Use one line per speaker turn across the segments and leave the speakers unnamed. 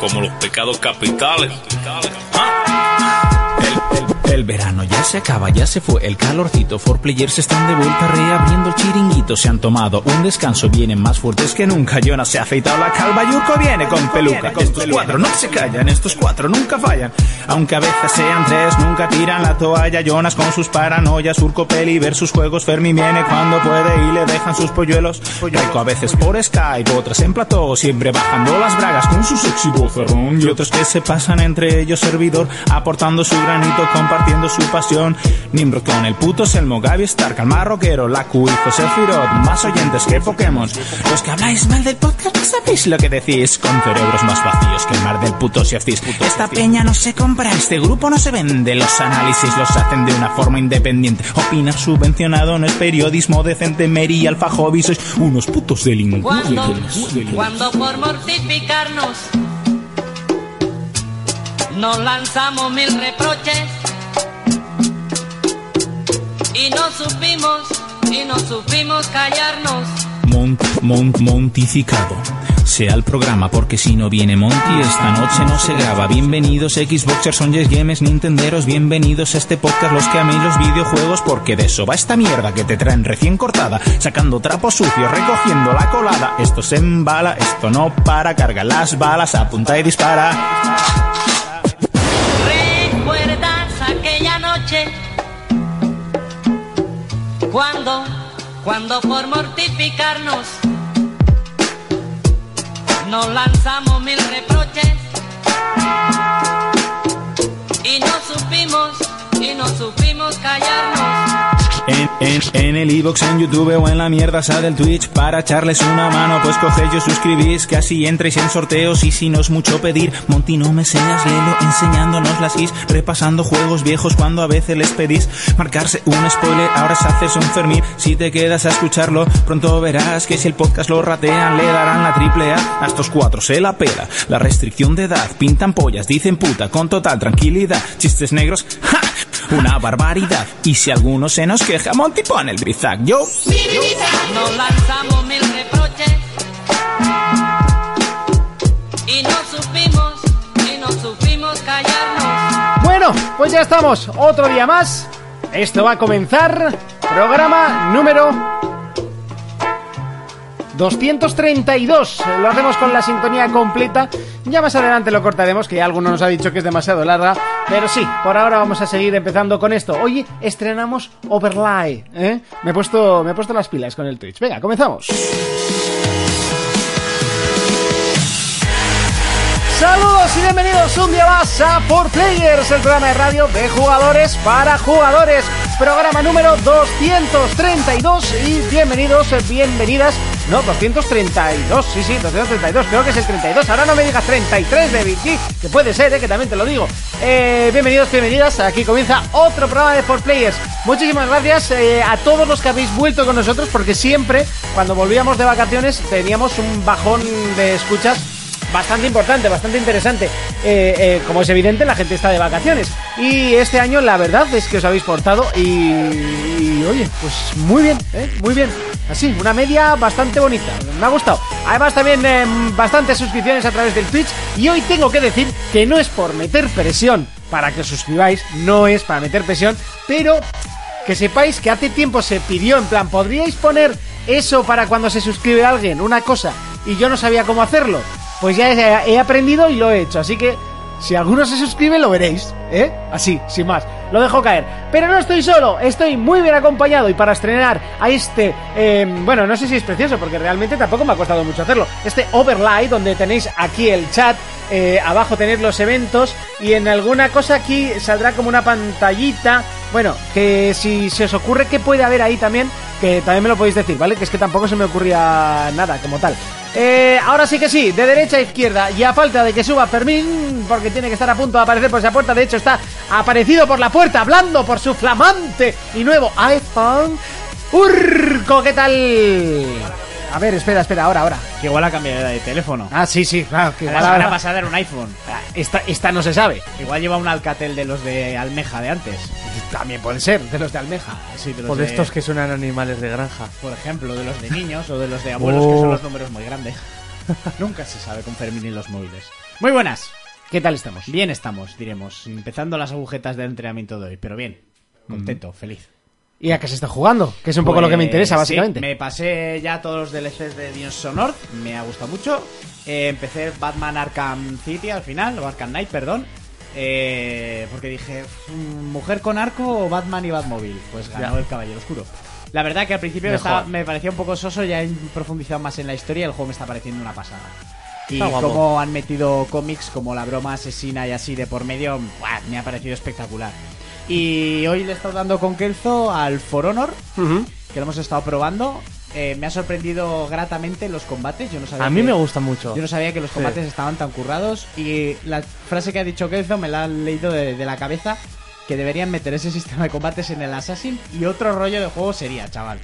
como los pecados capitales.
Ah. El, el verano ya se acaba, ya se fue el calorcito. For players están de vuelta reabriendo el chiringuito. Se han tomado un descanso, vienen más fuertes que nunca. Jonas se ha afeitado la calva, Yuko viene con peluca. Estos cuatro no se callan, estos cuatro nunca fallan. Aunque a veces sean tres, nunca tiran la toalla. Jonas con sus paranoias, Urco Peli versus juegos. Fermi viene cuando puede y le dejan sus polluelos. Reiko a veces por Skype, otras en plató. Siempre bajando las bragas con su sexy vocerrón. Y otros que se pasan entre ellos servidor, aportando su granito, compartiendo su pasión. Nimrod con el puto Selmo, Gaby Stark, el marroquero, Laku, José Firot, más oyentes que Pokémon. Los que habláis mal del podcast no sabéis lo que decís, con cerebros más vacíos que el mar del puto si hacéis puto. Esta peña no se compra, este grupo no se vende, los análisis los hacen de una forma independiente. Opinar subvencionado no es periodismo decente, Mary y Alfa Hobby, sois unos putos
Cuando,
delincuentes.
cuando por mortificarnos nos lanzamos mil reproches y no supimos, y no supimos callarnos.
Mont, mont, montificado. Sea el programa, porque si no viene Monty, esta noche no se graba. Bienvenidos Xboxers, Songes Games, Nintenderos, bienvenidos a este podcast, los que améis los videojuegos, porque de eso va esta mierda que te traen recién cortada, sacando trapos sucios, recogiendo la colada. Esto se embala, esto no para, carga las balas, apunta y dispara.
¿Recuerdas aquella noche? Cuando, cuando por mortificarnos nos lanzamos mil reproches y no supimos, y no supimos callarnos.
En, en- en el iBox, en YouTube o en la mierda sea del Twitch Para echarles una mano, pues cogéis y os suscribís Que así entréis en sorteos y si no es mucho pedir Monty no me seas lelo, enseñándonos las is Repasando juegos viejos cuando a veces les pedís Marcarse un spoiler, ahora se haces un Fermín Si te quedas a escucharlo, pronto verás Que si el podcast lo ratean, le darán la triple A A estos cuatro se la pela, la restricción de edad Pintan pollas, dicen puta, con total tranquilidad Chistes negros, ¡ja! Una barbaridad. Y si alguno se nos queja, Monty pone el brizac. Yo.
Nos lanzamos mil reproches y no supimos, y no supimos callarnos.
Bueno, pues ya estamos, otro día más. Esto va a comenzar. Programa número 232. Lo hacemos con la sintonía completa. Ya más adelante lo cortaremos, que ya alguno nos ha dicho que es demasiado larga. Pero sí, por ahora vamos a seguir empezando con esto. Hoy estrenamos Overlay. ¿eh? Me, he puesto, me he puesto las pilas con el Twitch. Venga, comenzamos. Saludos y bienvenidos un día más a For Players, el programa de radio de jugadores para jugadores. Programa número 232 y bienvenidos, eh, bienvenidas. No, 232, sí, sí, 232, creo que es el 32. Ahora no me digas 33 de Vichy, que puede ser, eh, que también te lo digo. Eh, bienvenidos, bienvenidas, aquí comienza otro programa de For Players. Muchísimas gracias eh, a todos los que habéis vuelto con nosotros, porque siempre, cuando volvíamos de vacaciones, teníamos un bajón de escuchas bastante importante, bastante interesante. Eh, eh, como es evidente, la gente está de vacaciones. Y este año la verdad es que os habéis portado y, y, oye, pues muy bien, ¿eh? muy bien. Así, una media bastante bonita, me ha gustado. Además también eh, bastantes suscripciones a través del Twitch y hoy tengo que decir que no es por meter presión para que os suscribáis, no es para meter presión, pero que sepáis que hace tiempo se pidió, en plan, ¿podríais poner eso para cuando se suscribe alguien? Una cosa. Y yo no sabía cómo hacerlo. Pues ya he- he aprendido y lo he hecho. Así que si alguno se suscribe lo veréis. ¿Eh? Así, sin más. Lo dejo caer. Pero no estoy solo. Estoy muy bien acompañado. Y para estrenar a este... eh, bueno, no sé si es precioso porque realmente tampoco me ha costado mucho hacerlo. Este overlay donde tenéis aquí el chat. eh, abajo tenéis los eventos. Y en alguna cosa aquí saldrá como una pantallita. Bueno, que si se os ocurre que puede haber ahí también, que también me lo podéis decir, ¿vale? Que es que tampoco se me ocurría nada como tal. Eh, ahora sí que sí, de derecha a izquierda, y a falta de que suba Fermín, porque tiene que estar a punto de aparecer por esa puerta, de hecho está aparecido por la puerta, hablando por su flamante y nuevo iPhone. Urco, ¿qué tal? A ver, espera, espera, ahora, ahora.
Que igual ha cambiado de teléfono.
Ah, sí, sí, claro, que
la
igual
semana
ahora-
pasada era un iPhone. Ah,
Esta, esta no se sabe.
Igual lleva un Alcatel de los de almeja de antes.
También puede ser, de los de almeja.
Sí, de los
Por
de-
estos que suenan animales de granja.
Por ejemplo, de los de niños o de los de abuelos, que
Oh.
son los números muy grandes. Nunca se sabe con Fermín y los móviles. Muy buenas.
¿Qué tal estamos?
Bien estamos, diremos. Empezando las agujetas del entrenamiento de hoy, pero bien.
Mm.
Contento, feliz.
¿Y a qué se está jugando? Que es un poco lo que me
Pues,
interesa,
sí,
básicamente.
me pasé ya todos los DLCs de Dios Sonor, me ha gustado mucho. Eh, empecé Batman Arkham City al final, o Arkham Knight, perdón. Eh, porque dije, "Mm, mujer con arco o Batman y Batmóvil. Pues ganó el Caballero Oscuro. La verdad que al principio
Mejor.
estaba- me parecía un poco soso, ya he profundizado más en la historia, el juego me está pareciendo una pasada. Y
Está guapo.
como han metido cómics como la broma asesina y así de por medio, ¡buah! me ha parecido espectacular. Y hoy le he estado dando con Kelzo al For Honor,
Ujú.
que lo hemos estado probando. Eh, me ha sorprendido gratamente los combates. Yo no sabía
A mí
que-
me gusta mucho.
Yo no sabía que los combates estaban tan currados. Y la frase que ha dicho Kelzo me la han leído de, de la cabeza. Que deberían meter ese sistema de combates en el Assassin. Y otro rollo de juego sería, chaval.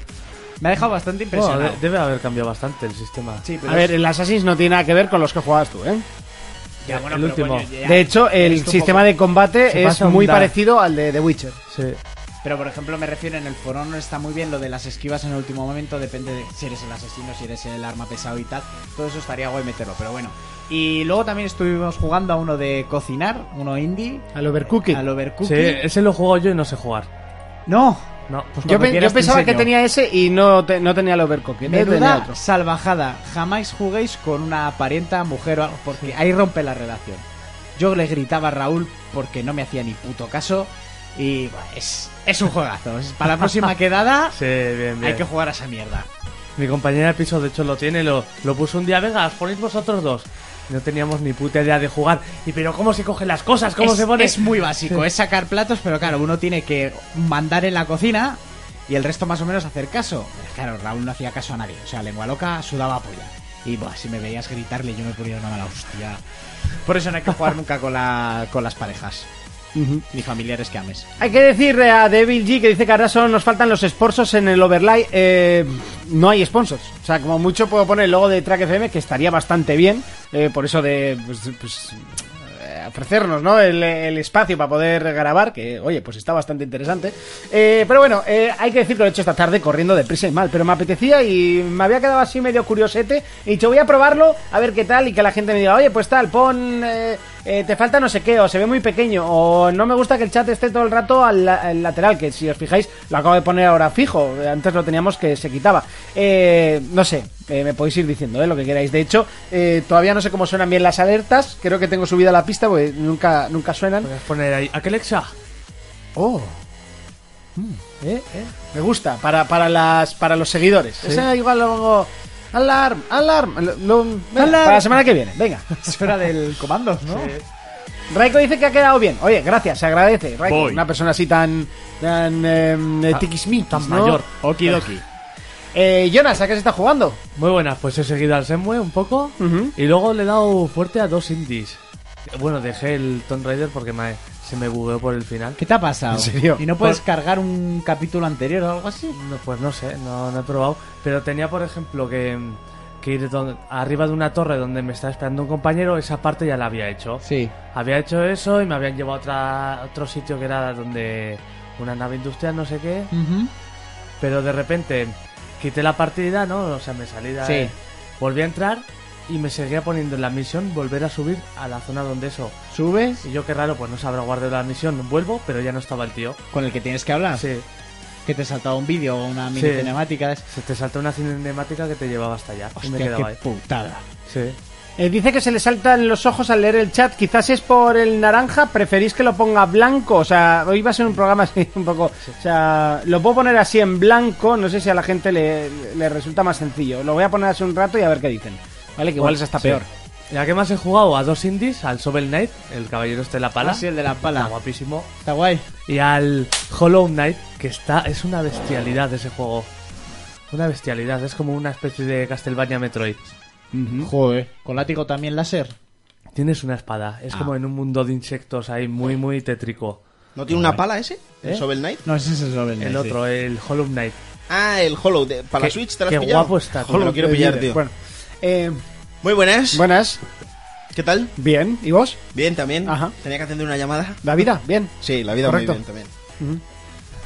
Me ha dejado bastante
Bueno,
impresionado.
de- debe haber cambiado bastante el sistema.
Sí, pero
A ver,
es-
el Assassin's no tiene nada que ver con los que jugabas tú, ¿eh?
ya, bueno,
el
pero
último.
coño, ya-
de hecho,
eres
el
tú un
sistema
poco-
de
Se
combate es
pasa un
muy
da-
parecido al de The Witcher.
Sí.
Pero por ejemplo, me refiero en el For Honor está muy bien lo de las esquivas en el último momento, depende de si eres el asesino, si eres el arma pesado y tal. Todo eso estaría guay meterlo, pero bueno. Y luego también estuvimos jugando a uno de cocinar, uno indie,
Al Overcooked.
al
Sí,
Overcooking.
ese lo he jugado yo y no sé jugar.
No,
No, pues
Yo,
cuando
pe-
quieras
yo
te
pensaba que
enseño.
tenía ese y no, te- no tenía el Overcooked. eh, tenía
menuda
otro.
salvajada. Jamás juguéis con una parienta, mujer o algo, porque ahí rompe la relación. Yo le gritaba a Raúl porque no me hacía ni puto caso. Y bueno, es, es un juegazo. Es- Para la próxima quedada
Sí, bien, bien.
hay que jugar a esa mierda.
Mi compañera de piso, de hecho, lo tiene, lo, lo puso un día, venga, os ponéis vosotros dos. No teníamos ni puta idea de jugar. Y pero cómo se cogen las cosas, cómo
es,
se pone.
es muy básico, es sacar platos, pero claro, uno tiene que mandar en la cocina y el resto más o menos hacer caso. Pero Claro, Raúl no hacía caso a nadie, o sea, lengua loca, sudaba polla. Y buah, si me veías gritarle, yo me ponía una mala hostia. Por eso no hay que jugar nunca con, la, con las parejas, ni familiares que ames.
Hay que decir a Devil G que dice que ahora solo nos faltan los sponsors en el overlay. Eh, no hay sponsors. O sea, como mucho puedo poner el logo de Track FM, que estaría bastante bien. eh, por eso de pues, pues, eh, ofrecernos ¿no? el, el espacio para poder grabar, que oye, pues está bastante interesante. Eh, pero bueno, eh, hay que decir que lo he hecho esta tarde corriendo deprisa y mal. Pero me apetecía y me había quedado así medio curiosete. Y dicho, voy a probarlo, a ver qué tal. Y que la gente me diga, oye, pues tal, pon. eh, eh, te falta no sé qué, o se ve muy pequeño, o no me gusta que el chat esté todo el rato al, la- al lateral, que si os fijáis lo acabo de poner ahora fijo, antes lo teníamos que se quitaba. Eh, no sé, eh, me podéis ir diciendo eh, lo que queráis. De hecho, eh, todavía no sé cómo suenan bien las alertas, creo que tengo subida la pista, porque nunca, nunca suenan.
Voy a poner ahí. ¿A qué Alexa?
Oh. Mm, eh, eh, Me gusta, para, para, las, para los seguidores. Esa igual lo pongo... Alarm, alarm, lo- lo- Para la semana que viene, venga.
Es hora del comando, ¿no?
Raiko dice que ha quedado bien. Oye, gracias, se agradece. Raiko,
Voy.
una persona así tan. tan. Eh,
Ah,
tiquismiquis,
tan
¿no?
mayor.
Okidoki.
Eh, Jonas, ¿a qué se está jugando?
Muy buenas, pues he seguido al Semwe un poco.
Ujú.
Y luego le he dado fuerte a dos indies. Bueno, dejé el Tomb Raider porque me- se me bugueó por el final.
¿Qué te ha pasado?
¿En serio?
¿Y no puedes
Por-
cargar un capítulo anterior o algo así?
No, pues no sé, no, no he probado. Pero tenía, por ejemplo, que, que ir don- arriba de una torre donde me estaba esperando un compañero. Esa parte ya la había hecho.
Sí.
Había hecho eso y me habían llevado a otra, otro sitio que era donde una nave industrial, no sé qué. Pero de repente quité la partida, ¿no? O sea, me salí de
Sí.
Volví a entrar y me seguía poniendo en la misión volver a subir a la zona donde eso.
Subes
Y yo, qué raro, pues no se habrá guardado la misión. Vuelvo, pero ya no estaba el tío.
con el que tienes que hablar.
Sí,
Que te saltaba un vídeo o una mini
Sí.
cinemática.
se te saltó una cinemática que te llevaba hasta allá. y me
Hostia, qué
quedaba ahí.
putada.
Sí.
Eh, dice que se le saltan los ojos al leer el chat. Quizás es por el naranja, preferís que lo ponga blanco. O sea, hoy va a ser un programa así un poco. O sea, lo puedo poner así en blanco. No sé si a la gente le, le resulta más sencillo. Lo voy a poner hace un rato y a ver qué dicen. Vale, que igual es hasta
Sí.
peor.
¿Y a qué más he jugado? A dos indies, al Sobel Knight, el caballero este de la pala.
Ah, sí, el de la pala.
Está guapísimo.
Está guay.
Y al Hollow Knight, que está. Es una bestialidad ese juego. Una bestialidad, es como una especie de Castlevania Metroid.
Joder. ¿Mm? Con látigo también láser.
Tienes una espada, es
Ah.
como en un mundo de insectos ahí muy, muy tétrico.
¿No tiene una pala ese? ¿El
¿Eh?
Shovel Knight?
No, ese es el Sovereign
El
Knight,
otro, el Hollow Knight.
Ah, el Hollow. de- ¿Para la
Qué-
Switch te lo has
qué
pillado?
guapo está, tío.
Joder, lo quiero pillar, tío.
Bueno, eh,
Muy buenas.
buenas,
¿Qué tal?
bien. ¿Y vos?
Bien también.
Ajá.
Tenía que atender una llamada.
¿Davida? Bien.
Sí, la vida
Correcto.
muy bien también.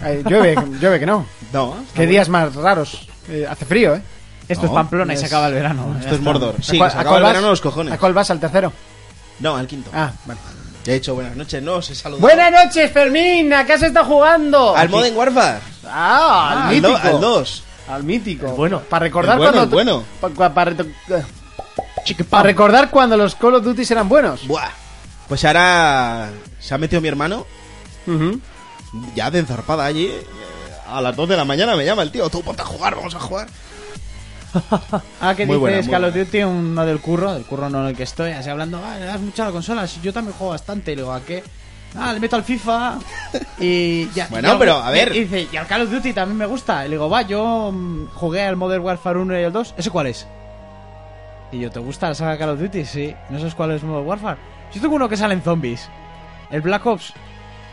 Eh, llueve, llueve que no.
No. Ah,
Qué días más raros. Eh, hace frío, ¿eh?
Esto es
No,
Pamplona y se
es-
acaba el verano.
Esto es Mordor. Sí,
cuál-
se
a
acaba
cuál
el
vas?
verano los cojones.
¿A cuál vas? ¿Al tercero?
No, al quinto.
Ah, bueno.
De hecho, buenas noches. No, se saludó.
Buenas noches, Fermín. ¿A qué has estado jugando?
Al Modern Warfare.
Ah, al
al, do-
mítico.
al 2.
Al mítico.
bueno.
Para recordar
El bueno,
cuando.
el bueno.
Para recordar cuando los Call of Duty eran buenos.
Buah. Pues ahora se ha metido mi hermano,
Ujú.
ya de enzarpada allí. eh, A las 2 de la mañana me llama el tío. Tú ponte a jugar, vamos a jugar.
Ah, que
Muy
dices
buena, muy
Call of
buena.
Duty, uno del curro, del curro no en el que estoy, así hablando, ah, le das mucho a la consola, si yo también juego bastante, y luego a qué. Ah, le meto al FIFA y ya.
Bueno,
y algo-
pero, a
y-
ver.
Y dice, y al Call of Duty también me gusta. Y le digo, va, yo mm, jugué al Modern Warfare 1 y el 2. ¿Ese cuál es? Y yo, ¿te gusta la saga Call of Duty? Sí. ¿No sabes cuál es Modern Warfare? Yo tengo uno que salen zombies. El Black Ops.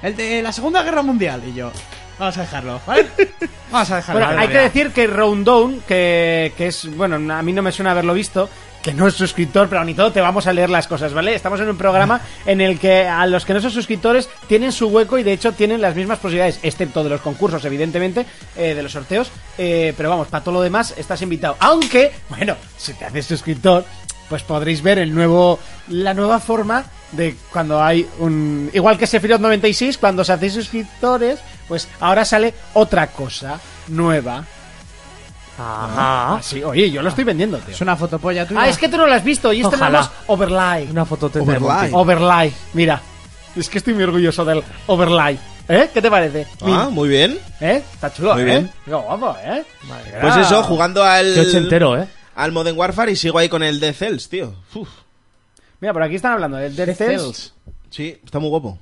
El de la Segunda Guerra Mundial. Y yo, vamos a dejarlo, ¿vale? Vamos a dejarlo.
Bueno,
Vale,
hay
vale,
que
ya.
decir que Roundown, que, que es, bueno, a mí no me suena haberlo visto, que no es suscriptor, pero ni todo te vamos a leer las cosas, ¿vale? Estamos en un programa en el que a los que no son suscriptores tienen su hueco y de hecho tienen las mismas posibilidades, excepto de los concursos, evidentemente, eh, de los sorteos, eh, pero vamos, para todo lo demás estás invitado. Aunque, bueno, si te haces suscriptor, pues podréis ver el nuevo, la nueva forma de cuando hay un... Igual que Sephiroth 96, cuando os hacéis suscriptores, pues ahora sale otra cosa nueva.
Ajá.
Ah, sí, oye, yo lo estoy vendiendo, tío.
Es una fotopolla tuya.
Ah, es que tú no lo has visto y este lo
Ojalá.
llamas Overlay.
Una foto de
Overlay.
Monty.
Overlay, mira. Es que estoy muy orgulloso del Overlay. ¿Eh? ¿Qué te parece?
Ah, muy bien.
¿Eh? Está chulo,
Muy
¿eh?
bien.
Qué guapo, ¿eh?
Pues eso, jugando al.
Qué ochentero, ¿eh?
Al Modern Warfare y sigo ahí con el Dead Cells, tío. Uf.
Mira, por aquí están hablando del Dead Cells.
Sí, está muy guapo.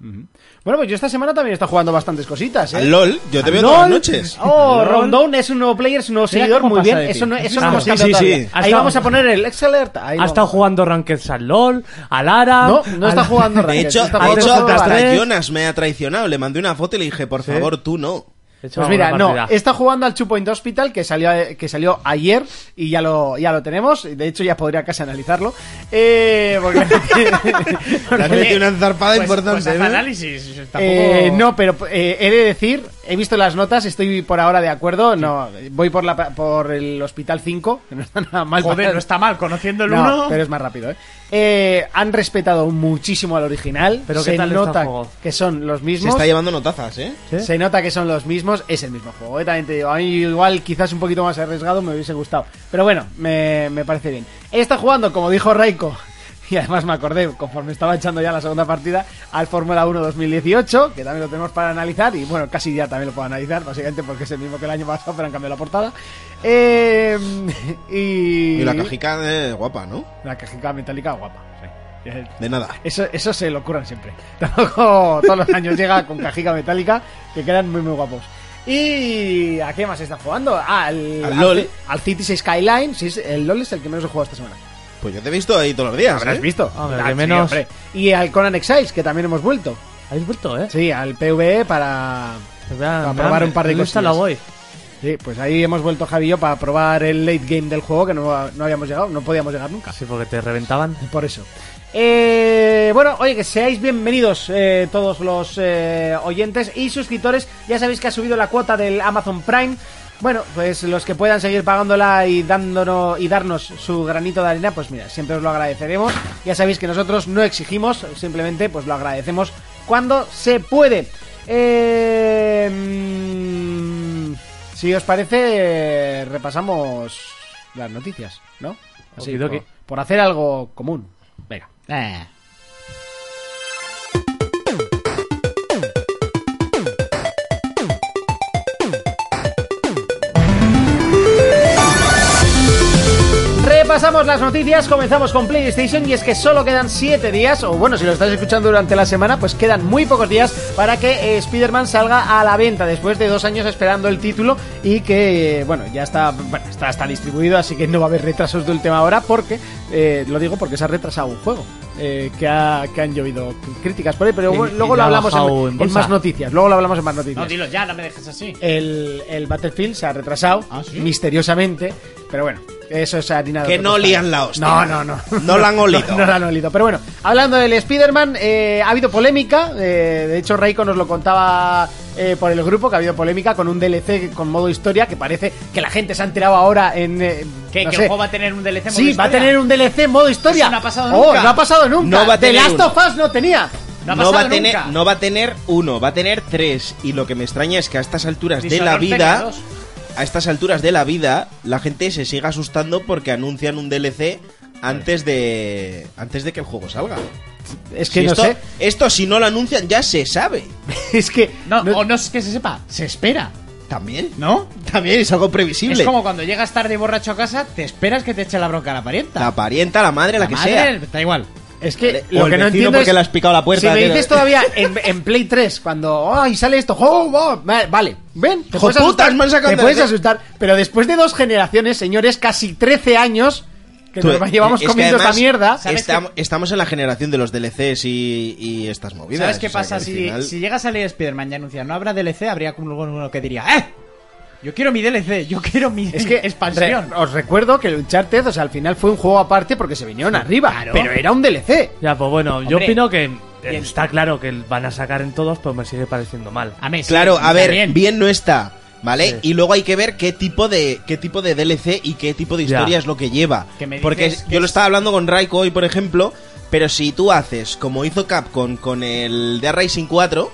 Bueno, pues yo esta semana también he estado jugando bastantes cositas, ¿eh?
Al LOL, yo te
Al
veo todas las
LOL.
noches.
Oh,
Al LOL.
Rondown es un nuevo player, es un nuevo
Mira
seguidor,
cómo
muy
pasa
bien.
de ti.
Eso no, eso no
Ah,
hemos
sí,
cambiado
sí,
todavía.
sí.
Ha
Ahí
estado-
vamos a poner el X Alert. Ahí
Ha
vamos.
estado jugando Ranked al LOL, al Ara.
No, no está
al-
jugando
De
Ranked,
hecho,
está
de
jugando
hecho
solo
hasta
Ranked.
Jonas me ha traicionado. Le mandé una foto y le dije, por favor, tú no.
He hecho
Pues mira,
alguna
no,
partida.
está jugando al Two Point Hospital que salió, eh, que salió ayer y ya lo, ya lo tenemos. De hecho, ya podría casi analizarlo. Eh, porque-
Le has metido una zarpada
pues,
importante. ¿no?
Pues, análisis.
Eh, no, pero eh, he de decir, he visto las notas, estoy por ahora de acuerdo. No, voy por, la, pa- por el Hospital 5, que no está nada mal.
Joder,
para-
no está mal, conociendo el
No,
uno.
pero es más rápido, ¿eh? Eh, Han respetado muchísimo al original.
Pero
se
¿qué tal está el
nota
juego?
que son los
Se
mismos.
está llevando notazas, ¿eh?
¿Sí?
Se nota que son los mismos, es el mismo juego. ¿eh? También te digo, a mí igual quizás un poquito más arriesgado me hubiese gustado. Pero bueno, me, me parece bien. Está jugando, como dijo Raiko, y además me acordé, conforme estaba echando ya la segunda partida, al Fórmula 1 2018, que también lo tenemos para analizar, y bueno, casi ya también lo puedo analizar, básicamente porque es el mismo que el año pasado, pero han cambiado la portada. Eh, y...
Y la cajica eh, guapa, ¿no?
La cajica metálica guapa. sí.
De nada.
Eso, eso se lo ocurran siempre. Tampoco todos los años llega con cajica metálica que quedan muy muy guapos. ¿Y a qué más está jugando? Ah, al,
Al LOL.
Al Cities Skyline. Sí, es- el LOL es el que menos he jugado esta semana.
Pues yo te he visto ahí todos los días.
¿Habrás
¿eh?
visto?
Hombre,
Ah,
que
sí,
menos.
hombre. Y al Conan Exiles, que también hemos vuelto.
Habéis vuelto, ¿eh?
Sí, al PvE para...
Me voy A,
A
me
probar
voy a-
un par de
me gusta la voy.
cosillas. Sí, pues ahí hemos vuelto Javi y yo para probar el late game del juego que no, no habíamos llegado, no podíamos llegar nunca.
Sí, porque te reventaban.
Por eso. Eh, bueno, oye, que seáis bienvenidos eh, todos los eh, oyentes y suscriptores. Ya sabéis que ha subido la cuota del Amazon Prime. Bueno, pues los que puedan seguir pagándola y dándonos y darnos su granito de arena, pues mira, siempre os lo agradeceremos. Ya sabéis que nosotros no exigimos, simplemente pues lo agradecemos cuando se puede. Eh, mm, si os parece, eh, repasamos las noticias, ¿no? Así,
Okidoki.
por- por hacer algo común. Venga.
Eh.
Repasamos las noticias, comenzamos con PlayStation y es que solo quedan 7 días, o bueno, si lo estáis escuchando durante la semana, pues quedan muy pocos días para que eh, Spider-Man salga a la venta después de dos años esperando el título y que, eh, bueno, ya está, bueno, está, está distribuido, así que no va a haber retrasos de última hora porque, eh, lo digo porque se ha retrasado un juego, eh, que, ha- que han llovido críticas por él, pero
Y-
bueno,
y
luego lo
lo ha
hablamos en,
bajado en
en
bolsa.
más noticias, luego lo hablamos en más noticias.
dilo ya, no me dejes así.
El, el Battlefield se ha retrasado
Ah, ¿sí?
misteriosamente, pero bueno, Eso es harina de
Que
otro
no
costal.
lían la hostia.
No, no, no.
No la han olido.
No, no la han olido. Pero bueno, hablando del Spider-Man, eh, ha habido polémica. eh, de hecho, Reiko nos lo contaba eh, por el grupo que ha habido polémica con un DLC con modo historia que parece que la gente se ha enterado ahora en. eh,
¿Qué?
no
¿Que
sé.
el juego va a tener un DLC modo
Sí, va a
historia?
tener un DLC modo historia.
Eso no ha pasado
Oh,
nunca.
no ha pasado nunca.
No va a
The
tener
Last
uno.
of Us no tenía.
No ha
no, va a
pasado
tener,
nunca.
no va a tener uno, va a tener tres. Y lo que me extraña es que a estas alturas de la
Dishonored tenía
vida,
dos.
a estas alturas de la vida, la gente se sigue asustando porque anuncian un DLC antes de antes de que el juego salga.
Es que
Si
no
esto,
sé.
esto si no lo anuncian ya se sabe.
Es que.
No,
no-
o no es que se sepa, se espera,
También,
¿no?
también es algo previsible.
Es como cuando llegas tarde y borracho a casa, te esperas que te eche la bronca la parienta.
La parienta, la madre, la, que
madre,
sea.
Da igual.
Es que
Le- o
lo
el
que no
vecino
entiendo
porque
es-
le has picado la puerta,
Si me
tío.
dices todavía en, en Play 3 cuando ay sale esto, ¡oh, oh! Ma- vale, ven, te
¡Hijo
puedes
putas,
asustar,
me han sacado
te
de
puedes
la-
asustar, pero después de dos generaciones, señores, casi 13 años que
Tú,
nos llevamos
es que
comiendo
además
esta mierda.
¿Sabes
estam- Estamos en la generación de los DLCs y, y estas movidas.
¿Sabes qué
o sea,
pasa?
que al
Si,
final-
si llega a salir Spider-Man y anuncia no habrá DLC, habría como uno que diría ¡Eh! Yo quiero mi DLC, yo quiero mi
Es que
expansión.
re- os recuerdo que el Uncharted, o sea, al final fue un juego aparte porque se vinieron arriba, pero era un DLC.
Ya, pues bueno, yo
Hombre,
opino que eh,
bien.
está claro que van a sacar en todos, pero me sigue pareciendo mal.
A mí, sí,
Claro, a ver,
también.
bien. no está, ¿vale? Y luego hay que ver qué tipo de qué tipo de DLC y qué tipo de
Ya.
historia es lo que lleva.
Que me dices
Porque
que
yo lo
es-
estaba hablando con Raiko hoy, por ejemplo, pero si tú haces como hizo Capcom con el de Racing 4,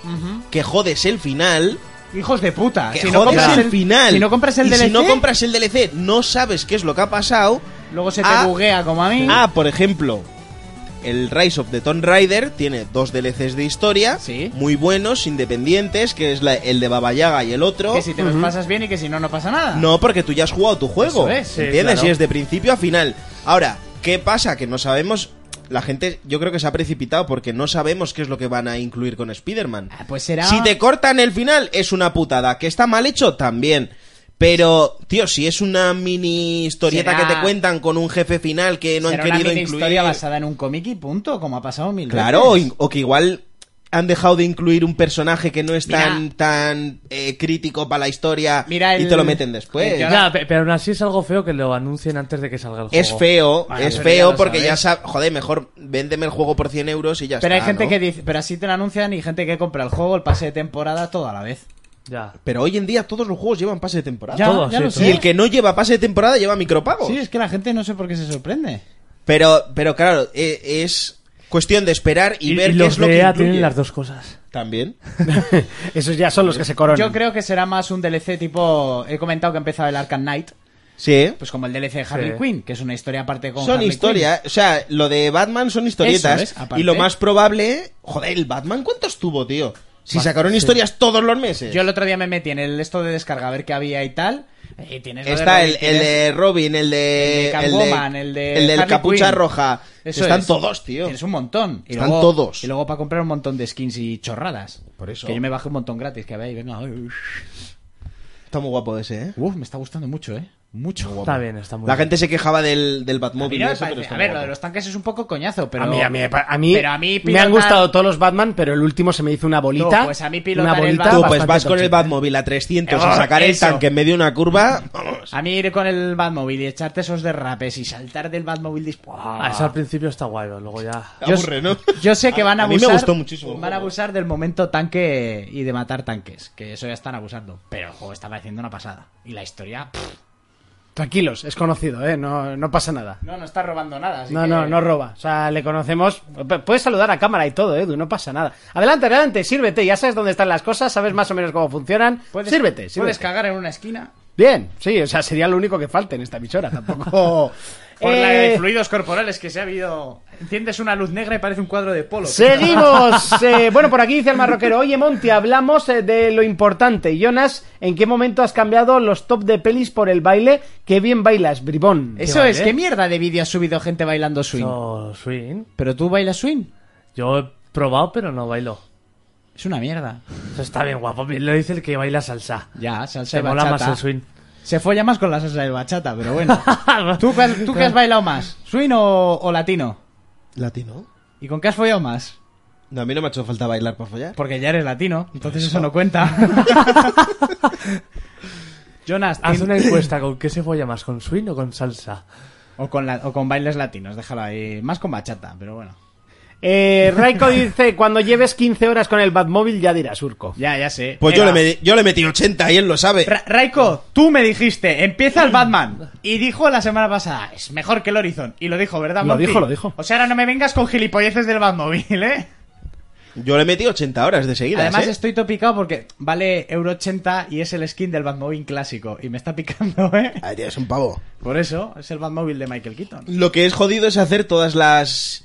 que jodes el final,
Hijos de puta.
que jodes el, final.
Si no compras el
y
DLC,
si no compras el DLC, no sabes qué es lo que ha pasado.
luego se te
ah,
buguea como a mí.
Ah, por ejemplo, el Rise of the Tomb Raider tiene dos DLCs de historia
Sí.
muy buenos, independientes, que es la- el de Baba Yaga y el otro.
que si te los pasas bien y que si no, no pasa nada.
No, porque tú ya has jugado tu
Eso
juego.
es, sí,
¿Entiendes?
claro.
Y es de principio a final. Ahora, ¿qué pasa? Que no sabemos. La gente, yo creo que se ha precipitado porque no sabemos qué es lo que van a incluir con Spider-Man.
Ah, pues será...
Si te cortan el final, es una putada. Que está mal hecho, también. Pero, tío, si es una mini historieta
Será-
que te cuentan con un jefe final que no
será
han
una
querido
mini
incluir.
historia basada en un cómic y punto, como ha pasado mil
Claro, o,
veces.
in- o que igual han dejado de incluir un personaje que no es
Mira.
tan, tan eh, crítico para la historia
Mira
y
el-
te lo meten después.
el que ahora-
Ya, pe- pero aún así es algo feo que lo anuncien antes de que salga el juego.
Es feo,
Bueno,
es
pero ya
feo
lo
porque
sabes.
ya sabes. Joder, mejor véndeme el juego por 100 euros y ya
Pero hay
está.
gente
¿no?
que dice, pero así te lo anuncian y gente que compra el juego, el pase de temporada, todo a la vez.
Ya.
Pero hoy en día todos los juegos llevan pase de temporada.
Ya,
Todo,
ya
sí,
lo
todo.
sé.
Y el que no lleva pase de temporada lleva micropagos.
Sí, es que la gente no sé por qué se sorprende.
Pero, pero claro, eh, es cuestión de esperar y,
Y,
ver
y
qué
los
es lo
de
que
EA
incluye.
tienen las dos cosas.
También.
Esos ya son los que se coronan.
Yo creo que será más un DLC tipo. He comentado que ha empezado el Arkham Knight,
Sí. ¿eh?
pues como el DLC de Harley
Sí.
Quinn, que es una historia aparte con.
Son
Harley
historias, o sea, lo de Batman son
Eso es,
historietas.
aparte.
y lo más probable. Joder, el Batman, ¿cuántos tuvo, tío? Si
Ba-
sacaron
sí.
historias todos los
Quinn.
meses.
Yo el otro día me metí en el esto de descarga a ver qué había y tal. Y tienes lo de
Está
Robin,
el, el
tienes-
de Robin, el de.
El de Catwoman, el de
el del
Harley
capucha
Quinn.
roja.
Eso
Están
es.
todos, tío.
Tienes un montón. Y
Están
luego-
todos.
Y luego para comprar un montón de skins y chorradas.
Por eso.
Que yo me bajé un montón gratis, que había ahí, venga. ay,
Está muy guapo ese, ¿eh?
Uf, me está gustando mucho, eh. Mucho.
Está bien, está muy
La
bien.
gente se quejaba del, del
A mí
Batmóvil.
no me
y eso, pero
parece-
está
a
muy
ver, lo de
guapo.
los tanques es un poco coñazo, pero.
a mí, a mí, a mí,
pero a mí
me han
pilotar-
gustado todos los Batman, pero el último se me hizo una bolita.
No, pues a mí pilotar
una
el
bolita.
Batman-
Tú, pues
bastante
vas con el
tochita.
Batmóvil a 300
Oh,
a sacar el
eso.
tanque en medio de una curva. Vamos.
A mí ir con el Batmóvil y echarte esos derrapes y saltar del Batmóvil. dis- ¡Buah!
Ah, eso al principio está guay, pero luego ya.
Yo-
Aburre, ¿no?
Yo sé que van a
A mí me
abusar.
gustó muchísimo el
Van a
juego.
abusar del momento tanque y de matar tanques. Que eso ya están abusando. Pero el juego está pareciendo una pasada. Y la historia. pff,
Tranquilos, es conocido, ¿eh? No, no pasa nada.
no, no está robando nada. así
No,
que-
no, no roba. O sea, le conocemos. P- Puedes saludar a cámara y todo, Edu, no pasa nada. Adelante, adelante, sírvete. Ya sabes dónde están las cosas, sabes más o menos cómo funcionan.
Puedes,
sírvete,
Puedes
sírvete.
cagar en una esquina.
Bien, sí, o sea, sería lo único que falta en esta emisora. Tampoco.
Por la
Eh,
de fluidos corporales que se ha habido. Enciendes una luz negra y parece un cuadro de polo.
Seguimos. Eh, bueno, por aquí dice el marroquero. Oye, Monty, hablamos eh, de lo importante. Jonas, ¿en qué momento has cambiado los top de pelis por el baile? Qué bien bailas, bribón.
Eso es, ¿qué ¿eh? mierda de vídeo ha subido gente bailando swing?
Yo, swing.
¿Pero tú bailas swing?
Yo he probado, pero no bailo.
Es una mierda.
Eso está bien guapo. Lo dice el que baila salsa.
Ya, salsa
Se
de
mola
bachata.
más el swing.
Se folla más con la salsa de bachata, pero bueno. ¿Tú, qué has- tú qué has bailado más? ¿Swing o, o latino?
Latino.
¿Y con qué has follado más?
No, a mí no me ha hecho falta bailar para follar.
Porque ya eres latino, entonces eso no cuenta. Jonas,
Haz
tin-
una encuesta con qué se folla más, con swing o con salsa.
O con, la- o con bailes latinos, déjalo ahí. Más con bachata, pero bueno.
Eh, Raiko dice, cuando lleves 15 horas con el Batmóvil ya dirás surco.
Ya, ya sé.
Pues yo le,
Venga.
metí, yo le metí 80 y él lo sabe.
Ra- Raiko, tú me dijiste, empieza el Batman. Y dijo la semana pasada, es mejor que el Horizon. Y lo dijo, ¿verdad,
Lo
Monty?
dijo, lo dijo.
O sea, ahora no me vengas con gilipolleces del Batmóvil, ¿eh?
Yo le metí 80 horas de seguida.
Además
¿eh?
estoy topicado porque vale euro 80 y es el skin del Batmóvil clásico. Y me está picando, ¿eh?
Ay, tío, es un pavo.
Por eso, es el Batmóvil de Michael Keaton.
Lo que es jodido es hacer todas las...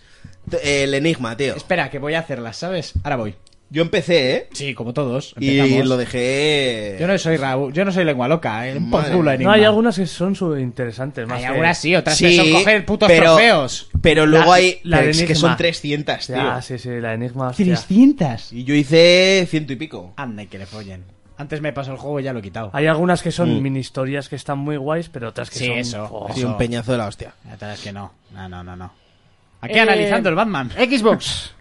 t- El enigma, tío.
Espera, que voy a hacerlas, ¿sabes? Ahora voy.
Yo empecé, ¿eh?
Sí, como todos.
Y
empezamos.
lo dejé...
Yo no soy Raúl, yo no soy lengua loca, ¿eh? Un por
Madre
culo
mía.
enigma.
No, hay algunas que son su- interesantes. Más
Hay
que-
algunas sí, otras que
Sí,
son coger putos
pero-
trofeos.
Pero luego
La-
hay...
la
pero
de
es que
enigma.
son 300, tío.
Ya, sí, sí, la enigma. hostia.
300.
Y yo hice ciento y pico.
Anda y que le follen. Antes me pasó el juego y ya lo he quitado.
Hay algunas que son
Mm.
mini historias que están muy guays, pero otras que
Sí,
son.
eso,
Oh.
Sí, un peñazo de la hostia.
La verdad es que no. No, no, no, no. Aquí analizando el Batman.
Xbox.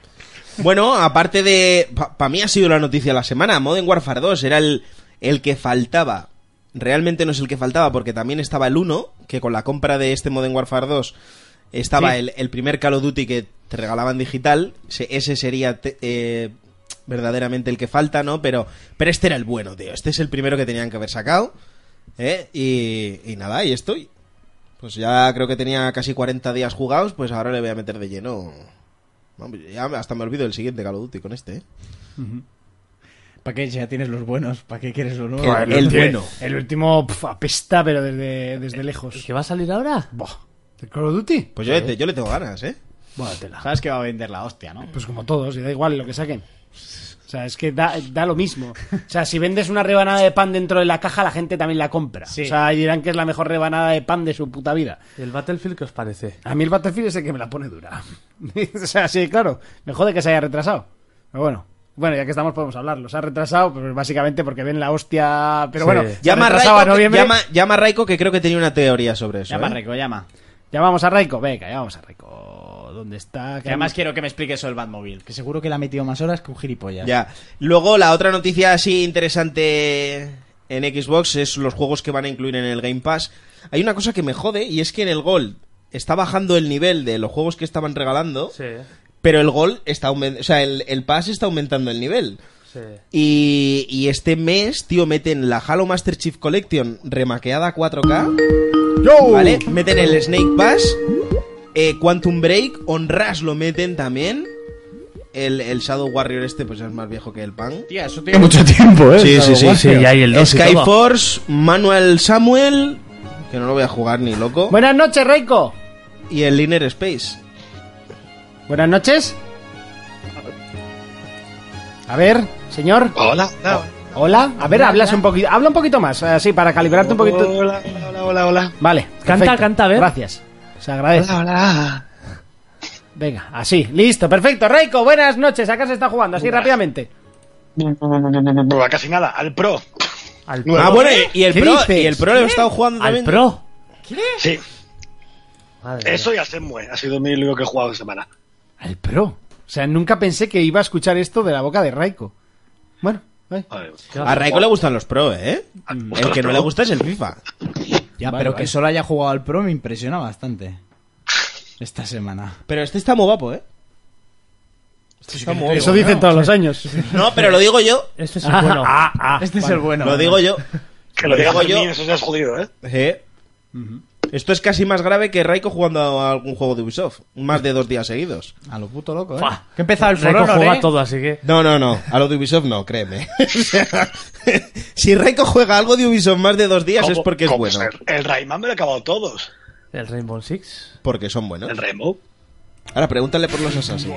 Bueno, aparte de... Para mí ha sido la noticia de la semana. Modern Warfare 2 era el, el que faltaba. Realmente no es el que faltaba porque también estaba el 1, que con la compra de este Modern Warfare 2 estaba el, el primer Call of Duty que te regalaban digital. Se- Ese sería te- eh, verdaderamente el que falta, ¿no? Pero, pero este era el bueno, tío. Este es el primero que tenían que haber sacado. ¿eh? Y, y nada, ahí estoy. Pues ya creo que tenía casi 40 días jugados, pues ahora le voy a meter de lleno. No, pues Ya hasta me olvido del siguiente Call of Duty con este, ¿eh?
¿Para qué ya tienes los buenos? ¿Para qué quieres los nuevos?
Joder, El
último-
bueno.
El último pf, apesta, pero desde, desde lejos.
¿Qué va a salir ahora?
Buah. ¿El Call of Duty?
Pues yo, le- yo le tengo ganas, ¿eh?
Bótatela.
Sabes que va a vender la hostia, ¿no?
Pues como todos, y da igual lo que saquen. O sea, es que da, da lo mismo. O sea, si vendes una rebanada de pan dentro de la caja, la gente también la compra.
Sí.
O sea, y dirán que es la mejor rebanada de pan de su puta vida.
¿Y ¿El Battlefield qué os parece?
A mí el Battlefield es el que me la pone dura. o sea, sí, claro. Me jode que se haya retrasado. Pero bueno. Bueno, ya que estamos podemos hablarlo. Se ha retrasado, pero básicamente porque ven la hostia... Pero
Sí.
bueno, se
Llama a,
retrasaba a
Raiko, que,
noviembre.
llama, llama a Raiko que creo que tenía una teoría sobre eso.
Llama,
¿eh?
Rico, llama.
Llamamos a Raiko. Venga, llamamos a Raiko. ¿Dónde está?
Que además quiero que me expliques eso del Batmóvil. Que seguro que le ha metido más horas que un gilipollas.
Ya. Luego, la otra noticia así interesante en Xbox es los juegos que van a incluir en el Game Pass. Hay una cosa que me jode y es que en el Gold está bajando el nivel de los juegos que estaban regalando,
Sí,
pero el Gold está aumen- o sea, el, el Pass está aumentando el nivel.
sí.
Y, y este mes, tío, meten la Halo Master Chief Collection remaqueada a 4K. ¿Vale? Meten el Snake Pass. eh, Quantum Break. Honras lo meten también. El, el Shadow Warrior este, pues ya es más viejo que el Pan.
Tía, eso tiene mucho
tiempo, ¿eh?
Sí, sí, sí.
Sí, y hay el 2 y todo.
Skyforce, Manuel Samuel. Que no lo voy a jugar ni loco.
Buenas noches, Raiko.
Y el Inner Space.
Buenas noches. A ver, señor. Oh,
Hola, hola,
Hola. A ver, hablas un poquito. Habla un poquito más, así, para calibrarte un poquito.
hola, hola, hola, hola,
Vale.
Canta, canta, a ver.
Gracias. Se agradece.
hola, hola.
Venga, así. Listo, perfecto. Reiko, buenas noches. Acá se está jugando, así rápidamente.
A casi nada, al pro.
Al
Nuevo.
Ah, bueno, y el
¿Qué
Pro.
dices?
Y el Pro lo he estado jugando
Al
también.
pro.
Sí,
Madre
eso y al Zenmue. Ha sido mi único que he jugado esta semana.
Al pro. O sea, nunca pensé que iba a escuchar esto de la boca de Raiko. Bueno, eh, ay.
Joder.
A Raiko le gustan los Pro, ¿eh? El que no le gusta es el FIFA.
Ya,
Vale,
pero
vale.
que solo haya jugado al Pro me impresiona bastante. Esta semana.
Pero este está muy guapo, ¿eh? Este está muy guapo. ¿eh?
Eso dicen todos los años.
No, pero lo digo yo.
mía. Este es el bueno.
este es el bueno.
lo digo yo.
Que
Lo
lo diga
digo
por
Pues yo.
mí, eso ya es jodido, ¿eh?
Eh. Esto es casi más grave que Raiko jugando a algún juego de Ubisoft. Más de dos días seguidos.
A lo puto loco, ¿eh?
Fua.
Que he empezado el
Reco
For Honor,
juega
¿eh?
todo, así que.
No, no, no. A lo de Ubisoft no, créeme. O sea, si Raiko juega algo de Ubisoft más de dos días es
¿Cómo-
porque es
cómo
bueno.
ser? El Rayman me lo he acabado todos.
El Rainbow Six.
Porque son buenos.
El Rainbow.
Ahora pregúntale por los Assassin's.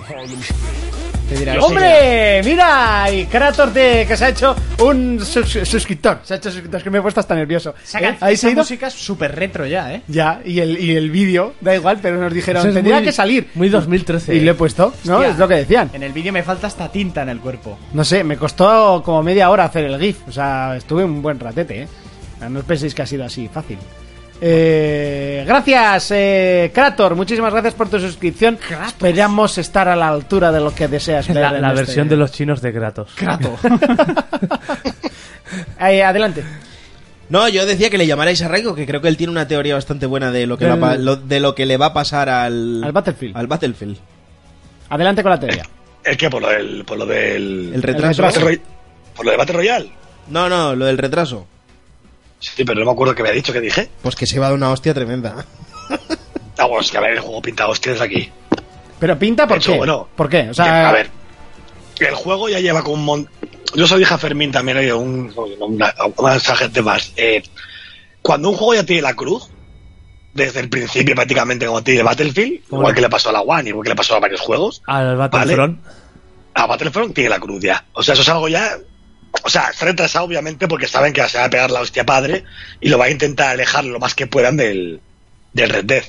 Te dirá,
¡Hombre! ¡Mira! Y Kratos de que se ha hecho un sus- suscriptor. Se ha hecho suscriptor. Es que me he puesto hasta nervioso.
Esa, can-
¿Eh? ¿Ahí
esa
se ha ido?
música es súper retro ya, ¿eh?
Ya, y el, y el vídeo, da igual, pero nos dijeron,
Eso es
tendría
muy-
que salir.
Muy 2013.
Y lo he puesto, ¿no?
Hostia.
Es lo que decían.
En el vídeo me falta hasta tinta en el cuerpo.
No sé, me costó como media hora hacer el GIF. O sea, estuve un buen ratete, ¿eh? No os penséis que ha sido así fácil. Eh, gracias, eh, Krator. Muchísimas gracias por tu suscripción. Esperamos estar a la altura de lo que deseas. ver
la,
en
la
este-
versión de los chinos de Kratos.
Kratos. Eh, adelante.
No, yo decía que le llamarais a Raiko, que creo que él tiene una teoría bastante buena de lo que,
Del-
va a pa- lo- de lo que le va a pasar al...
Al Battlefield.
Al Battlefield.
Adelante con la teoría.
¿El qué? ¿Por lo del. Por lo del.
El retraso.
Battle Roy- ¿Por lo del Battle Royale?
No, no, lo del retraso.
Sí, pero no me acuerdo qué había dicho, qué dije.
Pues que se va de una hostia tremenda.
Ah, bueno, es que a ver, el juego pinta hostias aquí.
Pero pinta por
Eso,
qué.
bueno.
¿Por qué? O sea,
a ver, el juego ya lleva con un montón. Yo soy hija Fermín también, hay un, una, más gente más. Eh, cuando un juego ya tiene la cruz, desde el principio prácticamente como tiene Battlefield,
Como
igual
la-
que le pasó a la One, igual que le pasó a varios juegos,
Al Battlefront.
a Battlefront tiene la cruz ya. O sea, eso es algo ya. O sea, está retrasado obviamente porque saben que se va a pegar la hostia padre y lo va a intentar alejar lo más que puedan del, del Red Dead.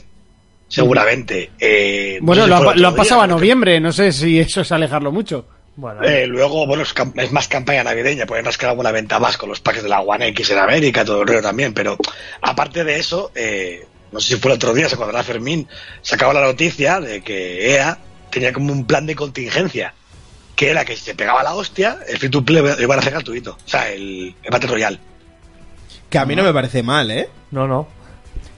Seguramente. Eh, no
bueno,
sé si
lo,
fue
ha,
el
lo ha
otro
pasado
día,
a noviembre. No sé si eso es alejarlo mucho.
Bueno,
Eh, luego, bueno, es, cam- es más campaña navideña, pueden rascar alguna venta más con los packs de la One X en América, todo el río también, pero aparte de eso, eh, no sé si fue el otro día, se acordará Fermín, sacaba la noticia de que EA tenía como un plan de contingencia, que era que si se pegaba la hostia, el free to play lo iban a hacer gratuito, o sea, el, el Battle Royale.
Que a mí no me parece mal, ¿eh?
no, no.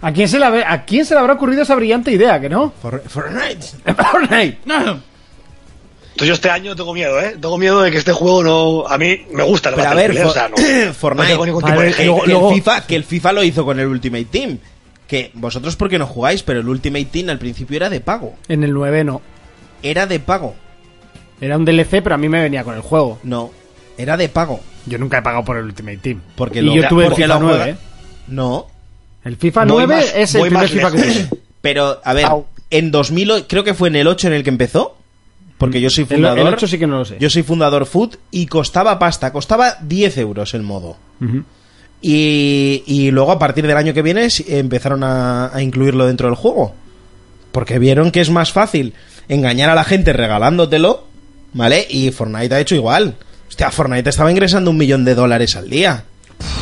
¿A quién se le, habrá- a quién se le habrá ocurrido esa brillante idea, que no?
For- Fortnite.
Fortnite.
Entonces yo este año tengo miedo, ¿eh? Tengo miedo de que este juego no... A mí me gusta el
Pero a
Battle
ver,
Royale,
For-
o sea, no,
Fortnite.
no tengo ningún tipo de
Vale,
hate.
Que,
luego-
el FIFA, que el FIFA lo hizo con el Ultimate Team. Que vosotros porque no jugáis, pero el Ultimate Team al principio era de pago.
En el 9 no.
Era de pago.
Era un DLC, pero a mí me venía con el juego.
No, era de pago.
Yo nunca he pagado por el Ultimate Team.
Porque
y
lo-
yo tuve el
porque
FIFA
lo
9.
juega-
¿eh?
No,
El FIFA
Voy
9
más-
es el
voy
primer
más
FIFA que
lejos.
tuve.
pero a ver,
Au.
en 2008, creo que fue en el 8 en el que empezó. Porque yo soy
El,
fundador.
el 8 sí que no lo sé.
Yo soy fundador Food y costaba pasta, costaba 10 euros el modo.
Ujú.
Y, y luego a partir del año que viene sí, empezaron a, a incluirlo dentro del juego. Porque vieron que es más fácil engañar a la gente regalándotelo, ¿vale? Y Fortnite ha hecho igual. Hostia, Fortnite estaba ingresando un millón de dólares al día.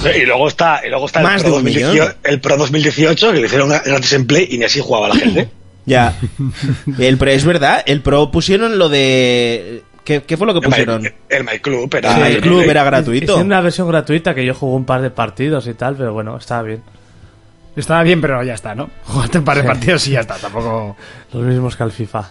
Y luego está, y luego está
Más
el, Pro
de un millón.
2018, el Pro 2018, que le hicieron gratis en Play y ni así jugaba la gente.
Ya. El pro, es verdad, el pro pusieron lo de... ¿Qué, qué fue lo que
El My-
pusieron?
El My Club era.
Ah, el club era gratuito.
Hicieron una versión gratuita que yo jugué un par de partidos y tal, pero bueno, estaba bien.
Estaba bien, pero ya está, ¿no? Jugaste un par de partidos y ya está, tampoco.
Los mismos que al FIFA.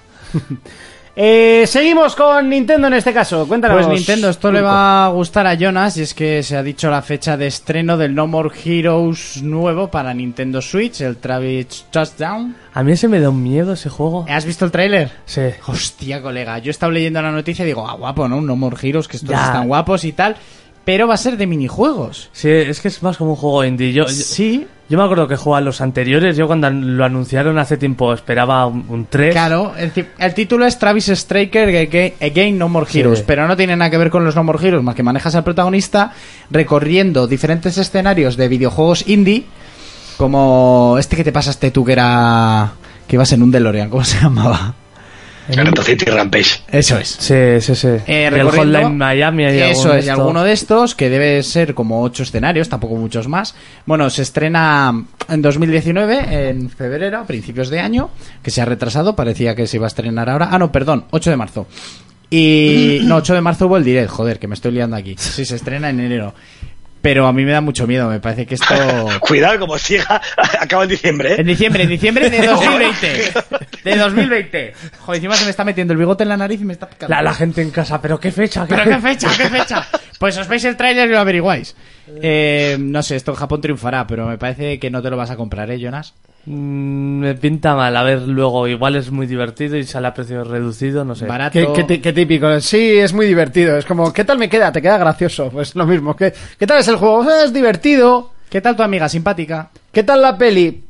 Eh, seguimos con Nintendo en este caso. Cuéntanos.
Pues Nintendo, esto le va a gustar a Jonas y es que se ha dicho la fecha de estreno del No More Heroes nuevo para Nintendo Switch, el Travis Touchdown.
A mí ese me da un miedo ese juego.
¿Has visto el tráiler?
Sí.
Hostia, colega, yo he estado leyendo la noticia y digo, ah, guapo, ¿no? Un No More Heroes, que estos
Ya.
están guapos y tal, pero va a ser de minijuegos.
Sí, es que es más como un juego indie. Yo, yo-
Sí,
yo me acuerdo que jugaba los anteriores. Yo cuando lo anunciaron hace tiempo esperaba un, un 3.
claro, el, ti- el título es Travis Striker Aga- Again No More
Sí.
Heroes, pero no tiene nada que ver con los No More Heroes, más que manejas al protagonista recorriendo diferentes escenarios de videojuegos indie, como este que te pasaste tú que era... que ibas en un DeLorean, ¿cómo se llamaba?
Retro City Rampage.
Eso es.
Sí, sí, sí.
Eh,
el
recorriendo-
Hotline Miami. hay
Eso
algún
es, y
esto.
alguno de estos, que debe ser como ocho escenarios, tampoco muchos más. Bueno, se estrena en 2019, en febrero, a principios de año, que se ha retrasado, parecía que se iba a estrenar ahora. Ah, no, perdón, 8 de marzo. Y. No, 8 de marzo hubo el direct, joder, que me estoy liando aquí. Sí, se estrena en enero. Pero a mí me da mucho miedo, me parece que esto.
Oh.
Cuidado, como siga, acaba en diciembre,
En
¿eh?
diciembre, en diciembre de 2020. De 2020. Joder, encima se me está metiendo el bigote en la nariz y me está picando.
La, la gente en casa, pero qué fecha.
¿Pero qué fecha? ¿Qué fecha? Pues os veis el tráiler y lo averiguáis. Eh, no sé, esto en Japón triunfará, pero me parece que no te lo vas a comprar, ¿eh, Jonas?
Mm, me pinta mal. A ver, luego igual es muy divertido y sale a precio reducido, no sé.
Barato.
Qué, qué ti- qué típico. Sí, es muy divertido. Es como, ¿qué tal me queda? Te queda gracioso. Pues lo mismo. ¿Qué, qué tal es el juego? Eh, Es divertido.
¿Qué tal tu amiga? ¿Simpática?
¿Qué tal la peli?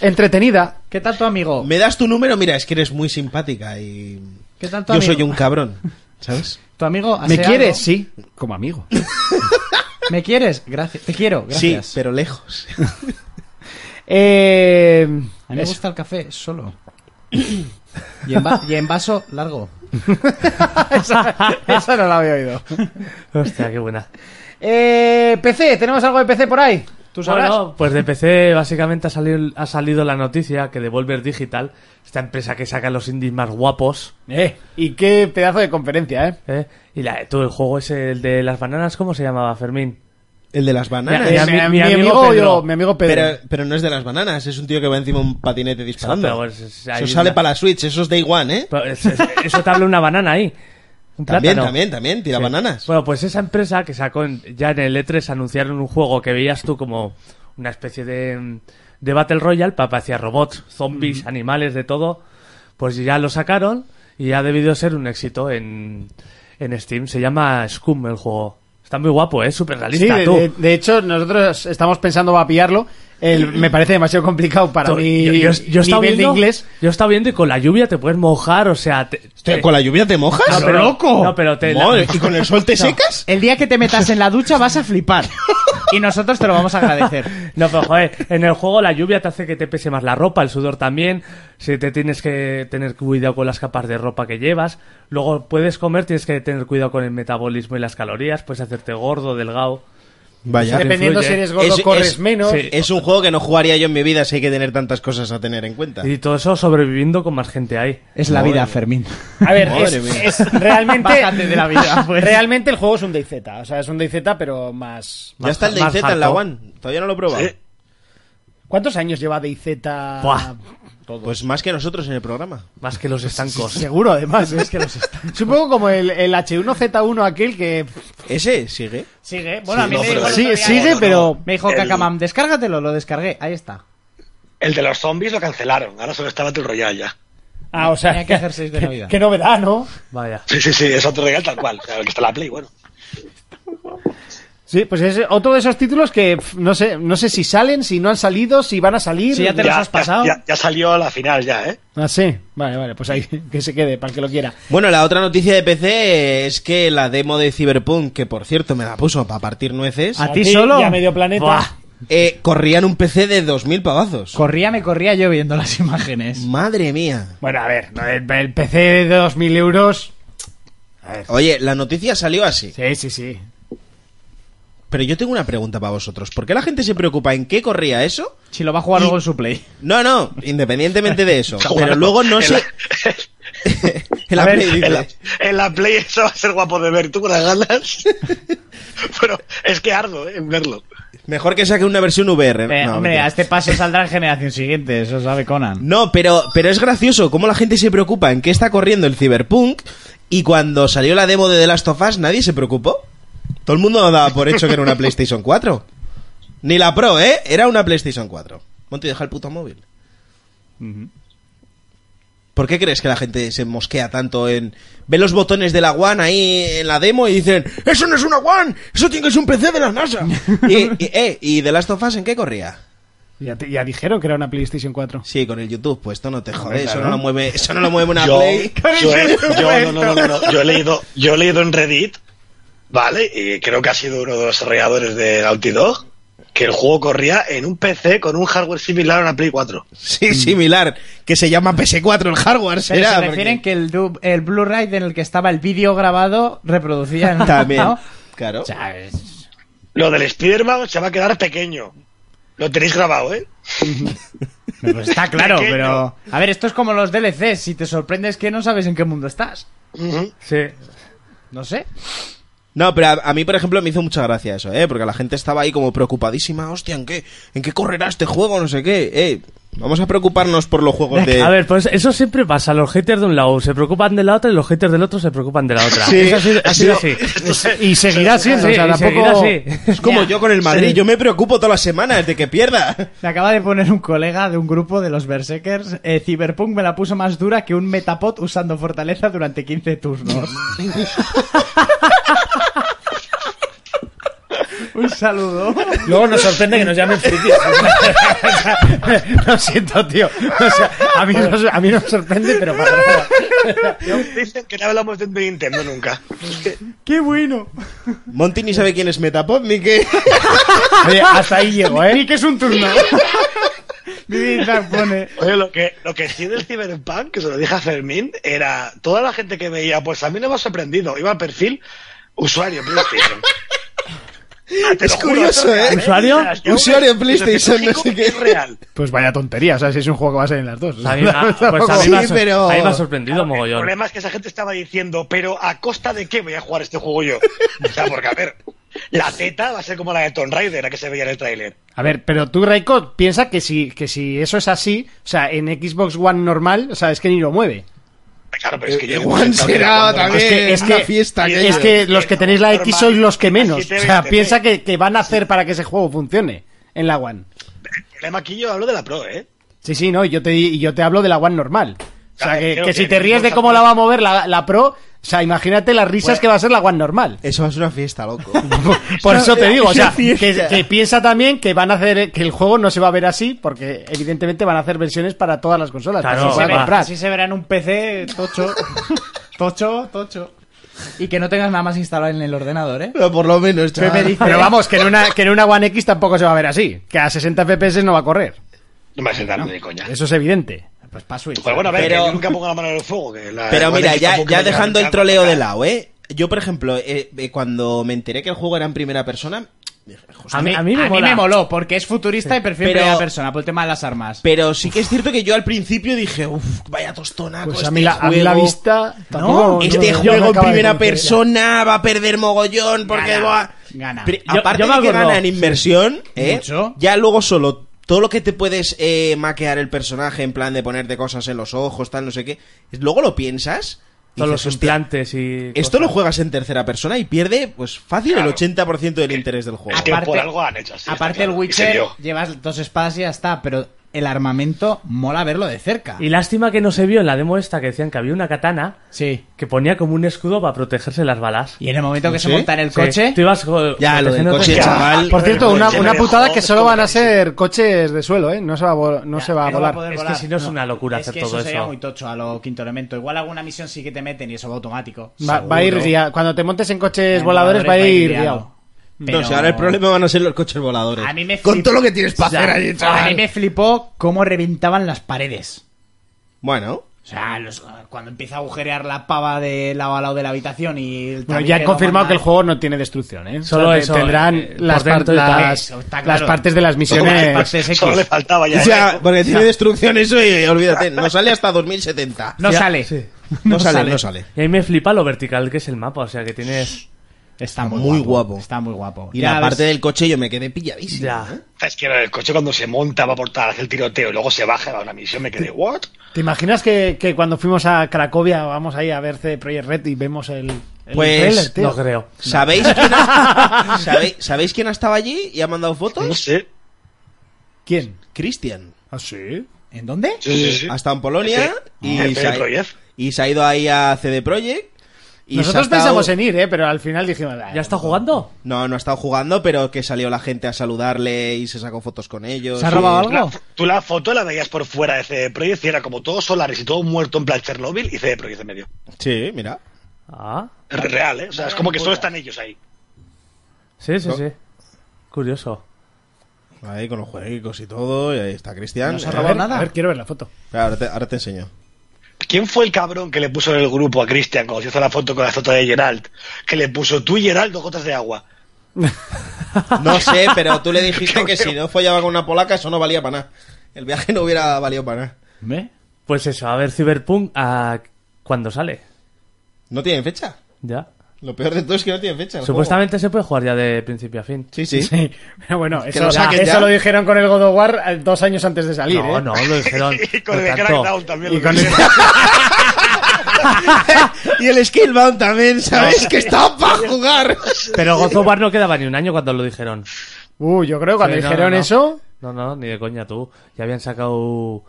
Entretenida.
¿Qué tal tu amigo?
Me das tu número, mira, es que eres muy simpática y...
¿Qué tal tu
Yo
amigo?
soy un cabrón, ¿sabes?
¿Tu amigo? hace
¿Me quieres?
algo?
Sí. Como amigo.
¿Me quieres? Gracias. Te quiero, gracias.
Sí, pero lejos.
Eh,
A mí me
eso.
gusta el café solo. Y en, va- y en vaso largo.
Esa no la había oído.
Hostia, qué buena.
Eh, PC, ¿tenemos algo de PC por ahí? ¿Tú sabrás?
Bueno, pues de PC básicamente ha salido, ha salido la noticia que Devolver Digital, esta empresa que saca los indies más guapos,
Eh, y qué pedazo de conferencia, ¿eh?
¿eh? y la, todo el juego ese, el de las bananas, ¿cómo se llamaba, Fermín?
El de las bananas.
Ya, Mi ya. ami- mi amigo Pedro.
mi amigo Pedro.
Pero, pero no es de las bananas, es un tío que va encima de un patinete disparando.
pero es- pues, es- hay
eso sale
una-
para la Switch, eso es Day One, ¿eh?
Pero Pues, es- es- Eso te habla una banana ahí. Un
También,
plátano.
también, también, tira
Sí.
bananas.
Bueno, pues esa empresa que sacó en- ya en el E3 anunciaron un juego que veías tú como una especie de, de Battle Royale, papá hacía robots, zombies, animales, de todo. Pues ya lo sacaron y ya ha debido ser un éxito en, en Steam. Se llama Scum el juego. Está muy guapo, ¿eh? Súper
Sí,
realista,
de,
tú.
de- de hecho, nosotros estamos pensando va a pillarlo. El- me parece demasiado complicado para
Tú-
mí.
yo, yo- yo he estado
nivel de
viendo-
inglés.
Yo he estado viendo y con la lluvia te puedes mojar, o sea... te-
Hostia,
te-
¿Con la lluvia te mojas?
No, pero-
loco!
no, pero te-
Madre, ¿Y con el sol te secas?
El día que te metas en la ducha vas a flipar. Y nosotros te lo vamos a agradecer.
No, pero joder, en el juego la lluvia te hace que te pese más la ropa, el sudor también. Si te tienes que tener cuidado con las capas de ropa que llevas. Luego puedes comer, tienes que tener cuidado con el metabolismo y las calorías. Puedes hacerte gordo, delgado.
Vaya.
Dependiendo
influye.
si eres gordo,
Es-
corres
es-
menos.
sí.
Es un juego que no jugaría yo en mi vida si hay que tener tantas cosas a tener en cuenta.
Y todo eso sobreviviendo con más gente ahí.
Es la vida, Fermín.
A ver,
Madre mía.
es, es realmente.
Bájate de la vida, pues.
Realmente el juego es un DayZ. O sea, es un DayZ, pero más.
Ya está el de
más
en la
hardcore.
One. Todavía no lo he probado.
Sí.
¿Cuántos años lleva DayZ?
Buah. pues
Pues más que nosotros en el programa.
Más que los estancos.
Seguro, además. Es que los Supongo como el, el H1Z1 aquel que
Ese sigue.
sigue. Bueno, a mí
no,
me
pero-
dijo el
Sí,
otro día-
sigue, pero me dijo
El-
Kakamam, descárgatelo, lo descargué, ahí está.
El de los zombies lo cancelaron, ahora solo está Battle Royale ya.
Ah, o sea,
Tenía que hacer seis de Navidad.
Qué novedad, ¿no?
Vaya.
Sí, sí, sí, es otro regal tal cual. O sea, el que está en la Play, bueno.
Sí, pues es otro de esos títulos que pf, no sé, no sé si salen, si no han salido, si van a salir.
Sí, ya te los has pasado.
Ya, ya salió la final ya, ¿eh?
Ah, sí. Vale, vale, pues ahí que se quede, para el que lo quiera.
Bueno, la otra noticia de PC es que la demo de Cyberpunk, que por cierto me la puso para partir nueces,
¿A ti solo?
Y a medio planeta.
Buah.
eh, corría en un PC de 2.000 pavazos.
Corría, me corría yo viendo las imágenes.
Madre mía.
Bueno, a ver, no, el, el PC de 2.000 euros.
Oye, la noticia salió así.
Sí, sí, sí.
Pero yo tengo una pregunta para vosotros. ¿Por qué la gente se preocupa en qué corría eso?
Si lo va a jugar
Y-
luego en su play.
No, no, independientemente de eso. Pero
Bueno,
luego no
en
se...
la-
En la
A ver,
Play dice-
en, la, en la Play eso va a ser guapo de ver, tú con las ganas. Pero es que ardo, ¿eh? En verlo.
Mejor que saque una versión VR.
Eh,
No,
hombre,
mentira.
a este paso saldrá en generación siguiente, eso sabe Conan.
No, pero, pero es gracioso cómo la gente se preocupa en qué está corriendo el Cyberpunk y cuando salió la demo de The Last of Us nadie se preocupó. Todo el mundo daba por hecho que era una PlayStation 4. Ni la Pro, ¿eh? Era una PlayStation 4. Monty, deja el puto móvil. ¿Por qué crees que la gente se mosquea tanto en... Ve los botones de la One ahí en la demo y dicen ¡Eso no es una One! ¡Eso tiene que ser un PC de la NASA! y, y, eh, ¿Y The Last of Us en qué corría?
Ya, te- ya dijeron que era una PlayStation 4.
Sí, con el YouTube puesto, no te jodes, eso
claro.
no lo mueve, eso no lo mueve una
yo,
Play.
yo he, yo- no, no, no, no, no. Yo he leído, yo he leído en Reddit, ¿vale? Y creo que ha sido uno de los desarrolladores de Naughty Dog, que el juego corría en un PC con un hardware similar a una Play 4.
Sí, similar, que se llama PS4 el hardware,
Pero
será.
se refieren
porque-
que el, du- el Blu-ray en el que estaba el vídeo grabado reproducía en
también,
¿no?
claro.
O sea, es-
Lo del Spider-Man se va a quedar pequeño. Lo tenéis grabado, ¿eh?
Pero pues está claro,
Pequeño.
pero. A ver, esto es como los DLCs. Si te sorprendes que no sabes en qué mundo estás.
Ujú.
Sí.
No sé.
No, pero a, a mí por ejemplo me hizo mucha gracia eso, eh, porque la gente estaba ahí como preocupadísima, hostia, ¿en qué en qué correrá este juego? No sé qué. Eh, vamos a preocuparnos por los juegos de
A ver, pues eso siempre pasa. Los haters de un lado se preocupan de la otra y los haters del otro se preocupan de la otra.
Sí,
Eso ha sido-
ha
ha
sido-
sido así.
Y seguirá siendo,
Sí,
o sea,
y
tampoco.
seguirá así.
Es como yo con el Madrid, yo me preocupo todas las semanas de que pierda.
Me acaba de poner un colega de un grupo de los Berserkers. eh, Cyberpunk me la puso más dura que un Metapod usando fortaleza durante 15 turnos. un saludo.
Luego nos sorprende que nos llamen frikis. lo siento, tío. O sea, a mí, no, a mí no me sorprende, pero para nada.
Dicen que no hablamos de Nintendo nunca.
¡Qué bueno!
Monty ni sabe quién es Metapod ni qué.
Oye, hasta ahí llego, ¿eh?
Ni que es un turno. Vivi Zack pone.
Oye, lo que, lo que sí del Cyberpunk, que se lo dije a Fermín, era toda la gente que veía, pues a mí no me ha sorprendido. Iba al perfil usuario PlayStation. Ah, te
Es
lo juro,
curioso,
esto es real,
¿eh?
¿Usuario?
O sea, yo-
Usuario PlayStation, no sé qué.
Es real.
Pues vaya tontería, o sea, si es un juego que va a salir en las dos.
A mí me ha- pues a mí
Sí,
me ha sor-
pero-
a mí me ha sorprendido
El
mogollón.
problema es que esa gente estaba diciendo, pero ¿a costa de qué voy a jugar este juego yo? O sea, porque a ver, La Z va a ser como la de Tomb Raider, la que se veía en el tráiler.
A ver, pero tú, Raiko, piensa que si, que si eso es así, o sea, en Xbox One normal, o sea, es que ni lo mueve.
Claro, pero es que
Eh,
yo...
Juan será también
Es que, es
una
que-
fiesta.
es
es
aquello.
que los que tenéis la X sois los que menos. O sea,
720p.
piensa que, que van a hacer para que ese juego funcione en la One.
El tema aquí yo hablo de la Pro, ¿eh?
Sí, sí, no, y yo te, y yo te hablo de la One normal. O sea,
Claro,
que,
creo
que
que
si te
el
ríes de
Xbox
cómo la
One-
va a mover la, la Pro, o sea, imagínate las risas
Bueno.
que va a ser la One normal.
Eso es una fiesta, loco.
Por eso te digo, o sea,
Esa fiesta.
que, que piensa también que van a hacer que el juego no se va a ver así, porque evidentemente van a hacer versiones para todas las consolas.
Claro,
para que se
va.
pueda comprar.
Así se verá en un PC tocho. tocho, tocho. Y que no tengas nada más instalado en el ordenador, ¿eh?
Pero por lo menos, chaval.
Pepe dice-
Pero vamos, que en, una, que en una One X tampoco se va a ver así, que a 60 FPS no va a correr.
No me vas a sentar ni de coña.
Eso es evidente.
Pues para Switch.
Pero bueno, a ver,
Pero-
que yo nunca pongo la mano en el fuego. Que la-
Pero
la
mira,
X
ya,
tampoco
ya
me
dejando
llega
el
a
troleo
tanto,
de lado, ¿eh? Yo, por ejemplo, eh, eh, cuando me enteré que el juego era en primera persona, dije, "Joder".
Ah.
A mí,
A
a
mí me,
mola.
moló, porque es futurista y perfil
Pero-
primera persona, por el tema de las armas.
pero sí que es cierto que yo al principio dije, uff, vaya tostonaco
Pues
este
a mí la, a mí
juego.
la vista. tampoco-
este
yo- yo me
juego en
acaba de
primera
convencer.
persona va a perder mogollón porque
Gana,
va-
gana.
Pri-
Yo-
aparte
yo me
de que
acuerdo.
gana en inversión, ¿eh?
Mucho.
ya luego solo todo lo que te puedes eh, maquear el personaje en plan de ponerte cosas en los ojos, tal, no sé qué, luego lo piensas. y
Todos
dices,
los
"Hostia,
implantes y.
Esto
cosas.
lo juegas en tercera persona y pierde, pues fácil,
Claro.
el 80% del interés del juego.
Ah, tío, por
Aparte-
algo han hecho así, está
Aparte
claro.
el
Y se
Witcher,
vio.
llevas dos espadas y ya está, pero el armamento mola verlo de cerca.
Y lástima que no se vio en la demo esta que decían que había una katana
Sí.
que ponía como un escudo para protegerse las balas.
Y en el momento que se
¿Sí?
monta en el
Sí.
coche,
Tú ibas co-
Ya, lo del
protegiéndote.
coche,
Ya.
chaval.
Por cierto,
Pero
una,
el
una
Jedi
putada
Hall
que
Oh, es
solo
como
van a
casi-
ser coches de suelo, ¿eh? No se va a, vol- no se va a
no
volar.
poder
Es que
volar.
si no es una locura hacer
que
todo
sería
eso.
muy tocho a lo quinto elemento. Igual alguna misión sí que te meten y eso va automático.
Va, va a ir
Seguro.
guiado. Cuando te montes en coches
En
voladores va a ir
guiado.
guiado.
Pero-
No, si ahora el problema van a ser los coches voladores.
A mí me
Con
flip-
todo lo que tienes para hacer
Ya.
ahí,
A mí
chaval.
me flipó cómo reventaban las paredes.
Bueno,
O sea, los- cuando empieza a agujerear la pava de lado a lado de la habitación y... el
Bueno,
tabique
ya han
lo
confirmado
manda-
que el juego no tiene destrucción, ¿eh?
Solo
te-
eso,
Tendrán
eh, por
las, par-
dentro está-
las,
Eso, está
las
claro.
partes de las
Las
misiones.
partes
Solo le
X.
faltaba ya.
o sea,
¿eh?
porque tiene destrucción eso y eh, olvídate, no sale hasta 2070.
No
Ya,
sale.
sí.
No sale, no sale.
Y a mí me flipa lo vertical que es el mapa, o sea que tienes.
Está muy,
Muy
guapo,
guapo.
Está muy guapo.
Y
Ya
la
ves-
parte del coche yo me quedé pilladísimo. ¿eh?
Ya.
Es que el coche cuando se monta va a portar, hace el tiroteo y luego se baja a una misión, me quedé, ¿what?
¿Te imaginas que, que cuando fuimos a Cracovia vamos ahí a ver CD Projekt Red y vemos el, el
Pues,
trailer, tío?
No creo.
¿Sabéis quién, ha... ¿Sabéis, sabéis quién ha estado allí y ha mandado
No
fotos?
sé.
¿Quién?
Cristian.
¿Ah, sí?
¿En dónde?
Sí, sí, sí.
Ha estado en Polonia
Sí.
y,
El
se ha...
CD Projekt.
y se ha ido ahí a CD Projekt. Y se ha
Nosotros
estado-
pensamos en ir, ¿eh? Pero al final dijimos... "Ah,
¿Ya está jugando?
No, no ha estado jugando, pero que salió la gente a saludarle y se sacó fotos con ellos.
¿Se ha robado
La-
algo?
tú la foto la veías por fuera de CD Projekt y era como todo solares y todo muerto en plan Chernobyl y CD Projekt en medio.
Sí, mira.
Ah.
Es real, ¿eh? O sea, es como que solo están ellos ahí.
Sí, sí,
No.
sí. Curioso.
Ahí con los juegos y todo, y ahí está Cristian.
¿No se ha
Eh,
robado nada?
nada?
A ver, quiero ver la foto.
Ahora te, ahora te enseño.
¿Quién fue el cabrón que le puso en el grupo a Cristian cuando se hizo la foto con la foto de Gerald? Que le puso tú y Gerald dos gotas de agua.
No sé, pero tú le dijiste que si no follaba con una polaca, eso no valía para nada. El viaje no hubiera valido para nada.
¿Ve?
Pues eso, a ver Cyberpunk a cuándo sale.
No tienen fecha.
Ya.
Lo peor de todo es que no tienen fecha. el
Supuestamente se puede jugar ya de principio a fin.
juego. Sí, sí.
Pero bueno,
Que
eso,
lo saquen
eso
ya.
lo dijeron con el God of War eh, dos años antes de salir,
No,
¿eh?
no, lo dijeron.
y con
no
el
tanto.
Crackdown también.
Y
lo
con
hicieron.
y el Skillbound también, ¿sabes? Que está para jugar.
Pero God of War no quedaba ni un año cuando lo dijeron.
Uh, yo creo que cuando
Sí, no,
dijeron
no, no.
eso...
No, no, ni de coña tú. Ya habían sacado.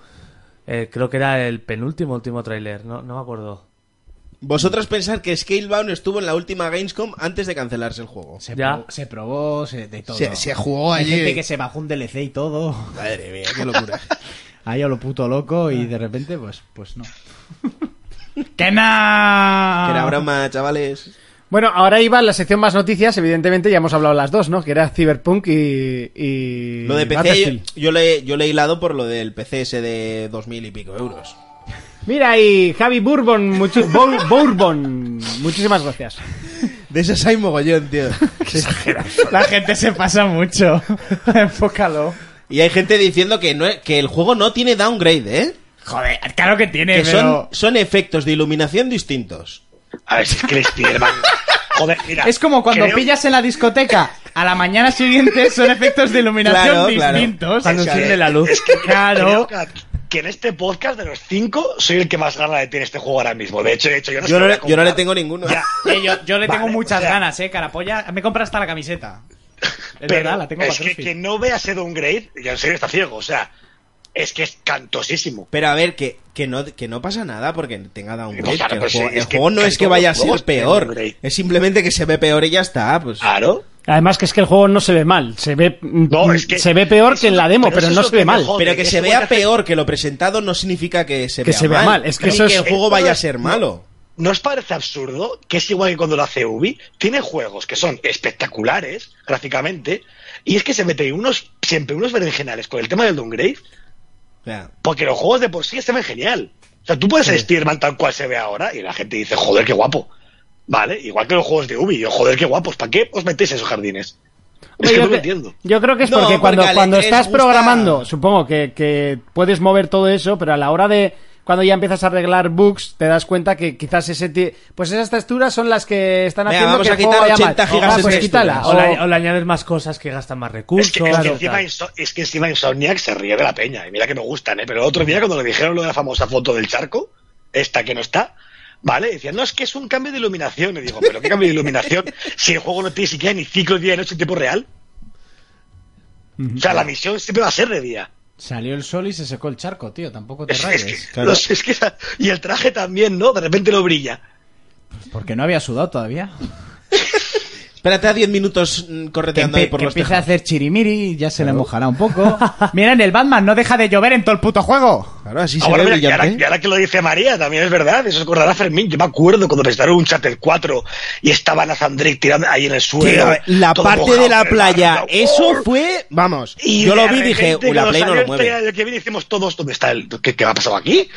eh, creo que era el penúltimo, último tráiler. No, no me acuerdo.
Vosotros pensar que Scalebound estuvo en la última Gamescom antes de cancelarse el juego.
Se,
Ya.
Probó, se probó, se- de todo.
Se- se jugó
Hay
allí.
gente que se bajó un DLC y todo.
Madre mía, qué locura.
Ahí a lo puto loco y de repente, pues, pues no. ¡Que no!
Que era broma, chavales.
Bueno, ahora iba la sección más noticias, evidentemente ya hemos hablado las dos, ¿no? Que era Cyberpunk y... y
Lo de PC, yo,
Battlefield.
yo le, yo le he hilado por lo del PC ese de dos mil y pico euros.
Mira ahí, Javi Bourbon, mucho- Bou- Bourbon. muchísimas gracias.
De esas hay mogollón, tío.
La gente se pasa mucho. Enfócalo.
y hay gente diciendo que, no, que el juego no tiene downgrade, ¿eh?
Joder, claro que tiene,
Que
pero...
son, son efectos de iluminación distintos.
A ver si es que el Spiderman. Joder, mira.
Es como cuando
creo-
pillas en la discoteca a la mañana siguiente son efectos de iluminación
Claro, claro.
distintos.
Cuando
Es que-
enciende la luz.
Es que, mira,
Claro.
creo que- que en este podcast de los cinco soy el que más ganas le tiene este juego ahora mismo. De hecho, de hecho yo no, se
Yo
lo
no,
voy a
le- yo no le
comprar.
tengo ninguno.
Ya.
Eh, yo, yo le tengo
Vale,
muchas
o sea-
ganas, eh, carapolla. Me compra hasta la camiseta. Es
Pero
verdad, la tengo
es
para
que
CrossFit.
quien no vea ese downgrade, ya en serio está ciego. O sea, es que es cantosísimo.
Pero a ver, que, que, no, que no pasa nada porque tenga downgrade.
No, claro,
que el
pero sí,
juego,
es
el
que-
juego no
que
es que
todos
vaya a
los
ser
juegos tienen
peor.
downgrade. Ah,
Es simplemente que se ve peor y ya está. Pues.
Claro.
Además que es que el juego no se ve mal, se ve,
No, es que-
se ve peor que en la demo,
pero
pero,
eso
no
es lo
se ve
que me
mal.
jode.
Pero que
que
se
se
vea
vuelca-
peor que lo presentado no significa que se
Que
vea
se vea
mal.
mal, es que
Ni
eso es-
el juego vaya a ser
No.
malo.
¿No os parece absurdo que es igual que cuando lo hace Ubi? Tiene juegos que son espectaculares gráficamente y es que se meten unos, siempre unos berenjenales con el tema del downgrade
O sea,
porque los juegos de por sí se ven genial. O sea, tú puedes ser Spider-Man tal cual se ve ahora y la gente dice, joder, qué guapo. Vale, igual que los juegos de Ubi, yo, joder, qué guapos, ¿para qué os metéis en esos jardines? Es que
yo,
no lo
cre-
entiendo.
yo creo que es
No,
porque,
porque
cuando,
al
cuando
E3
estás
gusta-
programando, supongo que, que puedes mover todo eso, pero a la hora de cuando ya empiezas a arreglar bugs, te das cuenta que quizás ese ti- pues esas texturas son las que están
Venga,
haciendo
vamos
que
a
el juego
quitar
vaya mal.
80 gigas
Ah,
de
pues
texturas.
quítala.
O, le,
o-
o le añades más cosas que gastan más recursos.
Es que, es, que
tal.
encima Inso- es que encima Insomniac se ríe de la peña. Y mira que me gustan, ¿eh? Pero el otro día, cuando le dijeron lo de la famosa foto del charco, esta que no está, ¿vale? Decían, no, es que es un cambio de iluminación. Y digo, ¿pero qué cambio de iluminación si el juego no tiene siquiera ni ciclo de día y noche en tiempo real? O sea, la misión siempre va a ser de día.
Salió el sol y se secó el charco, tío. Tampoco te
Es, es
rayes.
que,
claro.
no sé, es que esa- y el traje también, ¿no? De repente lo brilla.
Porque no había sudado todavía.
espérate a 10 minutos mm,
Que,
correteando ahí
empie-
por
que
los
empiece a
tejados.
hacer chirimiri, ya se le mojará un poco. Mira, en el Batman no deja de llover en todo el puto juego.
Claro, así
Ah,
se
bueno,
ve
mira, y, ahora,
brillante.
y ahora que lo dice María, también es verdad, eso acordará Fermín. Yo me acuerdo cuando presentaron un Chatel 4 y estaban a Zandrick tirando ahí en el
Tío,
suelo.
la
todo
parte
mojado
de la
en el
playa,
barro.
eso fue, vamos,
Y
yo
de
lo vi y dije,
repente,
"Uy, la
cuando
Play no
salió
lo
el
mueve.
trailer que viene decimos todos, ¿dónde está el qué, qué ha pasado aquí?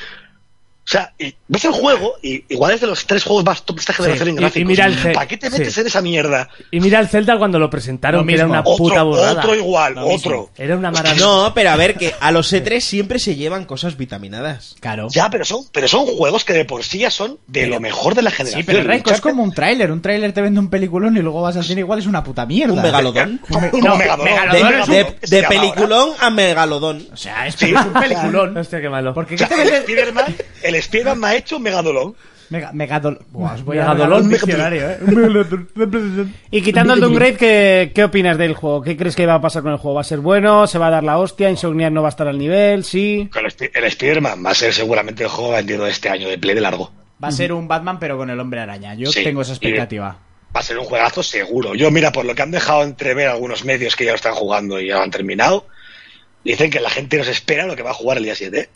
O sea, y ves el juego y igual es de los tres juegos más top de esta generación en
y- y
gráficos.
mira el ce-
¿Para qué te
sí.
metes en esa mierda?
Y mira el Zelda cuando lo presentaron,
Lo
que era
mismo.
una puta
Otro,
burrada.
otro igual,
Lo mismo.
otro.
Era una maravilla.
No, pero a ver, que a los E3 siempre se llevan cosas vitaminadas.
Claro.
Ya, pero son, pero son juegos que de por sí ya son de lo mejor de la generación.
Sí, pero Raiko, es
Uncharted-
como un tráiler. Un tráiler te vende un peliculón y luego vas al cine igual es una puta mierda.
Un megalodón.
Un
No,
megalodón.
De,
megalodón es un-
de-
¿qué se
de
llama
peliculón a megalodón.
O sea, esto es un peliculón.
Hostia, qué malo.
Porque ¿qué
ahora?
te
O sea, el
vende?
Spider-Man, el Spider-Man me ha hecho un megalodón.
Mega, megadol... Buah, os voy a
Megadolón,
regalar un ¿eh?
megadolón.
diccionario, eh. Un megalodón.
Y quitando el downgrade, ¿qué, ¿qué opinas del juego? ¿Qué crees que va a pasar con el juego? ¿Va a ser bueno? ¿Se va a dar la hostia? ¿Insomniac no va a estar al nivel? ¿Sí?
El, Spi- el Spider-Man va a ser seguramente el juego vendido este año de Play de largo.
Va a ser un Batman pero con el hombre araña. Yo
Sí.
tengo esa expectativa.
Va a ser un juegazo seguro. Yo, mira, por lo que han dejado entrever algunos medios que ya lo están jugando y ya lo han terminado, dicen que la gente nos espera lo que va a jugar el día 7.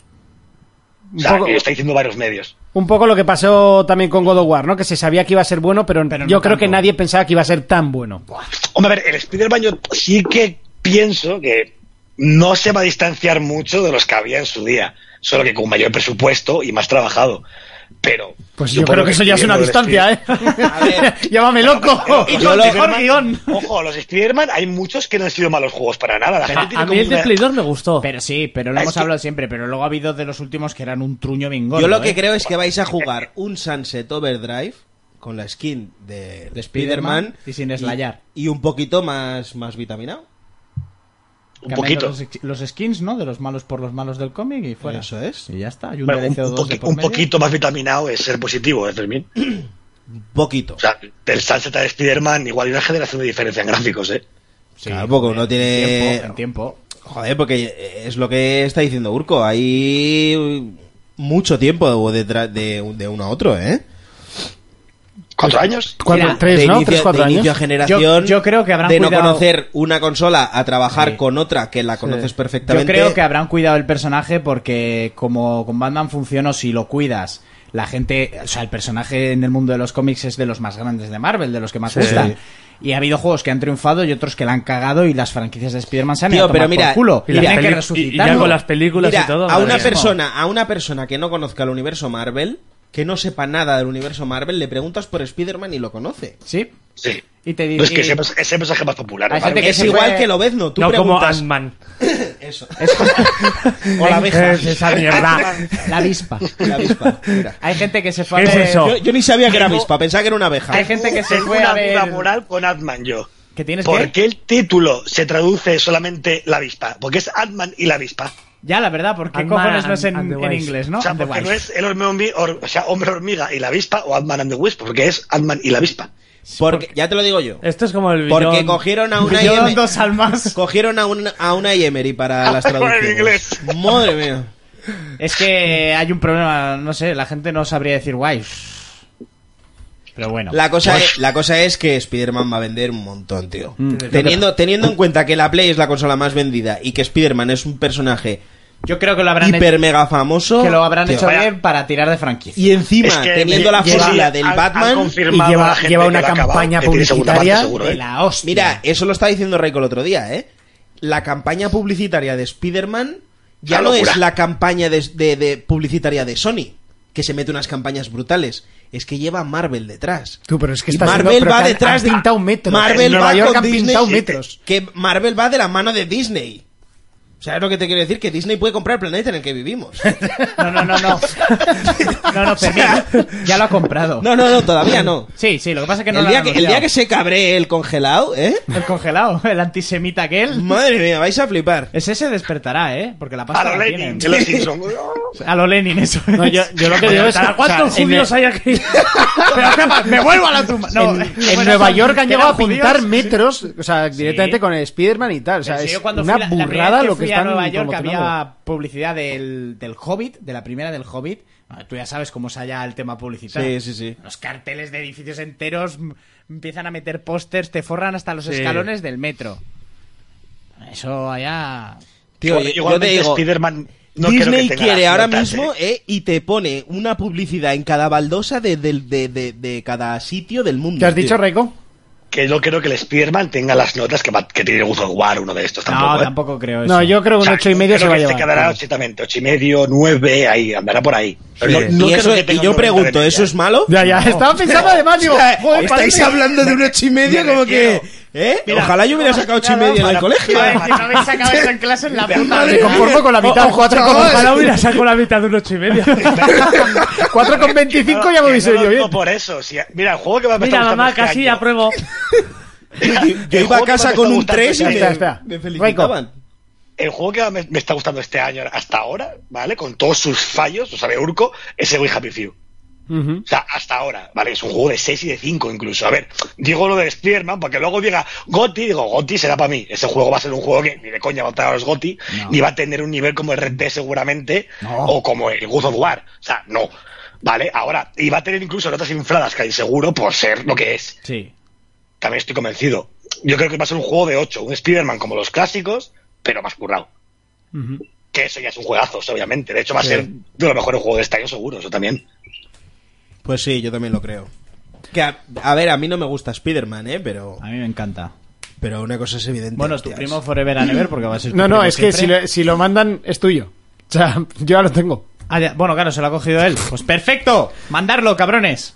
O
Un
sea,
poco,
que lo está diciendo varios medios.
un poco lo que pasó también con God of War, ¿no? Que se sabía que iba a ser bueno, pero,
Pero
yo
no
creo que
tanto.
nadie pensaba que iba a ser tan bueno.
Hombre, a ver, el Spider-Man yo sí que pienso que no se va a distanciar mucho de los que había en su día, solo que con mayor presupuesto y más trabajado. Pero.
Pues yo, creo que eso ya es una distancia, ¿eh?
A ver.
Llámame loco.
Y
Yo
con
lo-
mejor
guión.
Ojo, los Spider-Man hay muchos que no han sido malos juegos para nada. La
A,
gente tiene
a mí
como
el de
una-
Play 2 me gustó.
Pero sí, pero lo
Es
hemos
que-
hablado siempre. Pero luego ha habido de los últimos que eran un truño ¿eh? bingón.
Yo lo que creo es que vais a jugar un Sunset Overdrive con la skin de,
De Spider-Man
Spider-Man
y sin eslayar.
Y, y un poquito más, más vitaminado.
un poquito.
Los, los skins, ¿no? De los malos por los malos del cómic y fuera.
Eso es.
Y ya está. Y un
Bueno, un,
DLC o dos de
poqui-
por
un
medio.
poquito más vitaminado es ser positivo, ¿eh, Fermín?
Poquito.
O sea, del Sunset a Spider-Man, igual hay una generación de diferencia en gráficos, ¿eh?
Sí,
Tampoco, no tiene-
tiempo, en tiempo.
Joder, porque es lo que está diciendo Urco. Hay mucho tiempo detrás de, un- de uno a otro, ¿eh?
¿Cuatro años?
Cuatro,
Mira,
tres,
de
¿no?
inicio,
tres, cuatro
de
años.
inicio a generación.
Yo- yo creo que habrán
De no
cuidado-
conocer una consola a trabajar
Sí.
con otra que la conoces
Yo
perfectamente.
creo que habrán cuidado el personaje porque como con Batman funcionó, si lo cuidas, la gente, o sea, el personaje en el mundo de los cómics es de los más grandes de Marvel, de los que más gustan. Y ha habido juegos que han triunfado y otros que la han cagado y las franquicias de Spider-Man se han ido
Tío,
a tomar
pero mira,
por culo.
y
Y
la
tienen que
peli- y- y ya
resucitarlo.
con las películas
Mira,
y todo.
a
madre
una
mía.
persona, a una persona que no conozca el universo Marvel, que no sepa nada del universo Marvel, le preguntas por Spider-Man y lo conoce.
Sí.
Sí.
Y te digo.
No, es que ese, pers- ese personaje más popular. ¿eh?
Hay
para
gente
mí.
que
es
se
igual
fue-
que Lobezno, tú
no como
preguntas.
Ant-Man.
Eso. o la abeja.
Es esa mierda.
La avispa.
La avispa. Mira.
Hay gente que se fue a
¿Qué es
ver-
eso?
Yo, yo ni sabía que era avispa, pensaba que era una abeja.
Hay gente que se
Tengo
fue a
una duda
ver.
moral con Ant-Man yo.
¿Que tienes
¿Por
que?
qué el título se traduce solamente la avispa? Porque es Ant-Man y la avispa.
Ya, la verdad, porque
Ant-Man
cojones no es en,
and the
en
Wasp.
inglés, ¿no?
o sea,
And the
porque no
Wasp.
es el hombre, hormi- or- o sea, hombre hormiga y la avispa o Ant-Man and the Wisp, porque es Ant-Man y la avispa.
Porque, ya te lo digo yo.
Esto es como el
Porque
billón.
cogieron a una
Yo
IM
dos almas.
Cogieron a una, a una Emery para las
Para el
traducciones.
Ah, inglés.
Madre mía.
Es que hay un problema, no sé, la gente no sabría decir guay. Pero bueno. Mm.
La cosa, es, la cosa es que Spider-Man va a vender un montón, tío. Teniendo, teniendo en cuenta que la Play es la consola más vendida y que Spider-Man es un personaje
Yo creo que lo habrán,
hiper
hecho,
mega famoso.
que lo habrán
tío.
hecho
vaya.
bien para tirar de franquicia.
Y encima,
Es que
teniendo la
lle-
fórmula
lleva-
del
han- han
Batman.
confirmado
y lleva-
a la gente
lleva
que
una
lo ha acabado,
campaña
que tiene segunda parte
publicitaria
seguro,
De
¿eh?
la hostia.
Mira, eso lo estaba diciendo Reiko el otro día, ¿eh? La campaña publicitaria de Spider-Man ya
Una
no
locura.
es la campaña de, de- de publicitaria de Sony, que se mete unas campañas brutales. Es que lleva Marvel detrás.
Tú, pero es que está
Marvel va detrás de.
de. pintado metros.
Marvel
en Nueva
va
York
con
han
Disney.
pintado metros.
Que Marvel va de la mano de Disney. ¿Sabes lo que te quiero decir? Que Disney puede comprar el planeta en el que vivimos.
No, no, no, no. No, no, Fermín. Ya lo ha comprado.
No, no, no, todavía no.
Sí, sí, lo que pasa es que no
el,
lo
día
han
que, el día
anunciado.
que se cabree el congelado, ¿eh?
El congelado, el antisemita aquel.
Madre mía, vais a flipar.
Ese se despertará, ¿eh? Porque la
A
pasta
lo
la
Lenin,
tienen.
de los Simpson.
A lo Lenin, eso es.
No, yo, yo lo que digo es.
¿Para cuántos
o sea, en-
judíos hay aquí?
Pero, ¿qué pasa? ¡Me vuelvo a la tumba! No,
en, en
bueno,
Nueva
son-
York han
que
llegado a
eran
pintar
judíos.
metros, o sea, directamente con Spider-Man y tal. O sea,
Pero si
es
yo cuando
una
fui la- la primera
burrada
vez
lo que
fui a
están
Nueva York
promocionando.
había publicidad del, del Hobbit, de la primera del Hobbit. Ah, Tú ya sabes cómo es allá el tema publicitario.
Sí, sí, sí.
Los carteles de edificios enteros m- empiezan a meter pósters, te forran hasta los
Sí.
escalones del metro. Eso allá.
Tío, yo- yo te
Igualmente,
digo,
Spider-Man no creo que
Disney
tenga
quiere
las
ahora
notas,
mismo
¿eh?
eh, y te pone una publicidad en cada baldosa de, del- de- de- de cada sitio del mundo.
¿Qué has
tío.
dicho, Reiko?
Que yo creo que el Spider-Man tenga las notas que, va- que tiene Guzo War, uno de estos tampoco.
no,
¿eh?
tampoco creo eso.
No, yo creo
O
que un
sea,
ocho y medio
creo
se va a
que
llevar.
Se quedará exactamente, ocho y medio, nueve, ahí, andará por ahí. Pero no- no
y,
creo
eso-
que
y
tenga
yo
un 90 de
pregunto,
media.
¿eso es malo?
Ya, ya, estaba pensando además, digo, joder, parece-
hablando de un ocho y medio
me
como
refiero.
que... ¿eh? Ojalá yo hubiera sacado ocho y medio en el colegio.
Iba a decir, no habéis sacado esto en clase en la puta
Me
vida.
conformo con la mitad, cuatro con-
Ojalá hubiera sacado la mitad de un ocho y medio.
cuatro con 25 ya me
Que
hubiese
no lo
ido bien.
digo por eso. si- mira, el juego que va a
Mira, mamá, casi apruebo.
Yo iba a casa con un 3
este
y
año.
me,
Espera, espera.
me felicitaban.
El juego que me, me está gustando este año hasta ahora, ¿vale? Con todos sus fallos, o sea, de Urco, es el Wii Happy Few. O sea, hasta ahora, ¿vale? Es un juego de 6 y de 5 incluso. A ver, digo lo de Spiderman porque luego diga Gotti, digo, Gotti será para mí. Ese juego va a ser un juego que ni de coña va a traer a los Gotti, ni va a tener un nivel como el Red Dead seguramente, o como el God of War. O sea, no. ¿Vale? Ahora, y va a tener incluso notas infladas, casi seguro, por ser lo que es
Sí.
también estoy convencido. Yo creo que va a ser un juego de 8, un Spider-Man como los clásicos, pero más currado. Que eso ya es un juegazo, obviamente. De hecho, va a ser de los mejores juegos de este año, seguro, eso también.
Pues sí, yo también lo creo. Que a, a ver, a mí no me gusta Spider-Man, ¿eh? Pero,
A mí me encanta.
pero una cosa es evidente.
Bueno, tu
hostias.
primo Forever and Ever, porque va a ser tu
No, no,
primo
es que si
siempre.
lo, si lo mandan es tuyo. O sea, yo ya lo tengo.
Ah, ya, bueno, claro, se lo ha cogido él. Pues perfecto, mandarlo, cabrones.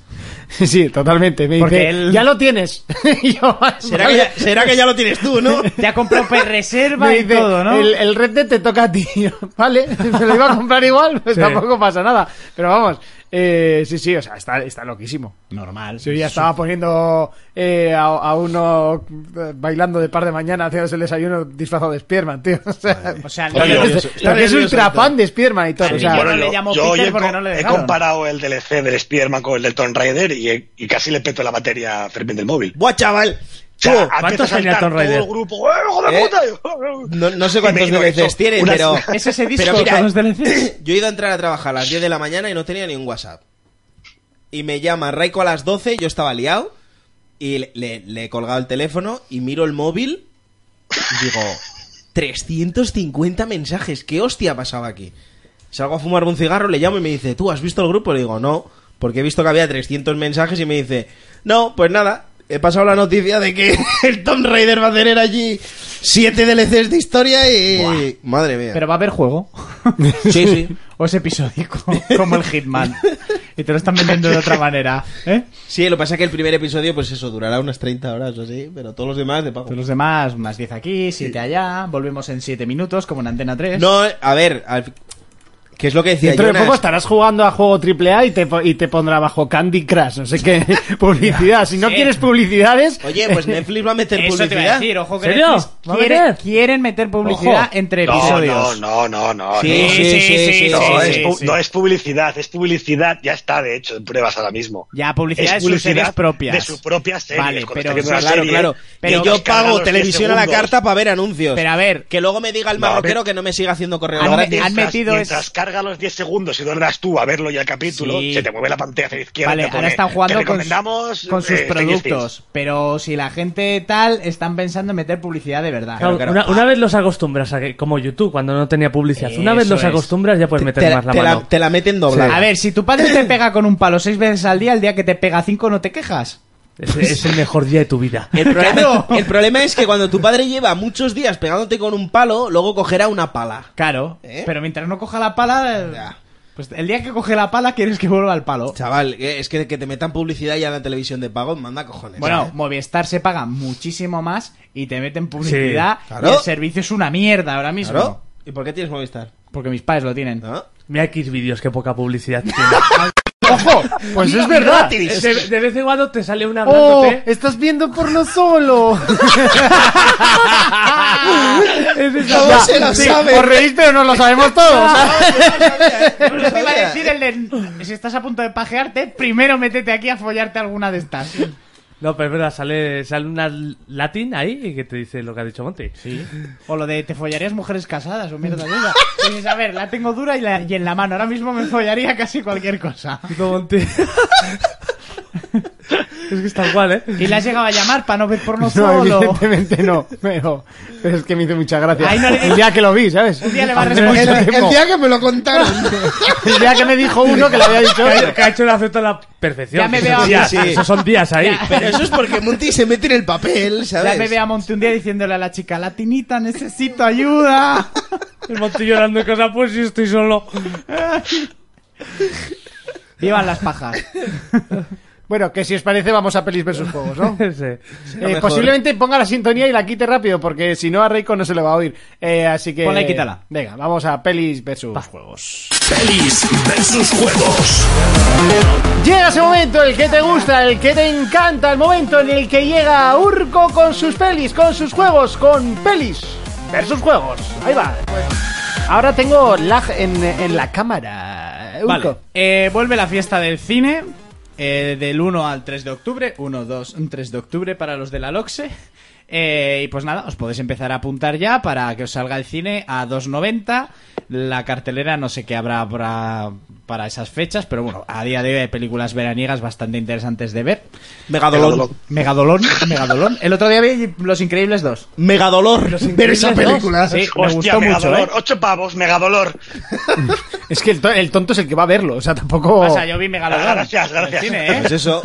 Sí, totalmente. Me
Porque
dice,
él-
ya lo tienes. Y yo, "Ah,
¿Será que, ya, será que ya lo tienes tú, ¿no?
Ya compró reserva
Me
y
dice,
todo, ¿no?
el, el Red Dead te toca a ti. Y yo, Vale, se lo iba a comprar igual, pues
Sí.
tampoco pasa nada. Pero vamos, eh, sí, sí, o sea, está, está loquísimo.
Normal.
Yo ya estaba poniendo eh, a, a uno eh, bailando de par de mañana haciéndose el desayuno disfrazado de Spiderman, tío. O sea,
Pues, O sea,
Está
no-
nervioso,
es- porque es ultra fan de Spiderman y todo. O sea,
Yo no le llamo Peter
hoy he,
porque
co-
no le
he
dejaron.
comparado el DLC del Spider-Man con el del Tomb Raider y, he- y casi le peto la batería a Fermín del móvil.
Buah, chaval.
O sea,
Tú,
empieza
¿cuántos
a saltar
tenía Tomb
todo
Raider?
el grupo, ¡eh, hijo de
¿Eh?
puta!
No, no sé
Y
cuántos
me he hecho
DLCs tienen,
unas-
pero.
Es ese disco
pero mira,
con los DLCs.
Yo he ido a entrar a trabajar a las 10 de la mañana y no tenía ni un WhatsApp. Y me llama Raiko a las 12, yo estaba liado. Y le, le- le he colgado el teléfono y miro el móvil y digo: 350 mensajes, ¿qué hostia pasaba aquí? Salgo a fumarme un cigarro, le llamo y me dice: ¿Tú has visto el grupo? Le digo: No, porque he visto que había 300 mensajes y me dice: No, pues nada. he pasado la noticia de que el Tomb Raider va a tener allí siete DLCs de historia y... Madre mía.
Pero va a haber juego.
Sí, sí.
O es episódico, como el Hitman. Y te lo están vendiendo de otra manera. ¿eh?
Sí, lo que pasa es que el primer episodio, pues eso, durará unas 30 horas o así, pero todos los demás de pago.
Pero los demás, más 10 aquí, 7 allá. Volvemos en 7 minutos, como en Antena 3.
No, a ver, al- ¿qué es lo que decía
Dentro de
Jonas?
poco estarás jugando a juego AAA y te, po- y te pondrá bajo Candy Crush, no sé qué publicidad. Si no
Sí.
quieres publicidades,
Oye, pues Netflix va a meter
Eso te iba a
publicidad.
decir, ojo que
¿Serio?
Netflix
¿Va a
quiere-
meter?
quieren meter publicidad
Ojo.
entre
No, no,
episodios.
no, no, no.
Sí,
no.
sí, sí, sí, sí,
No,
sí,
es,
sí,
pu-
sí.
no es publicidad, es publicidad, ya está de hecho en pruebas ahora mismo.
Ya, publicidad de sus series propias.
De sus propias series.
Vale,
cuando
pero-
está viendo una
Claro,
serie,
claro.
Pero
que yo
descarga los
pago
10
televisión a la
segundos.
carta para ver anuncios.
Pero a ver,
Que luego me diga el
No, Ah,
marroquero
pero-
que no me siga haciendo correo
Han-
gratis.
Mientras-
metido es-
mientras carga los 10 segundos y duermas tú a verlo y al capítulo,
Sí.
se te mueve la pantalla hacia la izquierda.
Vale,
te pone,
ahora están
"Te
jugando con,
recomendamos,
con sus
eh, Stranger
productos. Pero si la gente tal, están pensando en meter publicidad de verdad.
Claro, claro.
Una, una vez los acostumbras, a que- como YouTube, cuando no tenía publicidad, una vez
Eso
los
es.
acostumbras ya puedes
te,
meter más la
te
mano.
la, te la meten doblada.
A ver, si tu padre te pega con un palo seis veces al día, el día que te pega cinco no te quejas.
Es, es el mejor día de tu vida.
El problema,
Claro.
el problema es que cuando tu padre lleva muchos días pegándote con un palo, luego cogerá una pala.
Claro,
¿Eh?
pero mientras no coja la pala, eh,
Ya.
pues el día que coge la pala quieres que vuelva al palo.
Chaval, eh, es que, que te metan publicidad ya en la televisión de pago, manda cojones.
Bueno,
¿eh?
Movistar se paga muchísimo más y te meten publicidad
Sí, claro.
y el servicio es una mierda ahora mismo.
Claro. ¿Y por qué tienes Movistar?
Porque mis padres lo tienen.
¿No?
Mira X vídeos, qué poca publicidad tiene.
pues es verdad.
De, de vez en cuando te sale una
¡Oh!
hablándote.
¡Estás viendo porno solo!
Es esa-
No se lo
Sí,
sabe.
Os reís, pero no lo sabemos todos.
No lo
Te iba a
sabía.
decir el de- si estás a punto de pajearte, primero métete aquí a follarte alguna de estas.
No, pero es verdad, sale, sale una latín ahí y que te dice lo que ha dicho Monty. Sí.
O lo de te follarías mujeres casadas o mierda de esa. Y Dices, a ver, la tengo dura y, la- y en la mano. Ahora mismo me follaría casi cualquier cosa.
Monty. es que es tal cual, ¿eh?
Y la has llegado a llamar para no ver porno
No,
solo.
evidentemente no. Pero, pero es que me hizo mucha gracia.
Ahí no le-
El día que lo vi, ¿sabes?
Un día le va a
Hace
responder.
mucho
El, el
tiempo.
día que me lo contaron.
El día que me dijo uno que le había dicho.
Que ha hecho el acento a la perfección.
Ya me
Esos
veo a mí,
días,
sí.
Esos son días ahí.
Pero eso es porque Monty se mete en el papel,
La
¿sabes?
bebé a Monte un día diciéndole a la chica, latinita, necesito ayuda.
El Monty llorando en casa, pues si estoy solo.
Vivan las pajas.
Bueno, que si os parece, vamos a pelis versus juegos, ¿no?
Sí.
Eh,
mejor.
posiblemente ponga la sintonía y la quite rápido, porque si no a Reiko no se le va a oír. Eh, así que.
Ponla y quítala.
Venga, vamos a pelis versus juegos.
Pelis versus juegos.
Llega ese momento, el que te gusta, el que te encanta, el momento en el que llega Urco con sus pelis, con sus juegos, con pelis versus juegos. Ahí va. Ahora tengo lag en, en la cámara. Urco.
Vale. Eh, vuelve la fiesta del cine eh, del 1 al 3 de octubre. 1, 2, 3 de octubre para los de la LOXE. Eh, y pues nada, os podéis empezar a apuntar ya para que os salga el cine a 2.90. La cartelera no sé qué habrá para, para esas fechas, pero bueno, a día de hoy hay películas veraniegas bastante interesantes de ver.
Megadolor.
Megadolón, Megadolón. El otro día vi Los Increíbles 2.
Megadolor. Ver esa película.
Sí, me
Hostia,
gustó mucho, ¿eh?
Megadolor, 8 pavos, Megadolor.
Es que el, to- el tonto es el que va a verlo, o sea, tampoco.
Pasa, yo vi Megalodón.
Gracias, gracias.
En el cine, ¿eh?
Pues eso.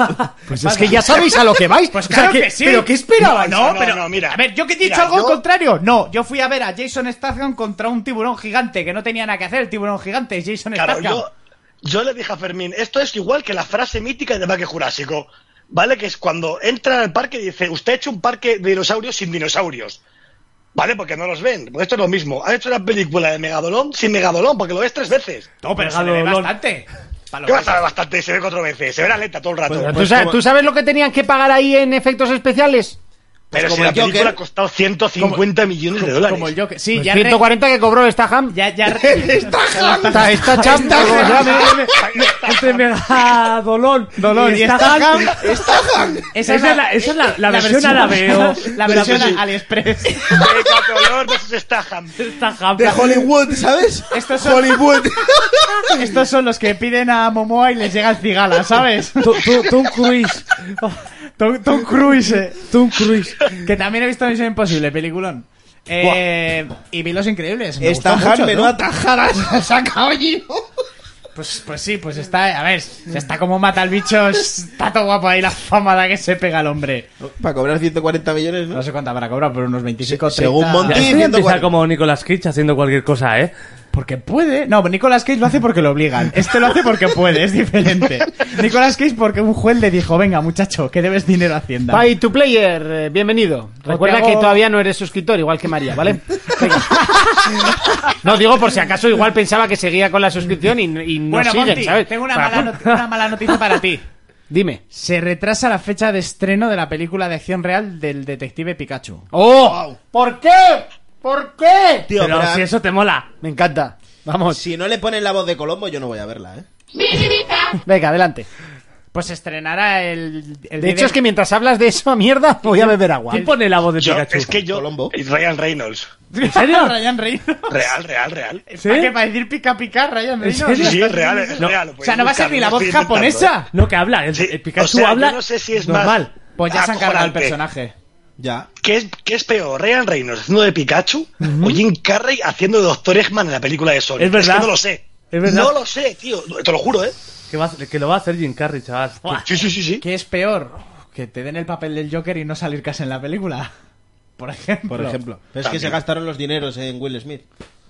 pues es que ya sabéis a lo que vais.
Pues
O sea,
claro
que-
que, sí.
Pero ¿qué esperabais?
No, no, no, mira.
A ver, ¿yo que he dicho
Mira,
algo
yo-
contrario? No, yo fui a ver a Jason Statham contra un tiburón gigante que no tenía nada que hacer. El tiburón gigante es Jason
Claro,
Statham.
yo, yo le dije a Fermín, esto es igual que la frase mítica de Parque Jurásico, ¿vale? Que es cuando entra al parque y dice, usted ha hecho un parque de dinosaurios sin dinosaurios, ¿vale? Porque no los ven. Pues esto es lo mismo. Ha hecho una película de Megadolón sin Megadolón, porque lo ves tres veces.
No, pero se le ve
Megalodón.
bastante. Pa' lo
¿Qué
que
vas a ver bastante? Se ve cuatro veces, se ve la lenta todo el rato.
¿Tú, sa- tú sabes lo que tenían que pagar ahí en efectos especiales? Pues
Pero
como
si la
el Joker.
película ha costado 150 millones de dólares.
Como el Joker. Sí,
Pues
ya. re-
140 que cobró esta ham.
Ya, ya. re-
Está, está champa, como se llame.
Este mega dolón. Dolón.
y Statham. Esa es la,
esa es la- la versión árabe, o-
La versión AliExpress.
Megadolón versus Statham.
De Hollywood, ¿sabes?
Estos son-
Hollywood.
Estos son los que piden a Momoa y les llega el cigala, ¿sabes?
Tom Cruise.
Tom, Tom Cruise. eh.
Tom Cruise.
Que también he visto Misión Imposible, peliculón. Eh, y vi Los Increíbles. me gustó
Estajar,
mucho,
menuda tajada se ha sacado allí.
Pues, pues sí, pues está, a ver, está como mata al bicho, está todo guapo ahí la famada que se pega al hombre.
Para cobrar 140 millones,
No
¿no?
sé cuánto habrá cobrado, pero unos 25
Se- según
30.
Monty,
Ya, esto ya empieza
140.
como Nicolas Kitsch haciendo cualquier cosa, ¿eh?
Porque puede. No, Nicolas Cage lo hace porque lo obligan. Este lo hace porque puede, es diferente. Nicolas Cage porque un juez le dijo, venga muchacho, que debes dinero a Hacienda.
Pay to player, eh, bienvenido.
Pues
Recuerda
hago-
que todavía no eres suscriptor, igual que María, ¿vale? Venga. No digo por si acaso, igual pensaba que seguía con la suscripción y, y no
Bueno,
siguen,
Monty,
¿sabes?
tengo una
Para-
mala, not- una mala noticia para ti.
Dime.
Se retrasa la fecha de estreno de la película de acción real del detective Pikachu.
¡Oh! ¿Por qué? ¿Por qué?
Tío,
Pero
pero
si eso te mola.
Me encanta. Vamos.
si no le ponen la voz de Colombo, yo no voy a verla, ¿eh?
Venga, adelante.
Pues se estrenará el... el
De hecho, es que mientras hablas de esa mierda, voy a beber agua.
¿Quién pone la voz de
Yo,
Pikachu?
es que yo. eh,
Colombo.
Ryan Reynolds.
¿En serio? Ryan Reynolds.
Real, real, real.
¿Sí?
¿Para qué? ¿Para decir pica pica, Ryan Reynolds?
Sí, sí, es real, es
No.
real.
O sea, ¿no va a ser ni la voz japonesa?
No, que habla. El, el Pikachu
o sea, yo
habla
no sé si es
normal.
Más
Pues ya se han cargado el
acojonante.
personaje.
Ya.
¿Qué es, ¿Qué es peor? ¿Ryan Reynolds haciendo de Pikachu o Jim Carrey haciendo de Doctor Eggman en la película de Sonic?
Es verdad.
que no lo sé.
Es verdad.
No lo sé, tío. Te lo juro, ¿eh?
Que, va a hacer- que lo va a hacer Jim Carrey, chaval.
Sí, sí, sí, sí.
¿Qué es peor? ¿Que te den el papel del Joker y no salir casi en la película? Por ejemplo.
Por ejemplo. Pero es que
También.
se gastaron los dineros en Will Smith.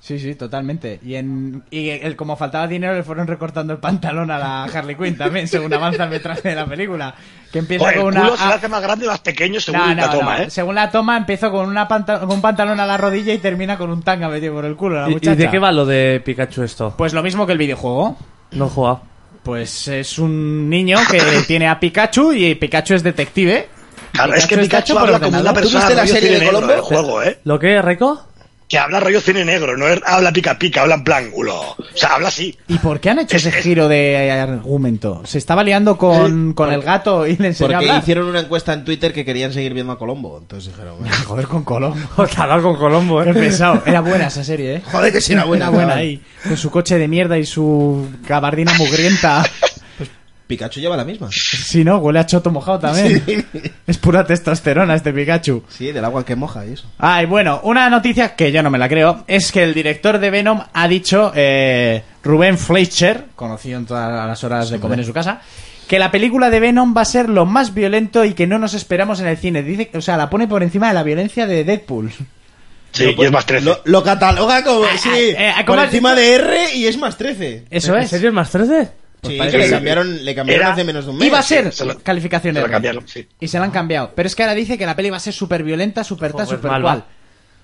Sí, sí, totalmente. Y, en, y el, como faltaba dinero le fueron recortando el pantalón a la Harley Quinn también, según avanza el metraje de la película. Que empieza
Joder, el
con
culo
una...
se le hace más grande y más pequeño según
No,
la
no,
toma,
no.
¿eh?
Según la toma empezó con una panta- con un pantalón a la rodilla y termina con un tanga metido por el culo la
¿Y,
muchacha.
y de qué va lo de Pikachu esto?
Pues lo mismo que el videojuego.
No he jugado.
Pues es un niño que tiene a Pikachu y Pikachu es detective.
Claro, es que
Pikachu está
Pikachu
hecho por
habla como
ordenador.
una
¿Tú
persona
viste la
rollo
serie
cine
de
negro
Colombo?
del juego, ¿eh?
¿Lo qué, Reco?
Que habla rollo cine negro, no es- habla pica pica, habla en plan culo. O sea, habla así.
¿Y por qué han hecho ese giro de argumento? Se estaba liando con, con el gato y le enseñó a
Porque
hablar.
hicieron una encuesta en Twitter que querían seguir viendo a Colombo. Entonces dijeron, bueno,
Ah, Joder, con Colombo.
Pues
Os ha dado con Colombo,
Qué
eh.
pesado. Era buena esa serie, ¿eh?
joder, que si era buena.
Era buena
chaval.
ahí. Con su coche de mierda y su gabardina mugrienta.
Pikachu lleva la misma.
Si no, huele a choto mojado también. Es pura testosterona este Pikachu.
Sí, del agua que moja y eso.
Ay, Ah, bueno, una noticia que yo no me la creo es que el director de Venom ha dicho, eh, Rubén Fleischer, conocido en todas las horas de comer en su casa, que la película de Venom va a ser lo más violento y que no nos esperamos en el cine. Dice, o sea, la pone por encima de la violencia de Deadpool.
Sí,
pues,
y es más 13.
Lo, lo cataloga como, sí,
ah, ah,
por
¿cómo has
encima de R y es más 13.
Eso
¿En
es.
serio es más 13?
Sí,
parece
que
que
le
sí.
cambiaron, le cambiaron
Era-
hace menos de un mes.
Iba a ser
se lo-
calificación
se lo
R.
cambiaron, sí.
Y se la han cambiado. Pero es que ahora dice que la peli va a ser súper violenta, súper tal,
Joder,
súper
mal
cual.
va.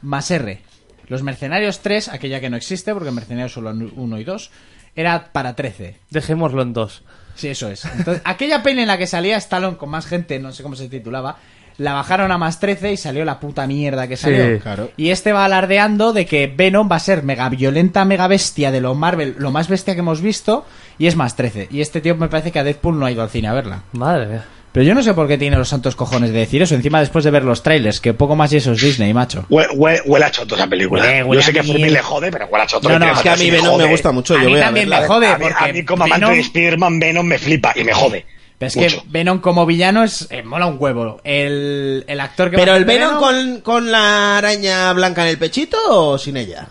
Más R. Los Mercenarios 3, aquella que no existe, porque Mercenarios solo 1 y 2, era para 13.
Dejémoslo en dos.
Sí, eso es. Entonces, aquella peli en la que salía Stallone con más gente, no sé cómo se titulaba, la bajaron a más 13 y salió la puta mierda que salió.
Sí,
claro.
Y este va alardeando de que Venom va a ser mega violenta, mega bestia de lo Marvel, lo más bestia que hemos visto, y es más 13. Y este tío me parece que a Deadpool no ha ido al cine a verla.
Madre mía.
Pero yo no sé por qué tiene los santos cojones de decir eso, encima después de ver los trailers, que poco más y eso es Disney, macho.
Hue- hue- Huele a choto esa película.
Huele- huele
Yo sé
a
que a Fermín
mierda.
le jode, pero huele a choto.
No,
le
no,
tiene
Es que a
fantasía
mí
y
Venom me
jode.
gusta mucho.
A
yo
mí
voy a
también
verla. eh.
me jode,
a mí,
porque
a mí como amante
Venom-
de Spider-Man, Venom me flipa y me jode.
Pero es
mucho.
que Venom como villano es eh, mola un huevo. El, el actor que
Pero
va a
el
hacer
Venom con, con la araña blanca en el pechito o sin ella?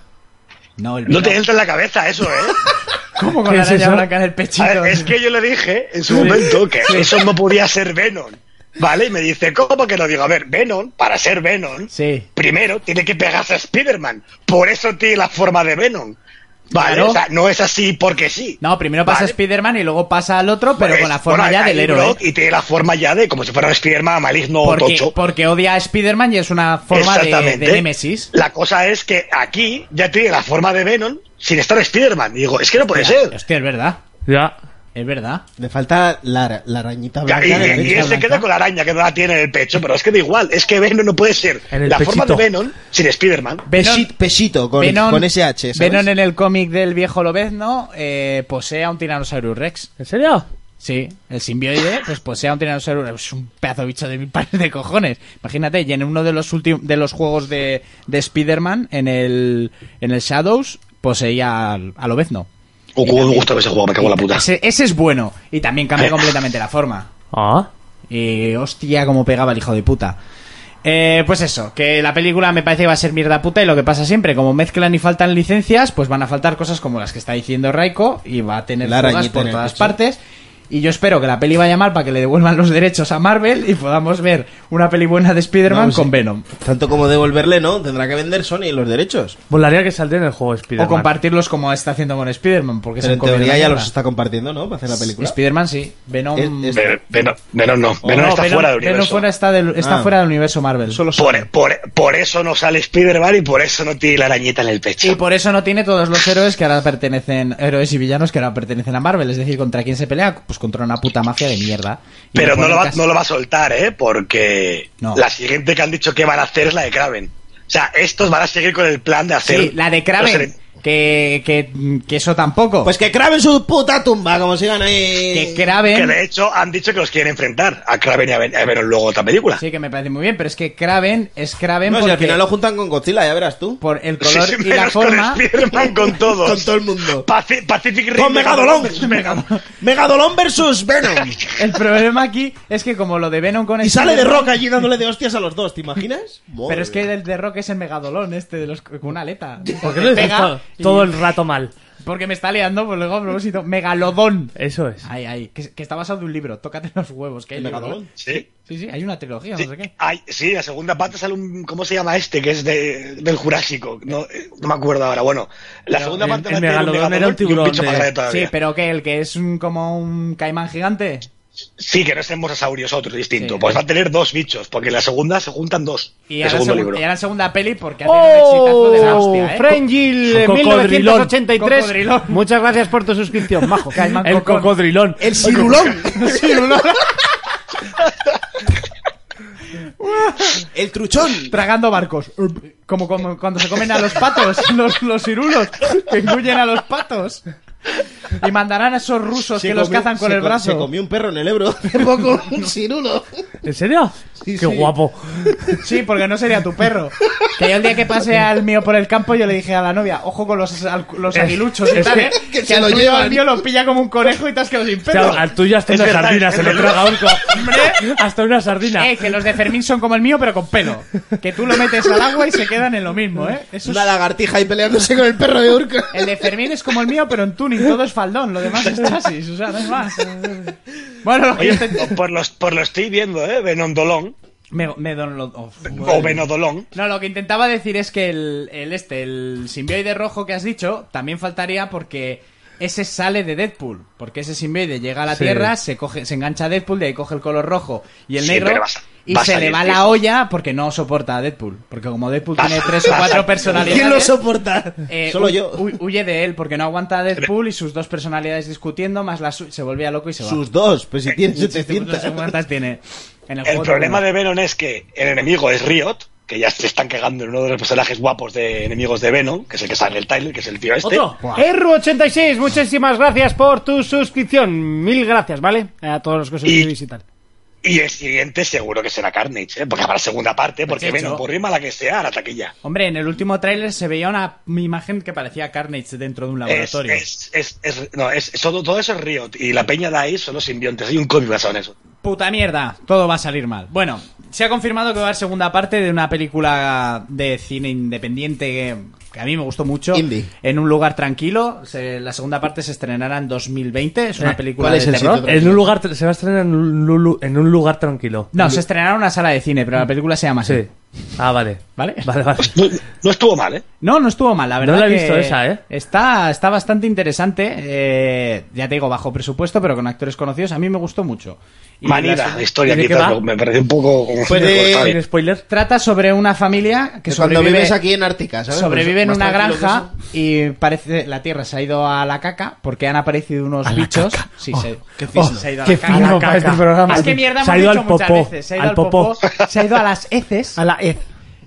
No, el
No te
Venom-
entra en la cabeza eso, ¿eh?
¿Cómo con
¿Qué
la
es
araña
eso?
blanca en el
A
pechito?
ver, es que yo le dije en su momento que eso no podía ser Venom. ¿Vale? Y me dice, ¿cómo que no? Digo, a ver, Venom, para ser Venom,
Sí.
primero tiene que pegarse a Spider-Man. Por eso tiene la forma de Venom. ¿Vale?
Claro.
O sea, no es así porque sí.
No, primero pasa
¿Vale?
Spider-Man y luego pasa al otro, pero
Pues,
con la forma
bueno,
ya
ahí
del héroe. ¿eh?
Brock Y tiene la forma ya de como si fuera un Spider-Man maligno o
Porque,
tocho.
porque odia a Spider-Man y es una forma de,
Exactamente.
de Némesis.
La cosa es que aquí ya tiene la forma de Venom sin estar Spider-Man. Y digo, es que no puede ser.
Hostia, es verdad.
Ya.
Es verdad.
Le falta la, ara- la arañita
Ya,
blanca.
Y,
en el
y- y
pecho.
él se queda con la araña que no la tiene en el pecho, pero es que da igual, es que Venom no puede ser
En el
la forma de
pechito.
Venom sin Spider-Man.
Venom-
Pechi- pechito, con,
Venom-
con ese H. ¿sabes?
Venom en el cómic del viejo Lobezno eh, posee a un Tyrannosaurus Rex.
¿En serio?
Sí, el simbioide, pues posee a un Tyrannosaurus Rex. Es un pedazo de bicho de mil pares de cojones. Imagínate, y en uno de los últimos de los juegos de, de Spider-Man, en el, en el Shadows, poseía al, al Lobezno.
Oh, cómo me gusta ese juego, me cago en la puta.
Ese, ese es bueno. Y también cambia completamente la forma.
Ah.
Y hostia, como pegaba el hijo de puta. Eh, pues eso, que la película me parece que va a ser mierda puta y lo que pasa siempre, como mezclan y faltan licencias, pues van a faltar cosas como las que está diciendo Raiko y va a tener
La
fugas
arañita en
por
el
todas
pecho.
partes. Y yo espero que la peli vaya mal para que le devuelvan los derechos a Marvel y podamos ver una peli buena de Spider-Man
Vamos,
con
sí.
Venom.
Tanto como devolverle, ¿no? Tendrá que vender Sony los derechos.
Volaría que saldría en el juego de Spider-Man.
O compartirlos como está haciendo con Spider-Man, porque
Pero
se
en
han comido
teoría
la
ya
mierda.
los está compartiendo, ¿no? Para hacer la película.
Spider-Man sí, Venom...
Es- es-
Ven- Venom, Venom no.
No,
Venom está
Venom-
fuera del
Venom
universo.
fuera está, del- está
Ah.
fuera del universo Marvel.
Solo
Por, por- por eso no sale Spider-Man y por eso no tiene la arañita en el pecho.
Y por eso no tiene todos los héroes que ahora pertenecen, héroes y villanos que ahora pertenecen a Marvel. Es decir, ¿contra quién se pelea? Pues contra una puta mafia de mierda. Y
Pero no
ponen
lo, va,
casi-
no lo va a soltar, ¿eh? Porque
No.
la siguiente que han dicho que van a hacer es la de Kraven. O sea, estos van a seguir con el plan de hacer.
Sí, la de Kraven.
los-
Que, que, que eso tampoco.
Pues que craven su puta tumba, como sigan ahí.
que
Que
Kraven.
de hecho han dicho que los quieren enfrentar a Kraven y a, Ven- a Venom luego de otra película.
Sí, que me parece muy bien, pero es que Kraven es Kraven
No, si
porque
al final lo juntan con Godzilla, ya verás tú.
por el
Sí,
color
sí,
y la
menos con
forma.
Spider-Man, con todos.
Con todo el mundo.
Paci- Pacific Rim.
Con Megadolón.
Megadolón.
Megadolón versus Venom.
El problema aquí es que como lo de Venom con
Y sale de
Spider-Man-
Rock allí dándole de hostias a los dos, ¿te imaginas? Madre
Pero es que
mía.
el de Rock es el megadolón este de los con una aleta.
¿Por qué lo dices
Pega
todo,
y-
todo el rato mal?
Porque me está liando, pues luego a propósito. Megalodón.
Eso es.
Ay, ay, que, que está basado en un libro, tócate los huevos, que hay
El
libro,
Megadolón.
Sí.
¿no? Sí, sí, hay una trilogía,
Sí,
no sé qué.
ay, sí, la segunda parte sale un. ¿Cómo se llama este? Que es de, del Jurásico. No, eh, no me acuerdo ahora. Bueno, la segunda
el-
parte
el
va a tener
megalodón era un
y
tiburón
bicho
de-
más grande todavía.
Sí, pero que el que es un, como un caimán gigante.
Sí, que no es el mosasaurio, es otro distinto.
Sí.
Pues va a tener dos bichos, porque en la segunda se juntan dos.
Y
el
ahora,
segundo
segun-
libro.
y ahora segunda peli porque ha tenido
¡Oh!
un exitazo de la hostia, ¿eh?
Frangil,
Co- cocodrilón.
1983.
Cocodrilón.
Muchas gracias por tu suscripción, majo.
Caimán
El
cocón.
cocodrilón.
El cirulón. el truchón.
Tragando barcos. Como, como cuando se comen a los patos, los, los cirulos, que engullen a los patos. Y mandarán a esos rusos
Se
que los
comió-
cazan con
se
el
co- Se
brazo.
comió un perro en el Ebro hace poco, un cirulo.
¿En serio?
Sí,
Qué
sí.
guapo.
Sí, porque no sería tu perro. Que yo el día que pasé al mío por el campo, yo le dije a la novia, ojo con los, al- los aguiluchos y tal, ¿eh?
que
Que,
se
al
lo
tuyo,
llevan.
al mío lo pilla como un conejo y te has quedado sin
O sea,
perro.
al tuyo hasta
Es
una
verdad,
sardina
es
se lo
verdad.
traga un co- Hasta una sardina.
Eh, que los de Fermín son como el mío, pero con pelo. Que tú lo metes al agua y se quedan en lo mismo, ¿eh? Eso es-
Una lagartija ahí peleándose con el perro de Urca.
El de Fermín es como el mío, pero en tuning, todo es faldón, lo demás es chasis, o sea, no es más. Bueno, lo que
Oye,
yo te-
por los, por lo estoy viendo, ¿eh? Venondolón.
Me, me don lo- oh,
O Venodolón.
No, lo que intentaba decir es que el, el este, el simbioide rojo que has dicho, también faltaría porque ese sale de Deadpool. Porque ese simbioide llega a la
Sí.
Tierra, se coge, se engancha a Deadpool, de ahí coge el color rojo y el
Sí,
negro.
pero vas a-
y
vas a
se le
salir,
va
tío.
la olla porque no soporta a Deadpool. Porque como Deadpool
Vas-
tiene tres o
vas a-
cuatro personalidades.
¿Quién lo soporta?
eh,
Solo
hu-
yo.
hu- huye de él porque no aguanta a Deadpool y sus dos personalidades discutiendo, más la su- se volvía loco y se va.
Sus dos, pues si tiene
No sé
700.
¿Cuántas tiene? En el,
El
juego
problema
tiene
de Venom es que el enemigo es Riot, que ya se están cagando en uno de los personajes guapos de enemigos de Venom, que es el que sale el Tyler, que es el tío este.
¿Otro?
Erru86, muchísimas gracias por tu suscripción. Mil gracias, ¿vale? A todos los que os suscribís y tal.
Y el siguiente seguro que será Carnage, ¿eh? Porque para la segunda parte, porque
Checho.
Venom, por rima la que sea, a la taquilla.
Hombre, en el último tráiler se veía una imagen que parecía Carnage dentro de un
Es,
laboratorio.
es, es, es- no, es, todo, todo eso es Riot. Y la peña de ahí son los simbiontes. Hay un cómic basado en eso.
Puta mierda, todo va a salir mal. Bueno, se ha confirmado que va a haber segunda parte de una película de cine independiente que, que a mí me gustó mucho.
Indie.
En un lugar tranquilo. Se- la segunda parte se estrenará en 2020. Es una
Eh,
película
¿cuál
de
es el
terror.
sitio
En un lugar, se va a estrenar en un, lulu- en un lugar tranquilo.
No, se estrenará en una sala de cine, pero la película se llama así.
Sí. Ah, vale.
¿Vale?
Vale, vale.
No, no estuvo mal, ¿eh?
No, no estuvo mal, la verdad.
la he
que
visto esa, ¿eh?
Está, está bastante interesante. eh, ya te digo, bajo presupuesto, pero con actores conocidos. A mí me gustó mucho. Y
Manida,
la-
la historia
¿y de qué
quizás
va?
pero me parece un poco como
Pues de-
recortada.
¿Tiene spoiler?
Trata sobre una familia que
Que cuando
sobrevive,
vives aquí en Ártica, ¿sabes?
sobrevive en
Pues,
una
más tranquilo que
granja
eso.
y parece la tierra se ha ido a la caca porque han aparecido unos bichos. Sí, se, se ha ido a
Oh, qué
la caca.
fino
A la
para
caca.
este programa.
Es que mierda
Se ha
hemos
ido
dicho
al
muchas
popó,
veces. Se ha ido
al
al popó,
popó.
se ha ido a las heces.
A la E.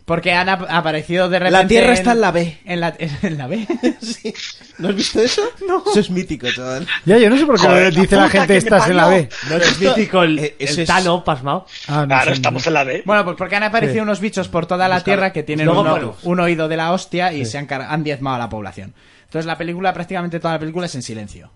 Porque han ap- aparecido de repente.
tierra está en la B.
En la, en la B.
Sí. ¿No has visto eso? No. Eso es mítico, chaval.
Ya, yo no sé por qué
Joder,
dice
la
la
puta
gente
que me
estás en la
parió.
B.
No es
Esto-
mítico el,
eh, eso
el
es-
Tano pasmado.
Ah, no
Claro,
sé.
estamos en la B.
Bueno, pues porque han aparecido
Sí.
unos bichos por toda la Tierra que tienen
Luego
un,
ponemos.
un oído de la hostia y se han, car- han diezmado a la población. Entonces la película, prácticamente toda la película es en silencio.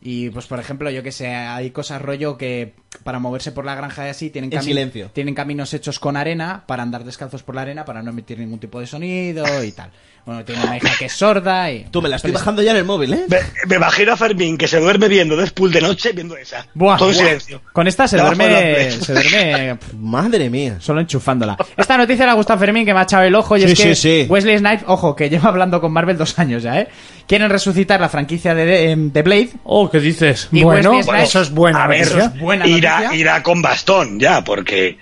Y pues por ejemplo, yo que sé, hay cosas rollo que para moverse por la granja y así tienen,
En
cami-
silencio.
tienen caminos hechos con arena para andar descalzos por la arena para no emitir ningún tipo de sonido y tal. Bueno, tengo una hija que es sorda y...
Tú me la estoy
Pero es-
bajando ya en el móvil, ¿eh?
Me, me imagino a Fermín que se duerme viendo Deadpool de noche viendo esa.
Buah,
Todo en
buah.
silencio.
Con esta se
Debajo del
duerme,
hombre.
se duerme pff,
Madre mía.
solo enchufándola. Esta noticia le ha gustado a Fermín que me ha echado el ojo y
Sí,
es que
sí, sí.
Wesley Snipes, ojo, que lleva hablando con Marvel dos años ya, ¿eh? Quieren resucitar la franquicia de, de, em, de Blade
Oh, ¿qué dices?
y pues
Bueno,
Wesley Snipes-
eso es buena
A ver,
noticia.
eso es buena
irá,
noticia.
irá con bastón ya, porque.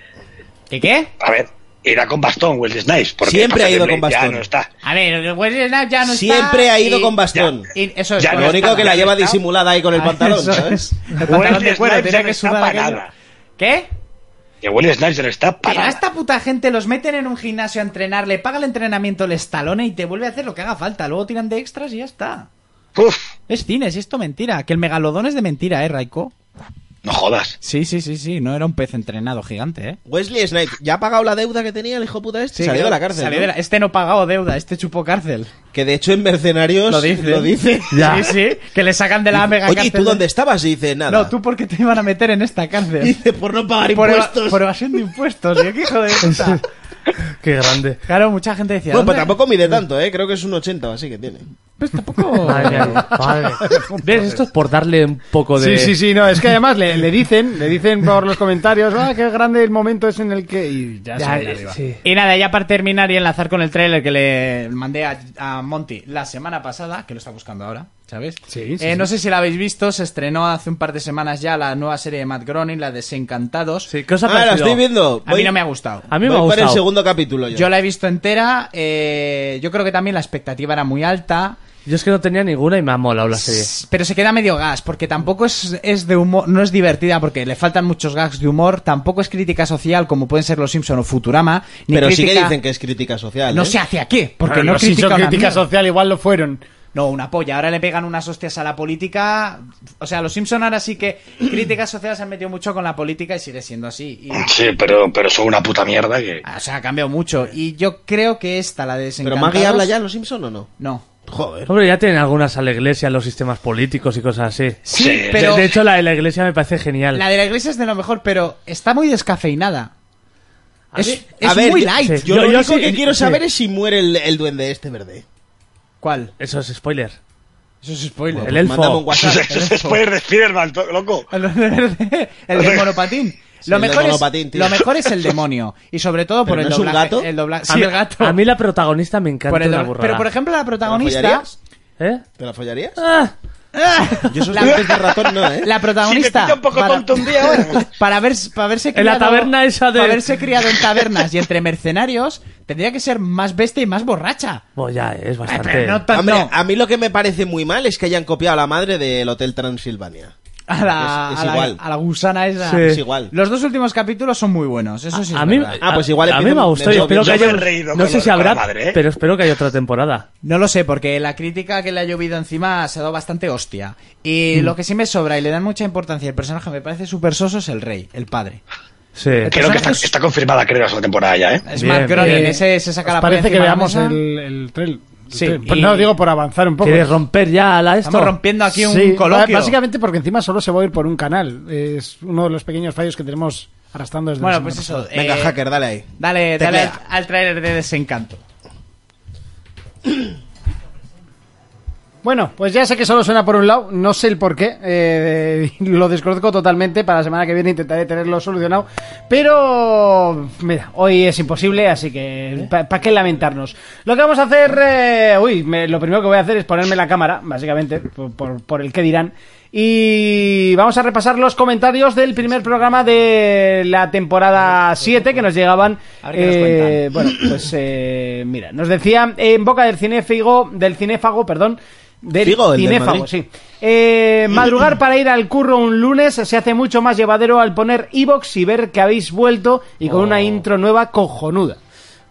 ¿Qué qué?
A ver, irá con bastón Wesley Snipes. Porque
Siempre ha
Patrick
ido con
Blade
bastón.
Ya no está.
A ver, Wesley Snipes ya no está
Siempre ha ido
y-
con bastón.
y eso es,
Ya
con
Lo
no
único
está,
que la
ya
lleva
no está.
disimulada ahí con el
Ah,
pantalón,
eso
¿sabes?
es. El pantalón de
Wesley
cuero, tenía
Snipes ya
que
no está
sudar
para
aquello.
nada.
¿Qué?
Que Wesley Snipes ya no está
Pero
para.
a esta puta gente los meten en un gimnasio a entrenar, le paga el entrenamiento, les talone y te vuelve a hacer lo que haga falta. Luego tiran de extras y ya está.
Uf,
Es cine, es esto mentira. Que el megalodón es de mentira, ¿eh, Raiko?
no jodas.
Sí, sí, sí, sí. No era un pez entrenado gigante, ¿eh?
Wesley Snipes, ¿ya ha pagado la deuda que tenía el hijo puta este? salió de la cárcel.
Salió
¿no?
de la- Este no pagaba deuda, este chupó cárcel.
Que de hecho en Mercenarios
Lo dice.
Ya.
Sí, sí. Que le sacan de la mega
Oye, ¿y
cárcel.
tú dónde
de-
estabas? Y dice, nada.
No, tú porque te iban a meter en esta cárcel.
Dice, por no pagar
Por, eva-
impuestos.
por evasión de impuestos. Yo, qué hijo de puta.
Qué grande.
Claro, mucha gente decía.
Bueno, pues
"Hombre,
tampoco mide tanto, ¿eh? Creo que es un 80 o así que tiene.
Pues tampoco.
Madre mía, madre. ¿Ves? Esto es por darle un poco de...
Eh,
Sí, sí, sí, no, es que además le, le dicen, le dicen por los comentarios, ah, qué grande el momento es en el que... Y ya, se
Ya,
viene arriba.
sí.
Y nada, ya para terminar y enlazar con el trailer que le mandé a, a Monty la semana pasada, que lo está buscando ahora, ¿sabes?
Sí, sí,
Eh,
sí.
No sé si la habéis visto, se estrenó hace un par de semanas ya la nueva serie de Matt Groening, la Desencantados.
Sí, ¿qué os ha
Ah, la
parecido?
estoy viendo.
A mí no me ha gustado.
A mí me
voy
ha
por el
gustado.
segundo capítulo yo.
Yo la he visto entera, eh, yo creo que también la expectativa era muy alta,
Yo es que no tenía ninguna y me ha molado la serie.
pero se queda medio gas, porque tampoco es, es de humor, no es divertida, porque le faltan muchos gags de humor, tampoco es crítica social como pueden ser Los Simpson o Futurama, ni
Pero sí que
crítica-
dicen que es crítica social.
No
¿eh?
sé hacia qué, porque
Bueno,
no
si
critica
son
una
crítica
mierda.
social, igual lo fueron.
No, una polla. Ahora le pegan unas hostias a la política. O sea, los Simpson ahora sí que críticas sociales se han metido mucho con la política y sigue siendo así. Y,
Sí, pero, pero son una puta mierda que.
o sea, ha cambiado mucho. Y yo creo que esta, la de
¿Pero
Desencantados...
Maggie habla ya en los Simpson o no?
No.
Joder.
Hombre, ya tienen algunas a la iglesia, los sistemas políticos y cosas así.
Sí,
Sí,
pero...
De, de hecho, la de la iglesia me parece genial.
la de la iglesia es de lo mejor, pero está muy descafeinada.
A
Es,
mí-
es
a ver,
muy
yo-
light.
sí.
Yo,
Yo-
lo
yo
único
sí-
que quiero
sí.
saber es si muere el, el duende este verde.
¿Cuál?
Eso es spoiler.
Eso es spoiler.
El elfo.
Mándame un
Eso
WhatsApp.
es spoiler de Spiderman, to- loco.
El de verde, el del monopatín. Lo,
el del
mejor es,
monopatín, tío.
lo mejor es el demonio. Y sobre todo por
¿Pero
el
no es un
doblaje.
gato?
El doblaje.
a
Sí,
mí,
el gato.
a mí la protagonista me encanta
Por el
una
dobla-
burrada.
pero por ejemplo la
¿Te la
protagonista
follarías?
¿Eh?
¿Te la follarías?
Ah,
Yo esos dientes de ratón no, ¿eh?
la
Si te
protagonista
pilla un poco
para,
tonto un día ahora.
para ver, para verse
En la taberna esa de-
para haberse criado en tabernas y entre mercenarios tendría que ser más bestia y más borracha
bueno, Pues ya es
Ay,
bastante.
pero no tan
Hombre,
no.
a mí lo que me parece muy mal es que hayan copiado a la madre del Hotel Transilvania.
a la,
es- es
a la-
igual.
a la gusana esa
Sí.
Es igual.
los dos últimos capítulos son muy buenos eso sí
a
es
mí,
verdad.
Ah, pues igual
a, a mí
empiezan
me ha gustado.
de
y espero que
novios.
Yo me
haya.
he reído
No
con
sé
la-
si
con
habrá,
la madre, ¿eh?
pero espero que haya otra temporada.
no lo sé porque la crítica que le ha llovido encima se ha dado bastante hostia y lo que sí me sobra y le dan mucha importancia al personaje me parece súper soso es el rey el padre
Sí.
Creo que está,
personajes-
está confirmada, creo, esa temporada ya, ¿eh?
es
Bien,
Matt Groening
bien.
ese se saca
¿Os
la polla
parece que
encima de la
veamos
mesa.
el, el trail. el
Sí,
trail?
y-
No, digo por avanzar un poco.
¿Quieres romper ya la esto?
estamos rompiendo aquí un
Sí,
coloquio
Básicamente porque encima solo se va a ir por un canal. Es uno de los pequeños fallos que tenemos arrastrando desde
bueno
la
pues
semana
eso
Venga,
eh,
hacker, dale ahí.
Dale, dale
Teclea.
al, al trailer de Desencanto.
Bueno, pues ya sé que solo suena por un lado, no sé el por qué, eh, lo desconozco totalmente, para la semana que viene intentaré tenerlo solucionado, pero mira, hoy es imposible, así
¿Eh?
que ¿para qué lamentarnos? Lo que vamos a hacer, eh, uy, me- lo primero que voy a hacer es ponerme la cámara, básicamente, por, por- por el que dirán, y vamos a repasar los comentarios del primer programa de la temporada 7 que nos llegaban.
A ver qué nos
eh,
cuentan.
eh, bueno, pues eh, mira, nos decía en boca del cinéfago, del cinéfago, perdón, del
Figo, el del
cinéfago,
Madrid.
sí. Eh, madrugar para ir al curro un lunes se hace mucho más llevadero al poner iBox y ver que habéis vuelto y con
Oh.
una intro nueva cojonuda.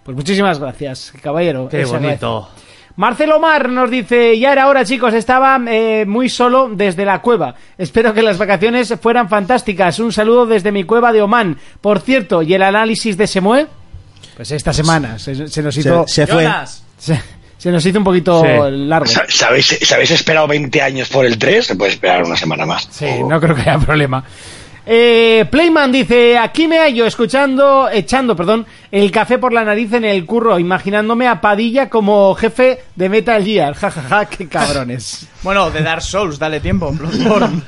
Pues muchísimas gracias, caballero.
Qué
Os agradezco.
bonito.
Marcelo Mar nos dice, ya era hora chicos, estaba eh, muy solo desde la cueva. Espero que las vacaciones fueran fantásticas. Un saludo desde mi cueva de Oman. Por cierto, ¿y el análisis de Semue? Pues esta semana se, se nos
Se,
hizo...
se fue.
Jonas,
se- Se nos hizo un poquito
Sí.
largo.
Sa- ¿Sabéis- ¿Si habéis esperado 20 años por el 3? Se puede esperar una semana más.
Sí,
O-
no creo que haya problema. Eh, Playman dice, aquí me hallo escuchando, echando, perdón, el café por la nariz en el curro, imaginándome a Padilla como jefe de Metal Gear. Jajaja, qué cabrones.
Bueno, de Dark Souls, dale tiempo. Bloodborne.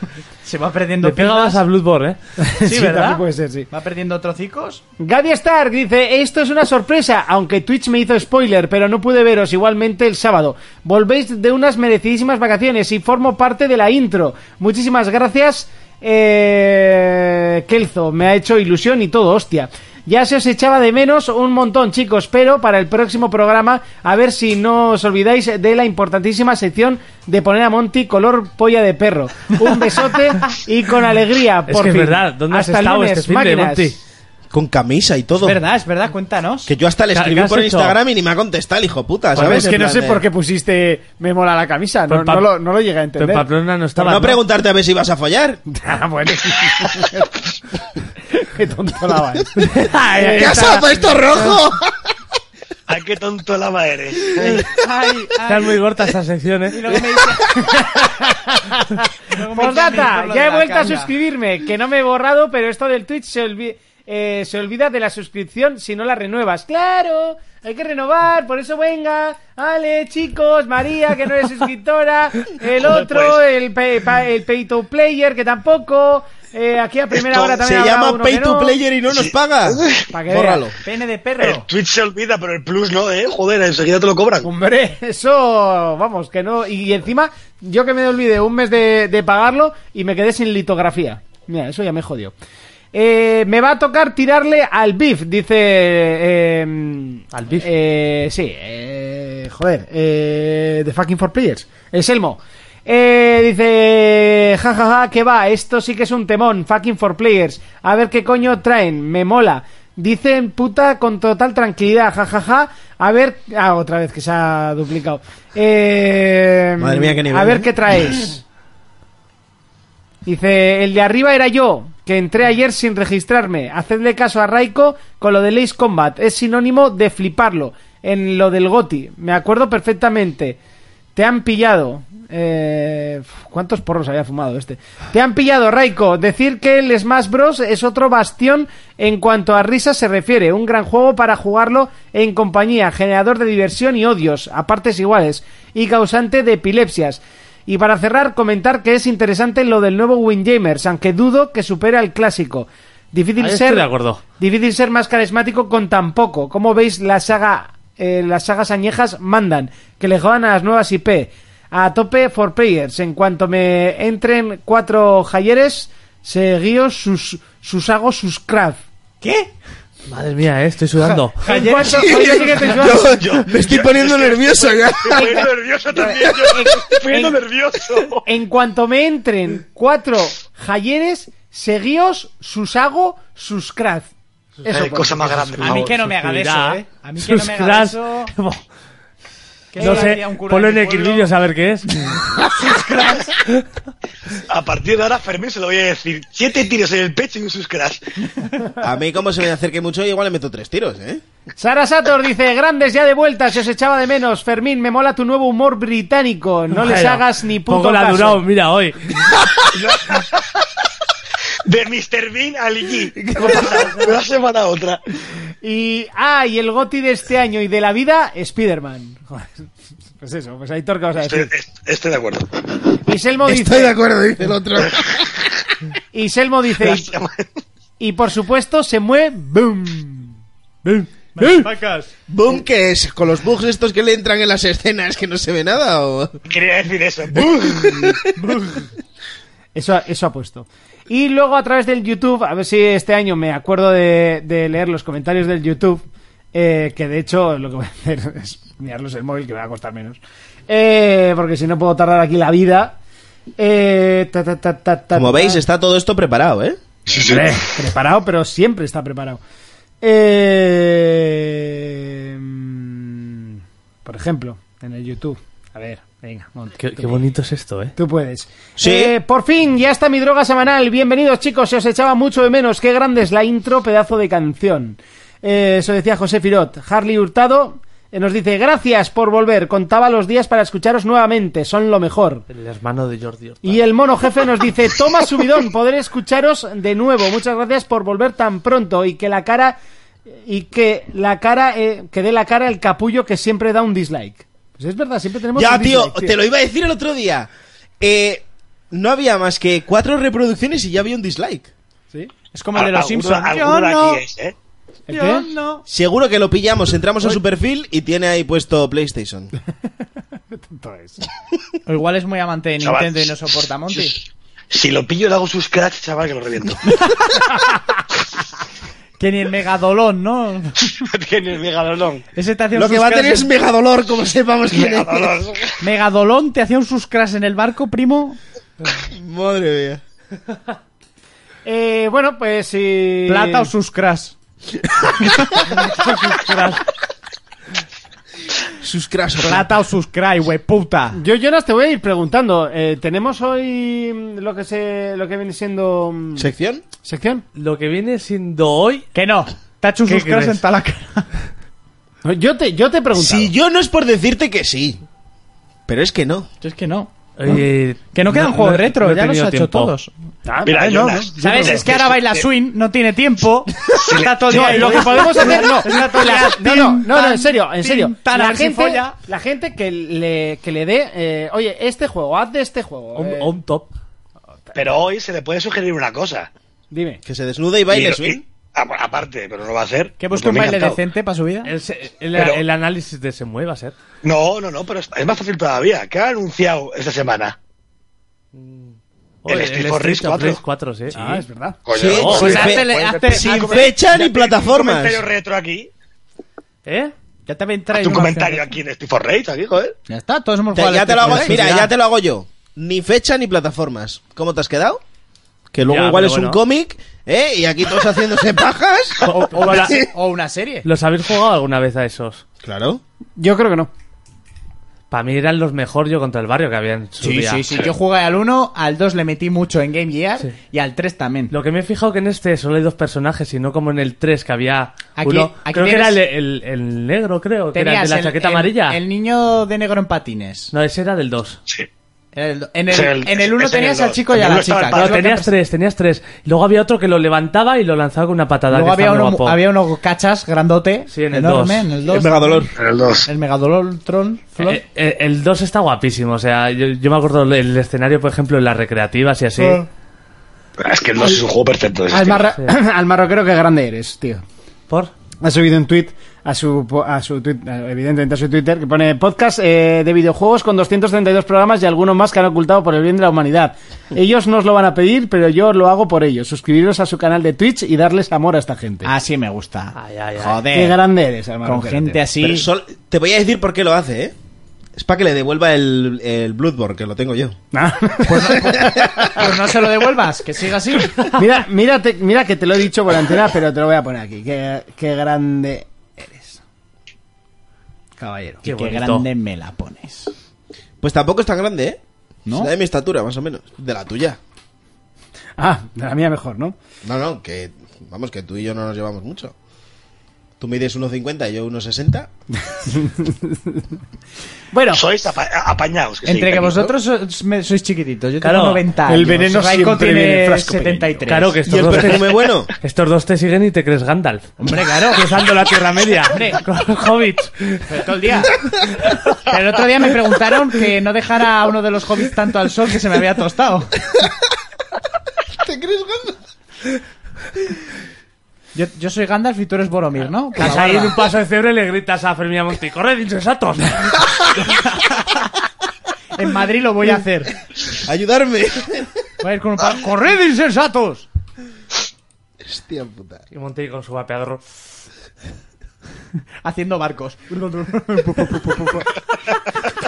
Se va perdiendo
Le pega más
pilas.
a Bloodborne, ¿eh?
Sí, ¿verdad?
también puede ser, sí.
Va perdiendo trocicos.
Gaby Stark dice, esto es una sorpresa, Ah, aunque Twitch me hizo spoiler, pero no pude veros igualmente el sábado. Volvéis de unas merecidísimas vacaciones y formo parte de la intro. Muchísimas gracias, eh, Kelzo, me ha hecho ilusión y todo, hostia. Ya se os echaba de menos un montón, chicos, pero para el próximo programa, a ver si no os olvidáis de la importantísima sección de poner a Monty color polla de perro. Un besote y con alegría,
Es
por
que es
fin.
verdad, ¿dónde has
Hasta el
estado
lunes,
este fin de,
máquinas.
Monty?
Con camisa y todo.
Es verdad, es verdad, cuéntanos.
Que yo hasta le
¿Qué-
escribí
qué has
por
hecho?
Instagram y ni me ha contestado el hijo puta,
Pero
¿sabes?
Pues Es que
En
no
plan
sé
de- "Pues
por qué pusiste me mola la camisa. No,
Pero pa-
no lo, no lo llegué a
Pero
entender.
Pamplona no
Por
estaba.
no preguntarte a ver si vas a follar.
Ah, bueno. qué tonto la ¿eh? vas.
¿Qué has puesto rojo?
¡Ay, qué tonto lava eres!
Ay, ay.
Están muy cortas estas secciones.
Y luego me dice- Luego me dice a mí por
Postdata,
lo
ya
de
he
la
vuelto a
canga.
suscribirme, que no me he borrado, pero esto del Twitch se, olvi- eh, se olvida de la suscripción si no la renuevas. ¡Claro! Hay que renovar, por eso venga. Ale, chicos, María, que no eres suscriptora. El
Hombre,
otro,
pues.
el, pay, pa- el pay to player, que tampoco. Eh, aquí a primera
Esto
hora
Se
también habrá
llama
uno
pay
que
to
no.
player y no nos paga.
Pa' que
Bórralo.
veas.
Pene de
El
perro.
Twitch se olvida, pero el Plus no, ¿eh? Joder, enseguida te lo cobran.
Hombre, eso, vamos, que no. Y encima, yo que me olvidé un mes de, de pagarlo y me quedé sin litografía. Mira, eso ya me jodió. Eh, me va a tocar tirarle al BIF, dice. eh,
¿Al Beef?
eh, sí, eh, joder, eh, The Fucking Four Players. Es Elmo. Eh, dice, jajaja, que va, esto sí que es un temón, fucking for players. A ver qué coño traen, me mola. Dicen puta con total tranquilidad, jajaja. a ver, ah, otra vez que se ha duplicado. Eh,
Madre mía, qué nivel,
A ver
¿eh?
qué traes. Dice, el de arriba era yo, que entré ayer sin registrarme. Hacedle caso a Raiko con lo del Ace Combat. Es sinónimo de fliparlo. En lo del Goti. Me acuerdo perfectamente. Te han pillado. Eh, uf, ¿Cuántos porros había fumado este? Te han pillado, Raiko. Decir que el Smash Bros. es otro bastión en cuanto a risas se refiere. Un gran juego para jugarlo en compañía, generador de diversión y odios, a partes iguales, y causante de epilepsias. Y para cerrar, comentar que es interesante lo del nuevo Windjamers, aunque dudo que supere al clásico. Difícil
Ahí
ser.
estoy de acuerdo.
Difícil ser más carismático con tan poco. Como veis, la saga, eh, las sagas añejas mandan, que le jodan a las nuevas IP. A tope for players. En cuanto me entren cuatro jayeres, seguíos sus, sus hago sus craft.
¿Qué?
Madre mía, eh, estoy sudando.
En cuanto- Oye, sí que estoy sudando.
me estoy poniendo nervioso ya.
Me estoy poniendo nervioso también, yo. Me estoy poniendo nervioso.
En cuanto me entren cuatro jayeres, seguíos sus hago sus craft. Eso,
Qué cosa más grande, por
A mí
favor.
que no me haga de eso,
Suspirá.
¿eh? A mí que no me haga de
Suscras-
eso. que
No
yo
sé,
hacía un cura
ponlo
de
en
mi
el
pueblo.
vídeo a ver qué es.
A partir de ahora, Fermín se lo voy a decir. Siete tiros en el pecho y un suscrash.
A mí, como se me acerque mucho, igual le meto tres tiros, ¿eh?
Sara Sator dice, grandes ya de vuelta, se os echaba de menos. Fermín, me mola tu nuevo humor británico. No les
Bueno,
hagas ni
Poco
puto
la ha durado,
caso.
mira, oh. hoy.
De Mr. Bean al G. De una semana a otra.
Y, ah, y el goti de este año y de la vida, Spiderman. Joder, Pues eso, pues ahí torca vas a
Estoy,
decir.
est- estoy de acuerdo.
Y Selmo
Estoy de
dice,
acuerdo, dice el otro.
y Selmo dice,
Gracias, man.
y por supuesto se mueve, boom. Boom.
¿Boom qué es? ¿Con los bugs estos que le entran en las escenas que no se ve nada? ¿o?
Quería decir eso. ¡Bum!
Eso, eso ha puesto. Y luego a través del YouTube, a ver si este año me acuerdo de, de leer los comentarios del YouTube, eh, que de hecho lo que voy a hacer es mirarlos en el móvil, que me va a costar menos. Eh, porque si no puedo tardar aquí la vida. Eh, ta, ta, ta, ta, ta,
Como
ta.
veis, está todo esto preparado, ¿eh?
Sí, sí.
Hombre, preparado, pero siempre está preparado. Eh, mm, por ejemplo, en el YouTube. A ver, venga, monta.
Qué, qué bonito es esto, eh.
Tú puedes.
Sí.
Eh, por fin, ya está mi droga semanal. Bienvenidos, chicos. Se os echaba mucho de menos. Qué grande es la intro, pedazo de canción. Eh, eso decía José Firot. Harley Hurtado. Eh, Nos dice, gracias por volver. Contaba los días para escucharos nuevamente. Son lo mejor.
El hermano de Jordi Hurtado.
Y el mono jefe nos dice, toma subidón, podré escucharos de nuevo. Muchas gracias por volver tan pronto y que la cara y que la cara eh, que dé la cara el capullo que siempre da un dislike. Pues es verdad, siempre tenemos
Ya,
un
tío,
dislike,
te lo iba a decir el otro día. Eh, no había más que cuatro reproducciones y ya había un dislike.
Es como el de los
Ah, Alguno-
Simpsons.
alguno
Yo
de aquí
no,
es, ¿eh?
¿El
yo
qué?
no.
Seguro que lo pillamos, entramos a su perfil y tiene ahí puesto PlayStation.
O igual es muy amante de
Chaval,
Nintendo y no soporta a Monty.
Si, si lo pillo, le hago sus cracks, chaval, que lo reviento.
Que ni el Megadolón, ¿no?
Tiene el megadolón.
Ese te hacía un
Lo que va a
suscrash
tener es
en-
mega dolor, como sepamos quién es.
Megadolón.
Megadolón te hacía un suscrash en el barco, primo.
Madre mía.
Eh, bueno, pues si
Plata o suscrash.
Sus crash.
Plata o suscrash, wey puta.
yo Jonas te voy a ir preguntando, eh, tenemos hoy mm, lo que se lo que viene siendo mm,
¿Sección?
sección.
Lo que viene siendo hoy.
Que no. Te ha hecho un
¿Qué
suscrash
crees?
en toda la cara.
Yo te yo te he preguntado.
Si yo no es por decirte que sí. Pero es que no.
Yo es que no.
Oye,
Que no quedan
no-
juegos
no-
retro,
no he
ya los
tenido
ha hecho
tiempo.
todos.
Ah,
Mira,
vale, no,
Jonas.
¿Sabes? Es que ahora baila
eh,
swing, no tiene tiempo. Está todo el día
No,
ahí.
lo que podemos hacer no.
Está todo el día,
No, no,
tin,
no, no,
tan,
en serio, en
tin,
serio.
tan, a
La
ver si
gente,
folla.
la gente que le, que le dé, eh, oye, este juego, haz de este juego.
Un,
eh,
un top.
Pero hoy se le puede sugerir una cosa.
Dime.
Que se desnude y baile
Y-
swing.
y- a- aparte, pero no va a hacer. Pues
Que busque un
Me ha
baile
encantado.
decente para su vida.
El, se- el-
Pero-
el análisis de se mueve a ser.
No, no, no, pero es, es más fácil todavía. ¿Qué ha anunciado esta semana? El Street for Rage 4.
4, sí.
Ah, es verdad.
Coño,
Sí,
no,
sí,
pues
sí.
hazte-
Hazte- hazte-
Sin
hazte-
fecha
hazte
ni
un
plataformas.
comentario retro aquí.
¿Eh?
Ya te ven traer
Haz un
una
comentario
opción.
aquí en Street for Rage, aquí, joder.
Ya está, todos hemos
Te-
jugado al
ya te lo hago,
Street
mira,
Fighter,
ya te lo hago yo. Ni fecha ni plataformas. ¿Cómo te has quedado? Que luego
Ya,
igual
pero
es un
bueno.
cómic, ¿eh? Y aquí todos haciéndose pajas.
O, o una, o una serie.
¿Los habéis jugado alguna vez a esos?
Claro.
Yo creo que no.
Para mí eran los mejor yo contra el barrio que habían su
Sí,
día.
sí, sí. Yo jugué al 1, al 2 le metí mucho en Game Gear
Sí.
y al 3 también.
Lo que me he fijado que en este solo hay dos personajes y no como en el 3 que había
Aquí-
uno.
aquí
creo que era el,
tienes-
el- el negro, creo. Que era el de la
el-
chaqueta
el-
amarilla.
El niño de negro en patines.
No, ese era del 2.
Sí.
Era el do- en, el,
Sí, el-
en el 1
es en el
tenías al
dos.
chico y
En
a
el
la
uno estaba
chica.
el
que es
No,
lo que
tenías
pres-
tres, tenías tres. Y Luego había otro que lo levantaba y lo lanzaba con una patada.
Luego
que
había,
estaba muy
uno,
guapo.
había uno cachas, grandote.
Sí, en el
enorme,
dos.
En el 2.
En el 2.
El megadolor tron. Flor.
Eh, eh, el 2 está guapísimo. O sea, yo, yo me acuerdo el escenario, por ejemplo, en las recreativas y así.
Ah.
Es que el 2 es un juego perfecto. de ese
Al,
estilo.
marra- al marroquero que grande eres, tío.
Por.
Ha subido un tweet a su, po- a su tuit- a- evidentemente a su Twitter, que pone podcast eh, de videojuegos con 232 programas y algunos más que han ocultado por el bien de la humanidad. Ellos no os lo van a pedir, pero yo lo hago por ellos. Suscribiros a su canal de Twitch y darles amor a esta gente.
Así me gusta.
Ay, ay, ay.
Qué
Ah, Joder.
grande eres, al
Con
marroquero,
gente
tío.
Ah, Pero
así.
sol- te voy a decir por qué lo hace, ¿eh? Es para que le devuelva el, el Bloodborne, que lo tengo yo.
Pues no, pues no se lo devuelvas, que siga así.
Mira, mira, te- mira que te lo he dicho por antena, pero te lo voy a poner aquí. Qué, qué grande eres. Caballero.
Qué,
bonito.
grande me la pones.
Pues tampoco es tan grande, ¿eh?
¿No?
Será de mi estatura, más o menos. De la tuya.
Ah, de la mía mejor, ¿no?
No, no, que... Vamos, que tú y yo no nos llevamos mucho. Tú mides 1,50 y yo 1,60.
Bueno,
Sois apa- apañados. Que
Entre
sí,
que
¿no?
vosotros sois, me- sois chiquititos, yo
Claro,
tengo 90
el
años.
veneno
Raiko
siempre
tiene
viene en frasco pequeño.
73.
Claro que
Y
estos
el
dos, te,
perfume bueno.
estos dos te siguen y te crees Gandalf.
Hombre, claro.
Cruzando la Tierra Media. Con Hobbit.
Pero todo el día. Pero el otro día me preguntaron que no dejara a uno de los hobbits tanto al sol que se me había tostado.
¿Te crees gordo?
Yo, yo soy Gandalf y tú eres Boromir, ¿no? Pues Por la
Vas ahí en
barba.
un paso de cebre y le gritas a Fermín Monti, corre, insensatos.
En Madrid lo voy a hacer.
Ayudarme.
Voy a ir con un pa- ¡Corred, insensatos!
Hostia puta.
Y Monti con su vapeador.
Haciendo barcos.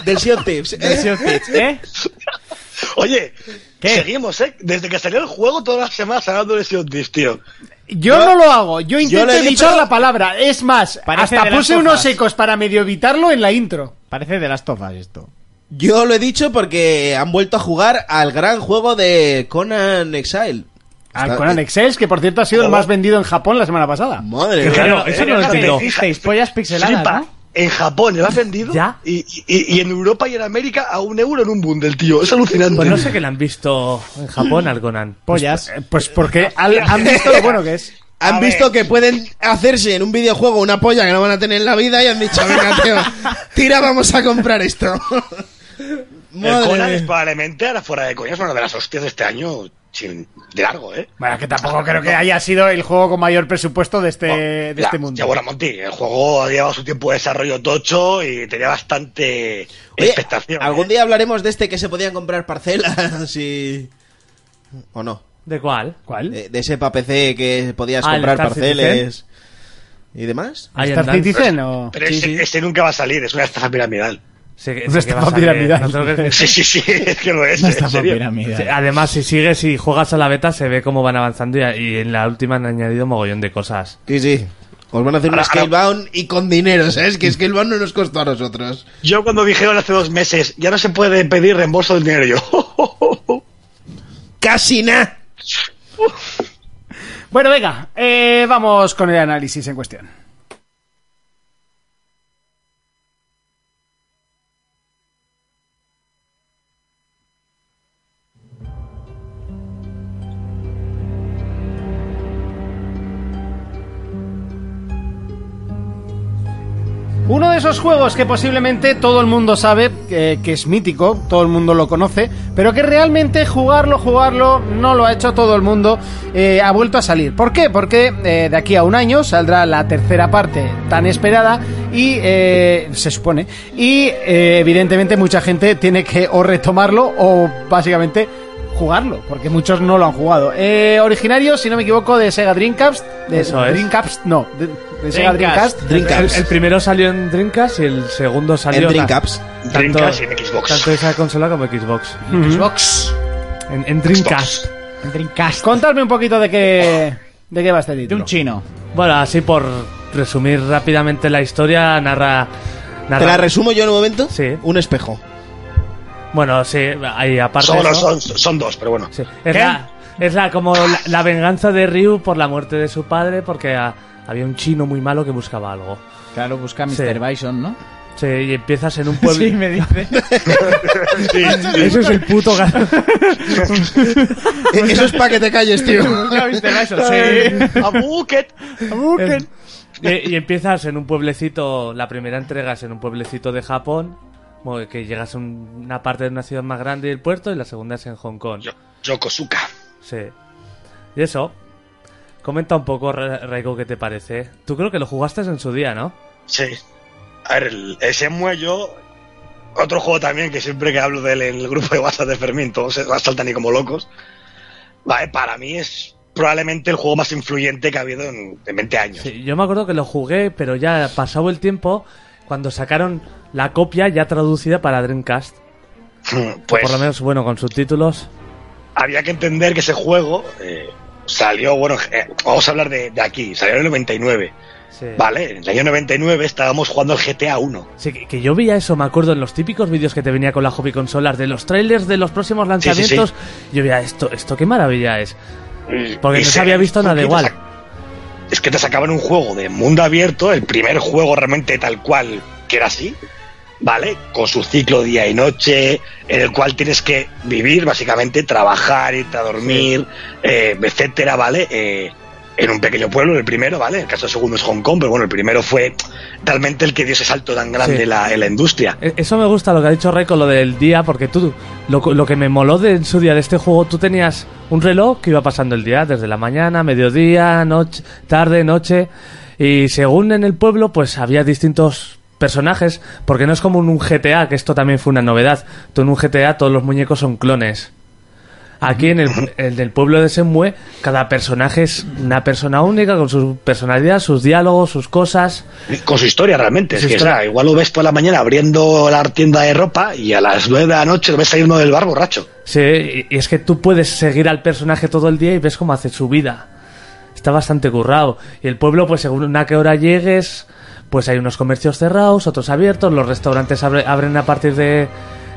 Del Sea of Thieves.
Versión pitch, ¿eh?
Oye, seguimos, ¿eh? Desde que salió el juego, todas las semanas hablando de Sea of Thieves, tío.
yo no lo hago. Yo intento
le he
evitar
dicho-
la palabra. Es más,
Parece
hasta
de las
puse unos
hojas.
ecos para medio evitarlo en la intro.
Parece de las tofas esto.
Yo lo he dicho porque han vuelto a jugar al gran juego de Conan Exile.
Ah,
Está-
Con Anexels, que por cierto ha sido el más vendido en Japón la semana pasada.
Madre mía.
Claro, eso no lo
fíjate,
entiendo.
fíjate,
Dijisteis, pollas pixeladas,
flipa.
¿no?
en Japón lo ha vendido
¿Ya?
Y, y- y en Europa y en América a un euro en un bundle, tío. Es alucinante.
Pues no sé que la han visto en Japón al Conan.
Pollas. Pues porque al- han visto lo bueno que es.
Han
A
visto
ver.
que pueden hacerse en un videojuego una polla que no van a tener en la vida y han dicho, venga, tío, tira, vamos a comprar esto.
El Conan
mía.
es probablemente ahora fuera de coña es una de las hostias de este año sin- de largo, ¿eh?
Bueno, que tampoco creo que haya sido el juego con mayor presupuesto de este, de
Ya,
este
Ya
mundo.
bueno, Monty, el juego ha llevado su tiempo de desarrollo tocho y tenía bastante
Oye,
expectación.
algún
¿eh?
día hablaremos de este que se podían comprar parcelas y... ¿O no?
¿De cuál? ¿Cuál?
De, de ese para PC que podías
Ah, el
comprar
Star
parceles y demás.
¿Star Citizen o...?
Pero ese, ese nunca va a salir, es una estafa piramidal.
Una estafa piramidal.
Sí, sí, sí, es que lo es. en serio.
Además, si sigues y juegas a la beta, se ve cómo van avanzando y, y en la última han añadido mogollón de cosas.
Sí, sí. Os van a hacer
Ahora-
un Scalebound y con dinero, ¿sabes? Que Scalebound no nos costó a nosotros.
Yo cuando dijeron hace dos meses, ya no se puede pedir reembolso del dinero, yo.
¡Casi nada!
Bueno, venga, eh, vamos con el análisis en cuestión. Uno de esos juegos que posiblemente todo el mundo sabe, eh, que es mítico, todo el mundo lo conoce, pero que realmente jugarlo, jugarlo, no lo ha hecho todo el mundo, eh, ha vuelto a salir. ¿Por qué? Porque eh, de aquí a un año saldrá la tercera parte tan esperada y eh, se supone, y eh, evidentemente mucha gente tiene que o retomarlo o básicamente jugarlo, porque muchos no lo han jugado. Eh, originario, si no me equivoco, de Sega Dreamcast. De
Eso es.
Dreamcast, no, de, de Sega
Dreamcast.
Dreamcast.
El,
Dreamcast.
el primero salió en Dreamcast y el segundo salió
En
ta-
Dreamcast.
tanto-
Dreamcast y en Xbox.
Tanto esa consola como Xbox.
Xbox.
En, en Dreamcast.
Dreamcast. Oh.
Contadme un poquito de qué, de qué va este título.
De un chino.
Bueno, así por resumir rápidamente la historia, narra. narra
¿Te la resumo yo en un momento?
Sí.
Un espejo.
bueno, sí, ahí aparte. de
Solo
eso-
son, son dos, pero bueno.
Sí. Es, la, es la- como la, la venganza de Ryu por la muerte de su padre porque ah, había un chino muy malo que buscaba algo.
Claro, busca a Mr.
Sí.
Bison, ¿no?
Sí, y empiezas en un pueblo.
Sí, me dice.
Eso es el puto gato.
Eh, Eso es para que te calles, tío.
A Bucket.
y, y empiezas en un pueblecito, la primera entrega es en un pueblecito de Japón, mo- que llegas a un- una parte de una ciudad más grande del puerto y la segunda es en Hong Kong.
Yo- Yokosuka.
Sí. Y eso, comenta un poco, Ra- Raiko, qué te parece. Tú creo que lo jugaste en su día, ¿no?
Sí. A ver, el- ese muello. Otro juego también que siempre que hablo del en el grupo de WhatsApp de Fermín, todos se saltan y como locos. Vale, para mí es probablemente el juego más influyente que ha habido en, en 20 años.
Sí, yo me acuerdo que lo jugué, pero ya pasado el tiempo, cuando sacaron la copia ya traducida para Dreamcast.
Pues
Por lo menos, bueno, con subtítulos.
había que entender que ese juego eh, salió, bueno, eh, vamos a hablar de, de aquí, salió en el 99.
Sí.
Vale, en el año 99 estábamos jugando al GTA 1.
Sí, que, que yo veía eso, me acuerdo en los típicos vídeos que te venía con la hobby consolas, de los trailers de los próximos lanzamientos. Yo veía esto, esto qué maravilla es. Porque
Y
no se
se-
había visto nada
te
igual.
sac- Es que te sacaban un juego de mundo abierto, el primer juego realmente tal cual que era así, ¿vale? Con su ciclo día y noche, en el cual tienes que vivir, básicamente, trabajar, irte a dormir, eh, etcétera, ¿vale? Eh, en un pequeño pueblo, en el primero, ¿vale? En el caso del segundo es Hong Kong, pero bueno, el primero fue realmente el que dio ese salto tan grande
Sí.
en la- en la industria.
E- Eso me gusta lo que ha dicho Ray con lo del día, porque tú, lo, lo que me moló de en su día de este juego, tú tenías un reloj que iba pasando el día, desde la mañana, mediodía, noche, tarde, noche, y según en el pueblo, pues había distintos personajes, porque no es como en un GTA, que esto también fue una novedad. Tú en un GTA todos los muñecos son clones. Aquí en el, el del pueblo de Semue, cada personaje es una persona única con su personalidad, sus diálogos, sus cosas.
Con su historia realmente.
Su
es que,
historia.
o sea, igual lo ves por la mañana abriendo la tienda de ropa y a las nueve de la noche lo ves saliendo del bar borracho.
Sí, y- y es que tú puedes seguir al personaje todo el día y ves cómo hace su vida. Está bastante currado. Y el pueblo, pues según a qué hora llegues, pues hay unos comercios cerrados, otros abiertos, los restaurantes abre- abren a partir de,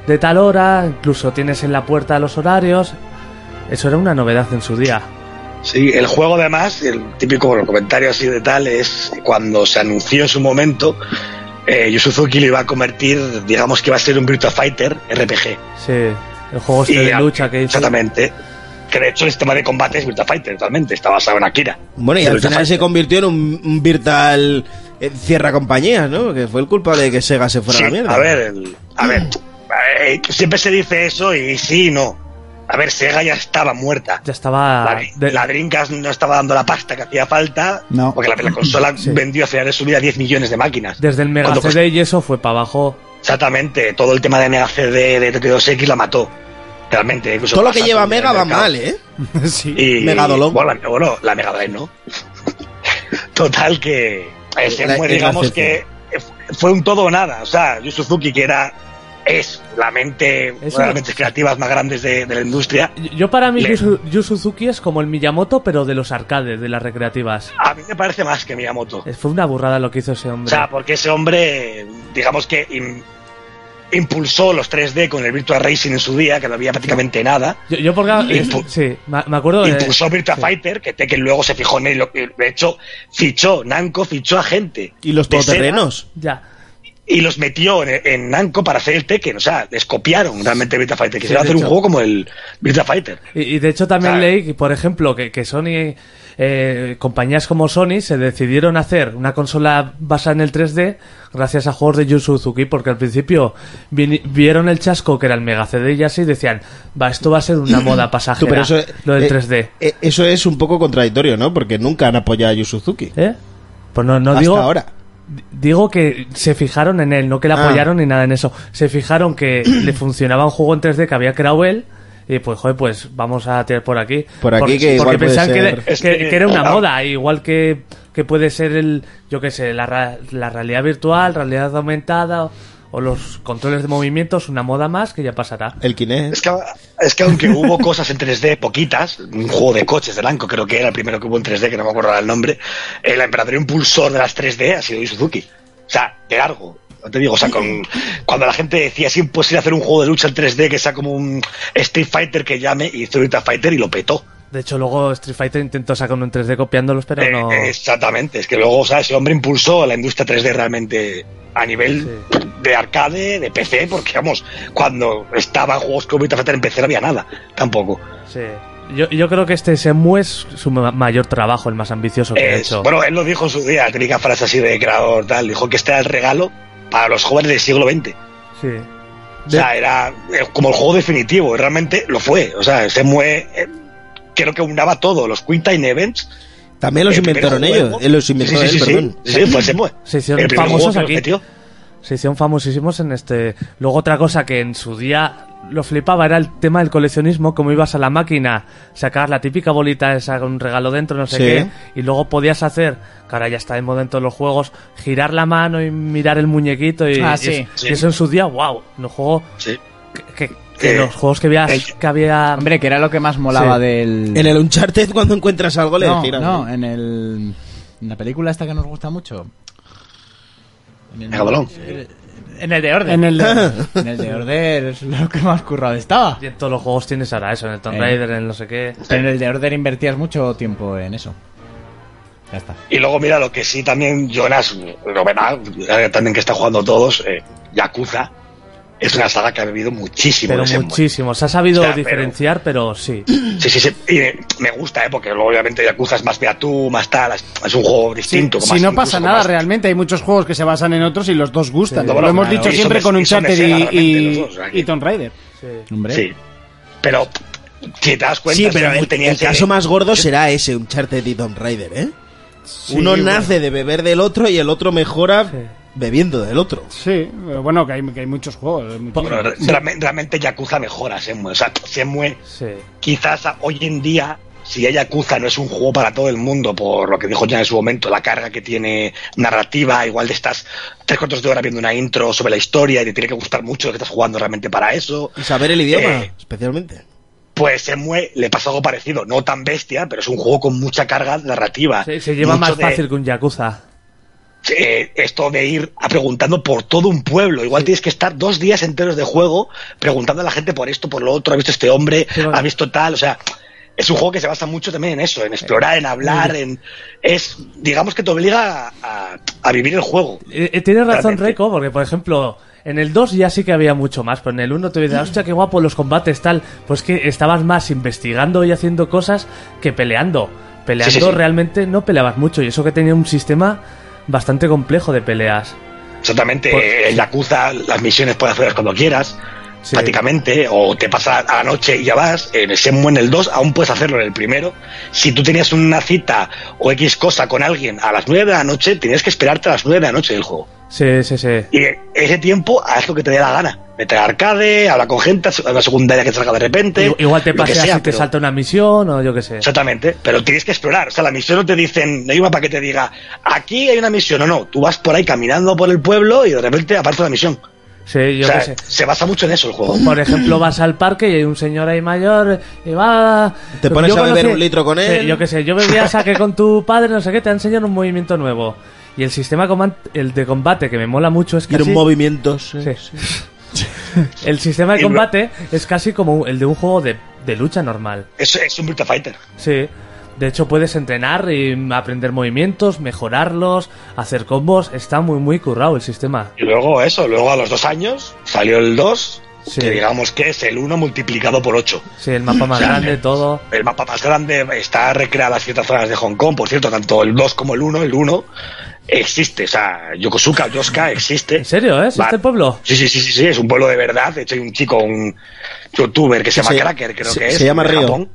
de tal hora, incluso tienes en la puerta los horarios. Eso era una novedad en su día.
Sí, el juego además, el típico bueno, comentario así de tal, es cuando se anunció en su momento, eh, Yu Suzuki lo iba a convertir, digamos que iba a ser un Virtua Fighter RPG.
Sí, el juego este
Y
de
a-
lucha que hizo.
Exactamente. Que de hecho el sistema de combate es Virtua Fighter, totalmente. Está basado en Akira.
Bueno, y
De
al
Virtua
final se
Fighter.
convirtió en un, un virtual eh, cierra compañías, ¿no? Que fue el culpable de que Sega se fuera
Sí,
a la mierda. Mm.
A ver, el- a ver, eh, siempre se dice eso y sí y no. A ver, Sega ya estaba muerta.
Ya estaba.
La,
Ah, de-
la Dreamcast no estaba dando la pasta que hacía falta.
No.
Porque la, la consola vendió a final de su vida 10 millones de máquinas.
Desde el Mega
Cuando
CD y eso fue para abajo.
Exactamente, todo el tema de Mega CD, de T2X la mató. Realmente, incluso
Todo lo que
pasa
lleva
en el
Mega va
mercado.
mal, ¿eh?
sí.
Y,
Mega Dolong.
Bueno, la, bueno, la Mega Drive no. Total que eh, se
Era-
fue,
era
digamos que
excepción.
eh, fue un todo o nada. O sea, Yu Suzuki que era es la mente, una de
una-
las mentes creativas más grandes de, de la industria.
Yo- Yo para mí
Le-
Yu Su- Yu Suzuki es como el Miyamoto, pero de los arcades, de las recreativas.
A mí me parece más que Miyamoto.
Eh, Fue una burrada lo que hizo ese
O
hombre.
sea, porque ese hombre, digamos que im- impulsó los 3D con el Virtua Racing en su día, que no había prácticamente nada.
yo, yo porque... eh,
Impu-
sí, me me acuerdo de...
Impulsó Virtua
sí.
Fighter, que Tekken luego se fijó en él. y lo- y De hecho, fichó, Namco fichó a gente.
Y los
de Sega,
todoterrenos.
Ya.
y los metió en, en Namco para hacer el Tekken. O sea, les copiaron realmente Virtua Fighter.
Sí,
Quisieron
de
hacer un
hecho.
juego como el Virtua Fighter.
Y, y de hecho también
Claro.
leí, que, por ejemplo, que, que Sony, eh, compañías como Sony, se decidieron hacer una consola basada en el 3D gracias a juegos de Yu Suzuki, porque al principio vi- vieron el chasco que era el Mega CD y así y decían, va, esto va a ser una moda
Tú,
pasajera,
pero eso,
lo del
eh,
3D.
eh, eso es un poco contradictorio, ¿no? Porque nunca han apoyado a Yu Suzuki.
¿Eh? Pues no, no
hasta
digo...
ahora.
di- Digo que se fijaron en él, no que le
Ah.
apoyaron ni nada en eso. Se fijaron que le funcionaba un juego en 3D que había creado él. Y pues, joder, pues vamos a tirar por aquí.
Por aquí,
porque,
que igual
porque
puede
pensaban que,
ser-
que-
Es que-
que era una
claro.
moda, igual que, que puede ser el, yo qué sé, la, ra- la realidad virtual, realidad aumentada o, o los controles de movimientos, una moda más que ya pasará.
El Kinect.
Es que, es que aunque hubo cosas en 3D poquitas, un juego de coches de Namco creo que era el primero que hubo en 3D, que no me acuerdo ahora el nombre, eh, el emperador impulsor de las 3D ha sido Yu Suzuki. O sea, de largo. No te digo, o sea, con- cuando la gente decía es imposible hacer un juego de lucha en 3D que sea como un Street Fighter que llame, hizo Virtua Fighter y lo petó.
De hecho, luego Street Fighter intentó sacar un 3D copiándolos, pero
Eh,
no.
Exactamente, es que luego, o sea, ese hombre impulsó a la industria 3D realmente a nivel de arcade, de PC, porque vamos, cuando estaban juegos como Virtua Fighter en PC no había nada, tampoco.
sí. Yo, yo creo que este Semu es su ma- mayor trabajo, el más ambicioso que ha
Es-
hecho.
Eh, bueno, él lo dijo en su día, típica frase así de creador, tal, dijo que este era el regalo para los jóvenes del siglo XX.
Sí.
O sea, era eh, como el juego definitivo, y realmente lo fue. O sea, se mue eh, creo que unaba todo, los Quick Time Events.
También los
el primer
inventaron
juego-
ellos. eh, los inventó
sí, sí,
él,
sí, sí,
perdón.
Sí, pues, sí, fue Semue.
Se hicieron
el primer juego
famosos
que lo
aquí.
metió.
se hicieron famosísimos en este. Luego otra cosa que en su día lo flipaba era el tema del coleccionismo, como ibas a la máquina, sacabas la típica bolita esa con un regalo dentro, no sé
Sí.
qué, y luego podías hacer, que ahora ya está de moda en todos los juegos, girar la mano y mirar el muñequito y,
Ah,
y
sí.
es- y eso en su día, wow, los juegos
Sí.
que, que- que
Eh,
los juegos que había,
eh,
que había
Hombre, que era lo que más molaba
Sí.
del.
En el Uncharted, cuando encuentras algo, le
no,
giras.
no, en el. En la película esta que nos gusta mucho. En el, Eh,
Mega Dolong.
En el de orden.
En el de-
En el de Order es lo que más currado estaba.
y en todos los juegos tienes ahora eso, en el Tomb
Eh.
Raider, en el no sé qué.
Pero en el de Order invertías mucho tiempo en eso. Ya está.
Y luego, mira, lo que sí también Jonas lo verá, eh, también que está jugando todos, eh, Yakuza, es una saga que ha bebido muchísimo
Pero
de Shenmue.
muchísimo, se ha sabido
O sea, pero-
diferenciar, pero sí.
Sí, sí, sí. Y eh, me gusta, ¿eh? Porque luego, obviamente Yakuza es más tú, más tal, es es un juego
Si,
distinto. con
si
más-
no pasa
incluso con
nada,
más-
realmente hay muchos juegos que se basan en otros y los dos gustan.
Sí,
Lo
bueno,
hemos
claro.
dicho
Y son
siempre
de-
con
y son de
Uncharted
Sega,
y,
realmente,
y,
los dos, o sea,
y Tomb Raider.
Hombre.
Sí. Pero si te das cuenta,
Sí, pero
Shenmue
el,
pues, tenía
el
que-
caso más gordo será ese, Uncharted y Tomb Raider, ¿eh? Uno
bueno.
nace de beber del otro y el otro mejora bebiendo del otro.
Sí, pero bueno, que hay, que hay muchos juegos. hay muchísimos.
Bueno, re- realme- realmente Yakuza mejora Shenmue. O sea, Shenmue
Sí.
quizás a- hoy en día, si ya Yakuza no es un juego para todo el mundo, por lo que dijo ya en su momento, la carga que tiene narrativa, igual de estás tres cuartos de hora viendo una intro sobre la historia y te tiene que gustar mucho lo que estás jugando realmente para eso,
Y saber el idioma,
Eh.
especialmente.
pues Semue le pasa algo parecido, no tan bestia, pero es un juego con mucha carga narrativa.
Se, se lleva
Mucho
más
de-
fácil que un Yakuza.
eh, esto de ir a preguntando por todo un pueblo. Igual tienes que estar dos días enteros de juego preguntando a la gente por esto, por lo otro, ha visto este hombre,
Sí, bueno.
ha visto tal, o sea. es un juego que se basa mucho también en eso, en explorar, en hablar, en es digamos que te obliga a, a- a vivir el juego.
Eh, eh, tienes razón,
Realmente.
Reiko, porque por ejemplo, en el 2 ya sí que había mucho más, pero en el 1 te decía, hostia, qué guapo los combates, tal. Pues que estabas más investigando y haciendo cosas que peleando. Peleando
Sí, sí, sí.
realmente no peleabas mucho, y eso que tenía un sistema bastante complejo de peleas.
Exactamente,
Pues-
eh, el Yakuza, las misiones puedes hacerlas cuando quieras,
Sí.
prácticamente, o te pasa a la noche y ya vas. En el Shenmue, en el 2, aún puedes hacerlo en el primero. Si tú tenías una cita o X cosa con alguien a las 9 de la noche, tenías que esperarte a las 9 de la noche del juego.
Sí, sí, sí.
Y ese tiempo haz lo que te dé la gana. Vete al arcade, habla con gente, a la secundaria que salga de repente.
I- Igual te
lo que
paseas
sea,
y te
pero-
salta una misión o yo qué sé.
Exactamente, pero tienes que explorar. O sea, la misión no te dicen, no hay un mapa que te diga, aquí hay una misión. No, no, tú vas por ahí caminando por el pueblo y de repente aparece una misión.
Sí, yo
o sea,
qué sé.
se basa mucho en eso el juego.
Por ejemplo, vas al parque y hay un señor ahí mayor y va...
Te
Yo
pones a beber
conocí-
un litro con
Sí,
él.
yo qué sé, yo bebía saque con tu padre, no sé qué, te enseñan un movimiento nuevo. Y el sistema coman- el de combate que me mola mucho es que...
Quiero movimientos. eh.
El sistema de
Y lo-
combate es casi como el de un juego de, de lucha normal.
Es, es un Virtua Fighter.
Sí. De hecho, puedes entrenar y aprender movimientos, mejorarlos, hacer combos. Está muy, muy currado el sistema.
Y luego eso, luego a los dos años salió el 2,
Sí.
que digamos que es el 1 multiplicado por 8.
Sí, el mapa más grande, todo.
El mapa más grande está recreada en ciertas zonas de Hong Kong, por cierto, tanto el 2 como el 1. El 1 existe, o sea, Yokosuka, Yoska existe.
¿En serio, eh? ¿Es
Va-
este pueblo?
Sí, sí, sí, sí, sí, es un pueblo de verdad. De hecho, hay un chico, un youtuber que se
Que
llama
se-
Cracker, creo
se-
que es.
se llama
de
Río.
Japón,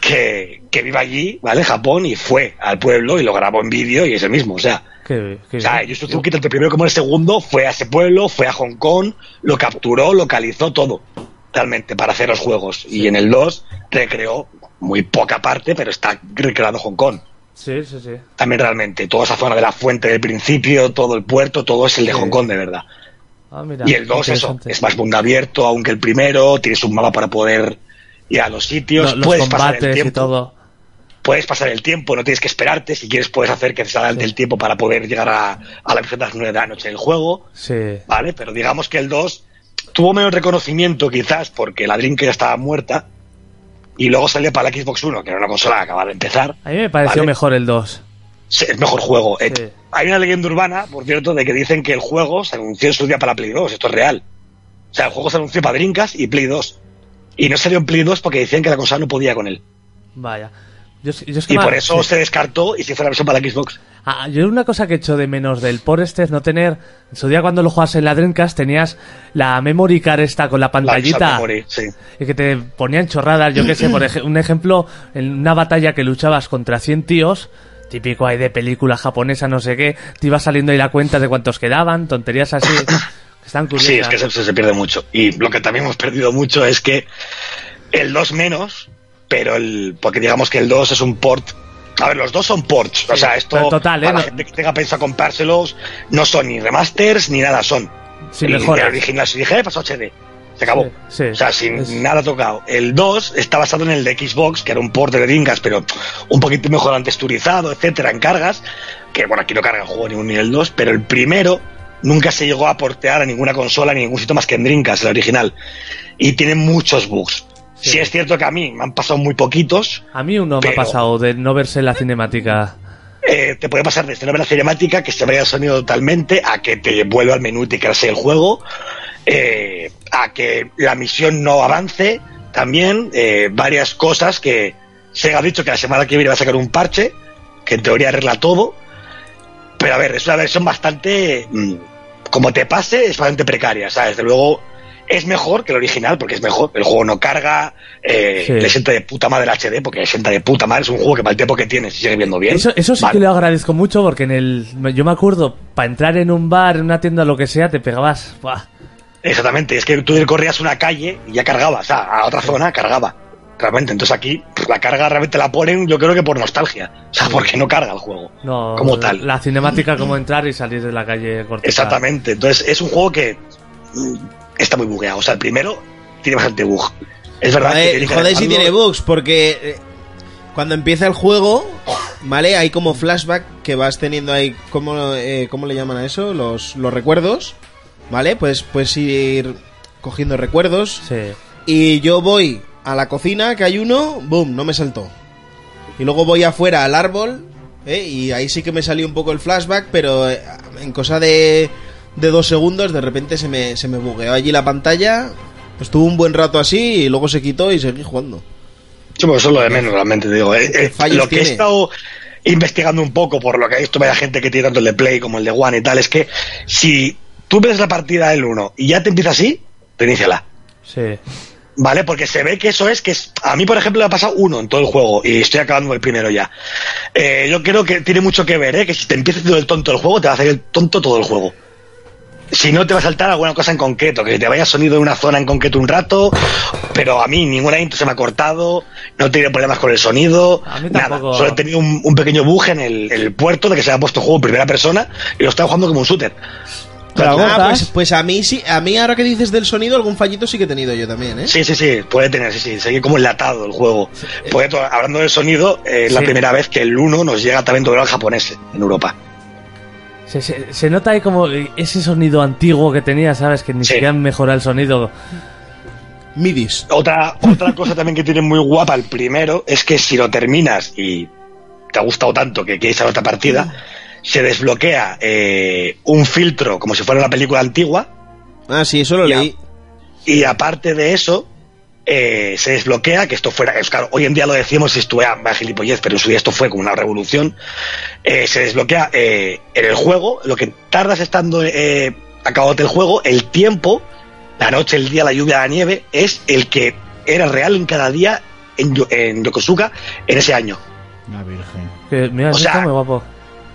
que, que vive allí, ¿vale? En Japón, y fue al pueblo y lo grabó en vídeo y es el mismo. O sea,
Qué, qué
o sea
bien.
Yu Suzuki, tanto el primero como el segundo, fue a ese pueblo, fue a Hong Kong, lo capturó, localizó todo, realmente, para hacer los juegos. Y en el 2 recreó muy poca parte, pero está recreado Hong Kong.
Sí, sí, sí.
También realmente, toda esa zona de la fuente del principio, todo el puerto, todo es el de Hong Kong, de verdad.
Ah, mira,
Y el 2, eso,
interesante.
es más mundo abierto, aunque el primero, tienes un mapa para poder ir a los
Lo-
sitios,
los
puedes pasar el
combates
tiempo,
y todo.
puedes pasar el tiempo, no tienes que esperarte, si quieres puedes hacer que se adelante el tiempo para poder llegar a, a la misión de las 9 de la noche del juego,
Sí.
¿vale? Pero digamos que el 2 tuvo menos reconocimiento quizás porque la Dreamcast ya estaba muerta y luego salió para la Xbox One, que era una consola que acababa de empezar.
A mí me pareció
Vale.
mejor el 2.
Sí, es mejor juego. Eh,
Sí.
Hay una leyenda urbana, por cierto, de que dicen que el juego se anunció en su día para Play 2. Esto es real. O sea, el juego se anunció para Dreamcast y Play 2. Y no salió en Play 2 porque decían que la consola no podía con él.
Vaya. Yo, es- yo es que
Y
me-
por eso
Ah, sí.
se descartó y se hizo la versión para la Xbox.
Ah, yo una cosa que echo de menos del por este es no tener... En su día cuando lo jugabas en la Dreamcast tenías la memory card esta con la
La Xbox
pantallita.
Memory, sí.
y que te ponían chorradas, yo qué sé, por ej- un ejemplo, en una batalla que luchabas contra 100 tíos, típico ahí de película japonesa, no sé qué, te iba saliendo ahí la cuenta de cuántos quedaban, tonterías así, que están curiosas.
Sí, es que se, se- se pierde mucho. Y lo que también hemos perdido mucho es que el 2 menos, pero el. Porque digamos que el 2 es un port. A ver, los dos son ports. o sea, esto.
pero total, ¿eh?
para la
No-
gente que tenga pensado comprárselos, no son ni remasters ni nada, son.
Sí,
el,
mejoras.
el original, si dije, "Eh, pasó HD. Se acabó.
Sí, sí.
o sea, sin
Es-
nada tocado. El 2 está basado en el de Xbox, que era un port de Dreamcast, pero un poquito mejor texturizado, etcétera, en cargas. Que bueno, aquí no carga el juego ni un ni el 2, pero el primero nunca se llegó a portear a ninguna consola, ni ningún sitio más que en Dreamcast, el original. Y tiene muchos bugs.
Sí.
Sí. es cierto que a mí me han pasado muy poquitos,
A mí uno me
Pero-
ha pasado de no verse la cinemática.
eh, te puede pasar desde no ver la cinemática, que se vaya el sonido totalmente, a que te vuelva al menú y te crashe el juego, eh, a que la misión no avance, también eh, varias cosas que se ha dicho que la semana que viene va a sacar un parche, que en teoría arregla todo, pero a ver, es una versión bastante, mm, como te pase, es bastante precaria, o sea, desde luego... Es mejor que el original porque es mejor. El juego no carga, eh,
Sí.
le sienta de puta madre el HD porque le sienta de puta madre. Es un juego que para el tiempo que tiene se sigue viendo bien.
Eso, eso sí
Vale.
que lo agradezco mucho porque en el yo me acuerdo, para entrar en un bar, en una tienda, lo que sea, te pegabas... ¡buah!
Exactamente, es que tú corrías una calle y ya cargaba, o sea, a otra zona cargaba. Realmente, entonces aquí pues, la carga realmente la ponen, yo creo que por nostalgia, o sea, porque no carga el juego
No,
como
la-
tal.
La cinemática, como entrar y salir de la calle cortita.
Exactamente, entonces es un juego que mm, está muy bugueado, o sea, el primero tiene bastante bug. Es verdad que
Joder,
tiene que
joder si
arreglarlo.
tiene bugs, porque eh, cuando empieza el juego, ¿vale? Hay como flashback que vas teniendo ahí, ¿cómo, eh, ¿cómo le llaman a eso? Los, los recuerdos, ¿vale? Pues puedes ir cogiendo recuerdos.
Sí.
Y yo voy a la cocina, que hay uno, boom, no me saltó. Y luego voy afuera al árbol, ¿eh? y ahí sí que me salió un poco el flashback, pero eh, en cosa de, de dos segundos de repente se me, se me bugueó allí la pantalla. Estuvo un buen rato así y luego se quitó y seguí jugando.
Sí, pues eso es lo de menos, realmente. te Digo, eh, eh,
fallos
lo que he
tiene?
estado investigando un poco por lo que he visto, vaya gente que tiene tanto el de Play como el de One y tal, es que si tú ves la partida del 1 y ya te empieza así, reiníciala.
Sí.
¿Vale? Porque se ve que eso es que es- a mí, por ejemplo, me ha pasado uno en todo el juego y estoy acabando el primero ya. Eh, yo creo que tiene mucho que ver, ¿eh? Que si te empieza haciendo el tonto el juego, te va a hacer el tonto todo el juego. Si no, te va a saltar alguna cosa en concreto, que te vaya sonido en una zona en concreto un rato, pero a mí ninguna intro se me ha cortado, no he tenido problemas con el sonido,
A mí
nada.
tampoco.
Solo he tenido un, un pequeño bug en el, en el puerto de que se ha puesto el juego en primera persona y lo estaba jugando como un shooter.
Ah,
botas.
pues, pues a mí sí, a mí ahora que dices del sonido, algún fallito sí que he tenido yo también, ¿eh?
Sí, sí, sí, puede tener, sí, sí, sigue como enlatado el juego. Por cierto, hablando del sonido, eh, es la
eh, Sí.
primera vez que el 1 nos llega también doblado al japonés en Europa.
Se, se- se nota ahí como ese sonido antiguo que tenía, ¿sabes? Que ni
Sí.
siquiera han mejorado el sonido.
Midis.
Otra, otra cosa también que tiene muy guapa el primero es que si lo terminas y te ha gustado tanto que quieres hacer otra partida, se desbloquea eh, un filtro como si fuera una película antigua
Ah, sí, eso lo
Ya.
leí.
Y aparte de eso, eh, se desbloquea, que esto fuera, es claro, hoy en día lo decimos si estuve a más gilipollez, pero en su día esto fue como una revolución, eh, se desbloquea eh, en el juego, lo que tardas estando eh, acabándote el juego, el tiempo, la noche, el día, la lluvia, la nieve, es el que era real en cada día en, Yo- en Yokosuka en ese año.
Una virgen.
Que, mira,
O
eso
sea-
está muy guapo.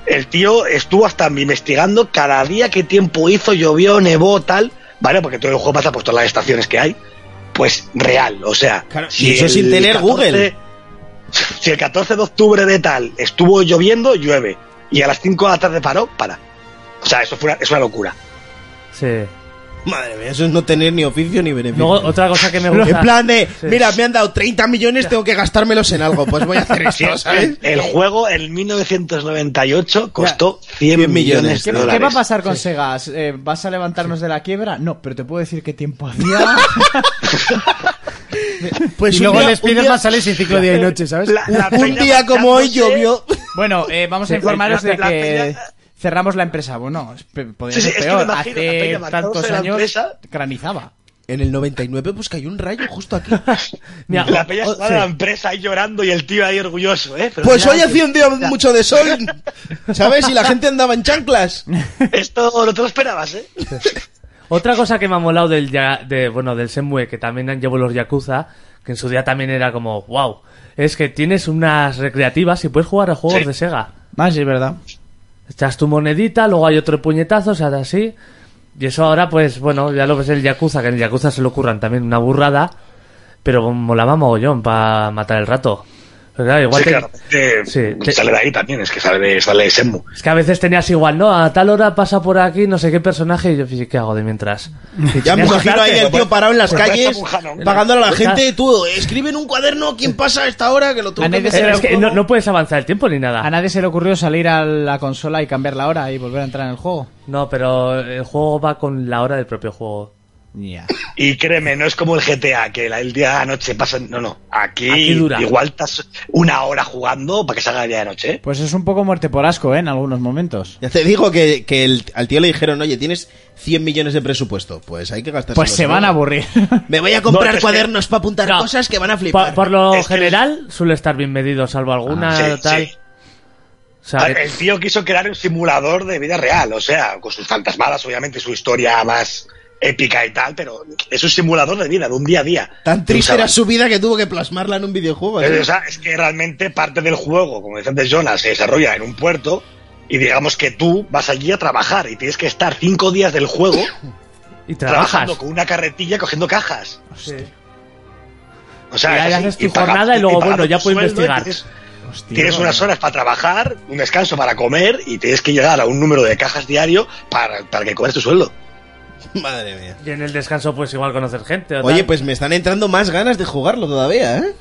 El tío estuvo hasta investigando cada día qué tiempo hizo, llovió, nevó, tal, ¿vale? Porque todo el juego pasa por todas las estaciones que hay. Pues real, o sea.
Claro, y eso sin
el
tener Google.
Si el 14 de octubre de tal estuvo lloviendo, llueve. Y a las 5 de la tarde paró, para. O sea, eso fue una- es una locura.
Sí.
Madre mía, eso es no tener ni oficio ni beneficio.
Luego, otra cosa que me gusta.
en plan de,
Sí.
mira, me han dado 30 millones, tengo que gastármelos en algo, pues voy a hacer
Sí,
esto, ¿sabes?
El juego en 1998 costó 100,
100 millones
millones
¿Qué,
de
qué
dólares.
va a pasar con Segas? Eh, ¿Vas a levantarnos de la quiebra? No, pero te puedo decir qué tiempo hacía.
Pues
Y
un
luego
día-
el
un
Spiderman
día-
sale sin ciclo día y noche, ¿sabes?
La- la
Un
peña
día como hoy
marchándose-
llovió.
Bueno, eh, vamos a
Sí,
informaros
la-
de
la
que
peña-
cerramos la empresa. Bueno, es pe- podría
Sí, sí,
ser
es que
peor.
me imagino la peña
Hace
marchándose
tantos
de la
años
empresa.
granizaba.
En el 99 pues cayó un rayo justo aquí.
Mira,
La
o-
peña
o-
se va de
sí.
la empresa ahí llorando y el tío ahí orgulloso, ¿eh? Pero
Pues
mira,
hoy hacía un día mucho de sol, ¿sabes? Y la gente andaba en chanclas.
Esto no te lo esperabas, ¿eh?
Otra cosa que me ha molado del, ya- de, bueno, del Senmue, que también han llevado los Yakuza, que en su día también era como, wow, es que tienes unas recreativas y puedes jugar a juegos
Sí.
de Sega.
Ah, sí, es verdad.
Echas tu monedita, luego hay otro puñetazo, o sea, así. Y eso ahora, pues, bueno, ya lo ves en el Yakuza, que en el Yakuza se le ocurran también una burrada, pero molaba mogollón para matar el rato. Pero claro, igual
Sí,
te-
claro. Eh,
Sí, te-
Sale de ahí también, es que sale de, sale de Senmu.
Es que a veces tenías igual, ¿no? A tal hora pasa por aquí, no sé qué personaje, y yo, "Pues, ¿qué hago de mientras? Y
Ya me
tenías que
imagino ahí
darte,
el tío parado en las
pues,
calles,
pues, pues,
pagándole a la
pues,
gente, tú, escribe en un cuaderno quién pasa a esta hora, que lo
A
tengo que
nadie
Eh,
hacer.
es que no, no puedes avanzar el tiempo ni
A
nada.
nadie se le ocurrió salir a la consola y cambiar la hora y volver a entrar en el juego.
No, pero el juego va con la hora del propio juego.
Ya.
Y créeme, no es como el GTA, que la- el día de la noche pasa. No, no. Aquí,
Aquí dura.
igual estás una hora jugando para que salga el día de noche. ¿eh?
Pues es un poco muerte por asco, ¿eh? En algunos momentos.
Ya te digo que, que el- al tío le dijeron, oye, tienes 100 millones de presupuesto, pues hay que gastar.
Pues se van a aburrir.
Me voy a
No,
comprar
es que-
cuadernos para apuntar
No.
cosas que van a flipar.
Por, por lo
Es que-
general suele estar bien medido, salvo alguna
Ah, sí,
tal.
sí. Ah,
O sea, eh, que-
El tío quiso crear un simulador de vida real, o sea, con sus fantasmadas, obviamente, su historia más épica y tal, pero es un simulador de vida, de un día a día.
Tan triste
Tú
era
sabes.
su vida que tuvo que plasmarla en un videojuego. ¿eh?
Es,
¿sí?
o sea, es que realmente parte del juego, como decía antes Jonas, se desarrolla en un puerto y digamos que tú vas allí a trabajar y tienes que estar cinco días del juego
y trabajas.
trabajando con una carretilla cogiendo cajas. O sea,
Y ahí
es
haces
así,
tu
paga-
jornada y luego,
pagando
bueno, ya
tu
puedes
sueldo y
investigar.
Tienes, tienes unas horas para trabajar, un descanso para comer y tienes que llegar a un número de cajas diario para, para que cobres tu sueldo.
Madre mía.
Y en el descanso pues igual conocer gente. o
Oye,
tal.
pues me están entrando más ganas de jugarlo todavía, ¿eh?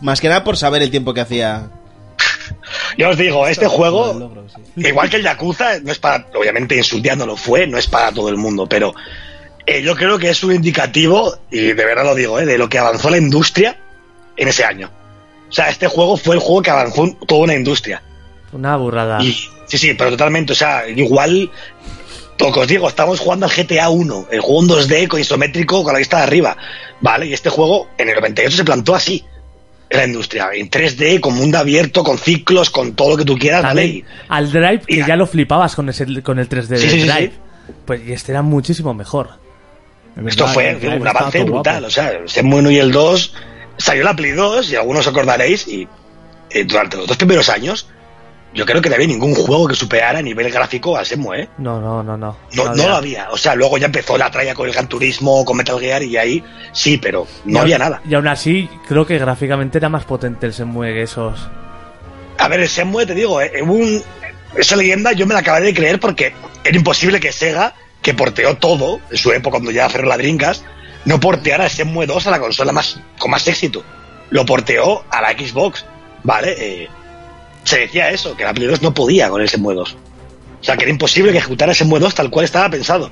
Más que nada por saber el tiempo que hacía.
Yo os digo, este
Lo del
juego,
logro, sí.
igual que el Yakuza, no es para, obviamente insulteando lo fue, no es para todo el mundo, pero eh, yo creo que es un indicativo, y de verdad lo digo, eh, de lo que avanzó la industria en ese año. O sea, este juego fue el juego que avanzó un- toda una industria.
Una burrada.
Y- sí, sí, pero totalmente. O sea, igual, lo que os digo, estamos jugando al GTA 1, el juego en 2D con isométrico con la vista de arriba. Vale, y este juego en el 98 se plantó así. En la industria, en 3D, con mundo abierto, con ciclos, con todo lo que tú quieras, ¿vale?
También
Y-
al Drive, que
Mira.
ya lo flipabas con, ese, con el 3D
Sí,
del
sí, sí,
Drive.
sí.
Pues y este era muchísimo mejor.
Esto fue un avance brutal. O sea, el Shenmue 1 y el 2 salió la Play 2 y algunos acordaréis. Y eh, durante los dos primeros años, yo creo que no había ningún juego que superara a nivel gráfico al Shenmue. ¿eh?
No, no, no, no.
No, no lo había. O sea, luego ya empezó la traya con el Gran Turismo, con Metal Gear y ahí sí, pero no
Y
había
aún-
nada.
Y aún así, creo que gráficamente era más potente el Shenmue que esos.
A ver, el Shenmue, te digo, eh, eh, un- esa leyenda yo me la acabé de creer porque era imposible que Sega, que porteó todo en su época cuando ya cerró la Dreamcast, no porteara el Shenmue 2 a la consola más con más éxito. Lo porteó a la Xbox, ¿vale? Eh, se decía eso, que la Play 2 no podía con el Shenmue 2. O sea, que era imposible que ejecutara el Shenmue 2 tal cual estaba pensado.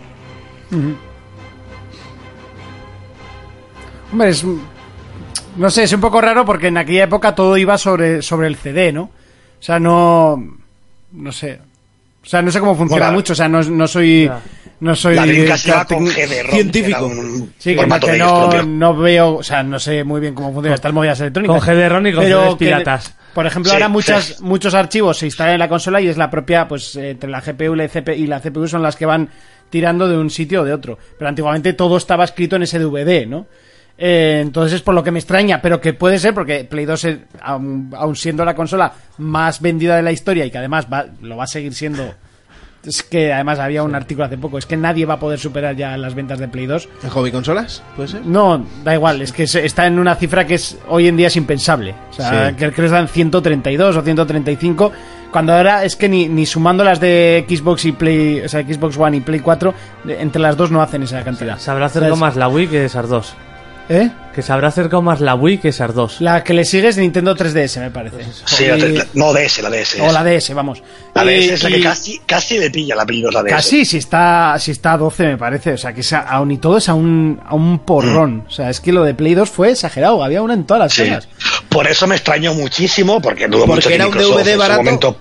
Hombre, es. un- No sé, es un poco raro porque en aquella época todo iba sobre, sobre el CD, ¿no? O sea, no. No sé. O sea, no sé cómo funciona
Bueno,
mucho. O sea, no, no soy. No soy.
La Dreamcast
eh,
iba con
tec-
GD-ROM.
científico.
que era un
Sí, que, no,
formato
que
de ellos
no,
propio.
mm,
no veo, o sea, no sé muy bien cómo funcionan estas movidas electrónicas.
con GD-ROM y con
Pero
CDs
que,
piratas.
Por ejemplo,
Sí,
ahora muchas,
sí.
muchos archivos se instalan en la consola y es la propia, pues, eh, entre la GPU y la, CP y la CPU son las que van tirando de un sitio o de otro. Pero antiguamente todo estaba escrito en ese DVD, ¿no? Eh, entonces es por lo que me extraña, pero que puede ser porque Play 2, es, aun, aun siendo la consola más vendida de la historia y que además va- lo va a seguir siendo... Es que además había un artículo hace poco, es que nadie va a poder superar ya las ventas de Play 2
¿En hobby consolas? ¿Puede ser?
no, da igual, es que se- está en una cifra que es hoy en día es impensable. O sea,
Sí.
que creo que están 132 o 135, cuando ahora es que ni, ni sumando las de Xbox y Play, o sea, Xbox One y Play 4, de- entre las dos no hacen esa cantidad.
Se habrá acercado
¿Sabes?
más la Wii que esas dos.
¿Eh?
Que se habrá acercado más la Wii que esas dos.
La que le sigue es Nintendo 3DS, me parece.
Sí,
Y-
la- la- no DS, la DS.
o la DS, vamos.
La DS
Y-
es la
y-
que casi, casi le pilla la Play 2 la DS.
Casi, si está, si Ah, está a 12, me parece. O sea, que es a- aún y todo es a un, a un
Mm.
porrón. O sea, es que lo de Play 2 fue exagerado. Había una en todas las
Sí.
zonas.
Por eso me extrañó muchísimo, porque dudo
Porque
mucho que
era un
Microsoft
DVD
en su
barato.
momento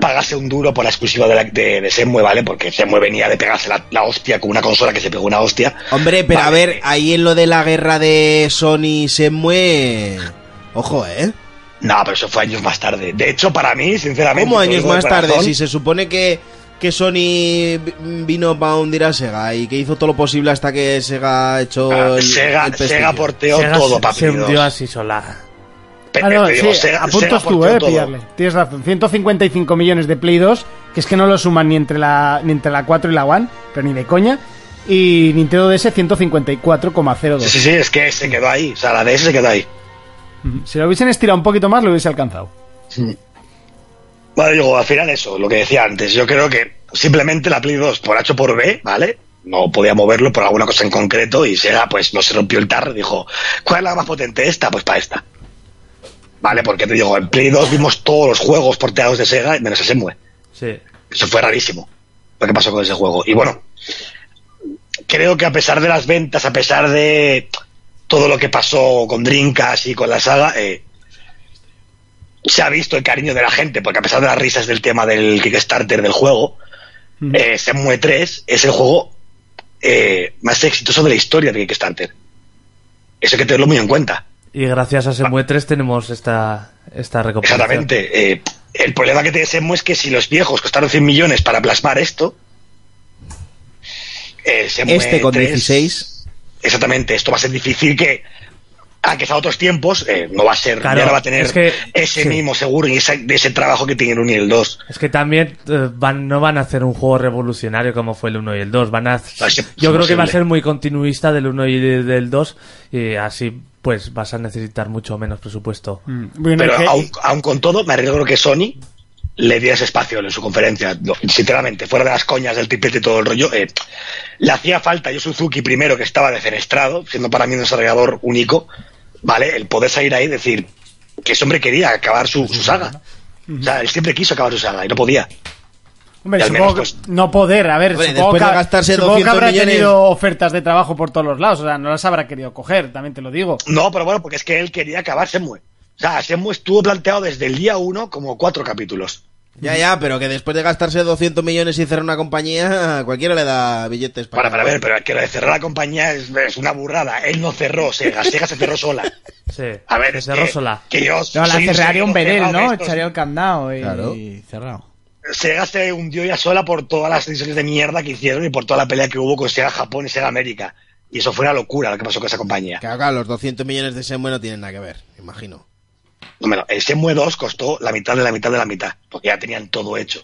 pagase un duro por la exclusiva de, la, de, de Shenmue, ¿vale? Porque Semue venía de pegarse la, la hostia con una consola que se pegó una hostia.
Hombre, pero
Vale.
a ver, ahí en lo de la guerra de Sony y Semue. Ojo, ¿eh?
No, pero eso fue años más tarde. De hecho, para mí, sinceramente...
¿Cómo
te lo
años
digo de
más
corazón,
tarde? Si se supone que, que Sony vi- vino para hundir a Sega y que hizo todo lo posible hasta que Sega echó
ah,
el,
Sega,
el pestillo.
Sega porteó
Sega
todo,
se-
papi.
Se hundió
Dios.
así sola.
Pe-
Ah, no,
te digo,
sí,
Sega- Sega
apuntas tú,
porteó
eh,
todo.
pillarle. Tienes razón. 155 millones de Play 2, que es que no lo suman ni entre la ni entre la 4 y la One, pero ni de coña. Y Nintendo DS 154,02.
Sí, sí, sí, es que se quedó ahí. O sea, la DS se quedó ahí.
Si lo hubiesen estirado un poquito más, lo hubiese alcanzado.
Bueno, digo, al final eso, lo que decía antes, yo creo que simplemente la Play 2 por H o por B, ¿vale? No podía moverlo por alguna cosa en concreto y Sega pues no se rompió el tarro y dijo, ¿cuál es la más potente esta? Pues para esta. ¿Vale? Porque te digo, en Play 2 vimos todos los juegos porteados de Sega menos el Semue.
Sí.
Eso fue rarísimo lo que pasó con ese juego. Y bueno, creo que a pesar de las ventas, a pesar de todo lo que pasó con Drinkas y con la saga, eh, se ha visto el cariño de la gente, porque a pesar de las risas del tema del Kickstarter del juego, eh, Shenmue 3 es el juego eh, más exitoso de la historia de Kickstarter. Eso hay que tenerlo muy en cuenta.
Y gracias a Shenmue 3 tenemos esta, esta recompensa.
Exactamente. eh, el problema que tenemos es que si los viejos costaron 100 millones para plasmar esto, eh, se
Este
mueve
con
tres-
16.
Exactamente, esto va a ser difícil que a que sea otros tiempos, eh, no va a ser,
Claro,
ya no va a tener
es que-
ese
sí.
mismo seguro y ese, de ese trabajo que tiene el 1 y el 2.
Es que también eh, van, no van a hacer un juego revolucionario como fue el 1 y el 2. Van a,
No, es
yo creo que va a
imposible.
ser muy continuista del 1 y de- del 2 y así pues vas a necesitar mucho menos presupuesto.
Bueno,
Pero
es que-
aún, aún con todo, me arriesgo que Sony le diera ese espacio en su conferencia. No, sinceramente, fuera de las coñas del triplete y todo el rollo, eh, le hacía falta a Yu Suzuki primero, que estaba defenestrado, siendo para mí un desarrollador único, ¿vale? El poder salir ahí y decir que ese hombre quería acabar su, su saga. O sea, él siempre quiso acabar su saga y no podía.
Hombre,
Y al
supongo
menos,
que-
pues,
no poder, a ver,
Hombre,
supongo,
después
que,
de gastarse
supongo que
200
habrá
millones.
tenido ofertas de trabajo por todos los lados, o sea, no las habrá querido coger, también te lo digo.
No, pero bueno, porque es que él quería acabar Semue. O sea, Semue estuvo planteado desde el día uno como cuatro capítulos.
Ya, ya, pero que después de gastarse 200 millones y cerrar una compañía, cualquiera le da billetes para...
Para, para ver, pero que lo de cerrar la compañía es, es una burrada. Él no cerró Sega, Sega se cerró sola.
Sí.
A ver,
Se
es
cerró
que-
sola.
Que yo
No, la
soy un
cerraría un
seguidor
bedel,
cerrado de
¿no?
estos.
Echaría el candado y,
Claro.
y cerrado.
Sega se hundió ya sola por todas las decisiones de mierda que hicieron y por toda la pelea que hubo con Sega Japón y Sega América. Y eso fue una locura lo que pasó con esa compañía.
Que acá los 200 millones de Semue no tienen nada que ver, imagino.
No, bueno, el Semue 2 costó la mitad de la mitad de la mitad, porque ya tenían todo hecho.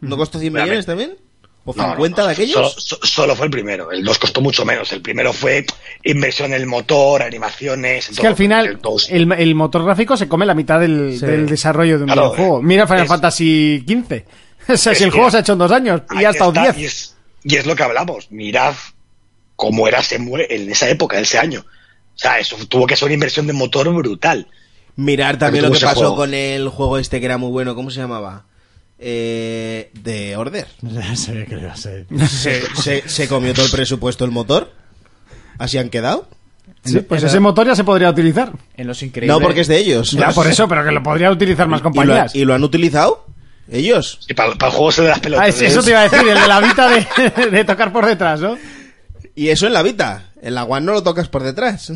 ¿No costó 100
Mm. Espérame.
millones también? ¿O
No, no,
50
no,
de
Solo,
aquellos?
so- solo fue el primero. El 2 costó mucho menos. El primero fue inversión en el motor, animaciones. en
Es
todo.
que al final
El dos-
el, el motor gráfico se come la mitad del,
Sí.
del desarrollo de un
Claro, eh,
videojuego. Mira Final
es-
Fantasy XV. O sea,
es
si el
que-
juego se ha hecho Pues en dos años y
ahí
ha estado
está,
diez.
Y es, y es lo que hablamos. Mirad cómo era Semue en esa época, en ese año. O sea, eso tuvo que ser una inversión de motor brutal.
Mirar también
Pero
lo que
ese
pasó
juego.
con el juego este que era muy bueno, ¿cómo se llamaba? Eh, de Order.
Sabía que le iba a ser.
Se, se- se comió todo el presupuesto el motor. ¿Así han quedado?
Sí, pues ese motor ya se podría utilizar.
En los increíbles.
No, porque es de ellos.
Ya, por eso, pero que lo podría utilizar más
¿Y lo,
compañías.
y lo han utilizado? ¿Ellos?
Y para, para el juego se de las pelotas.
Ah, es- eso te iba a decir, el de la vita de, de tocar por detrás, ¿no?
Y eso en la Vita. En la One no lo tocas por detrás.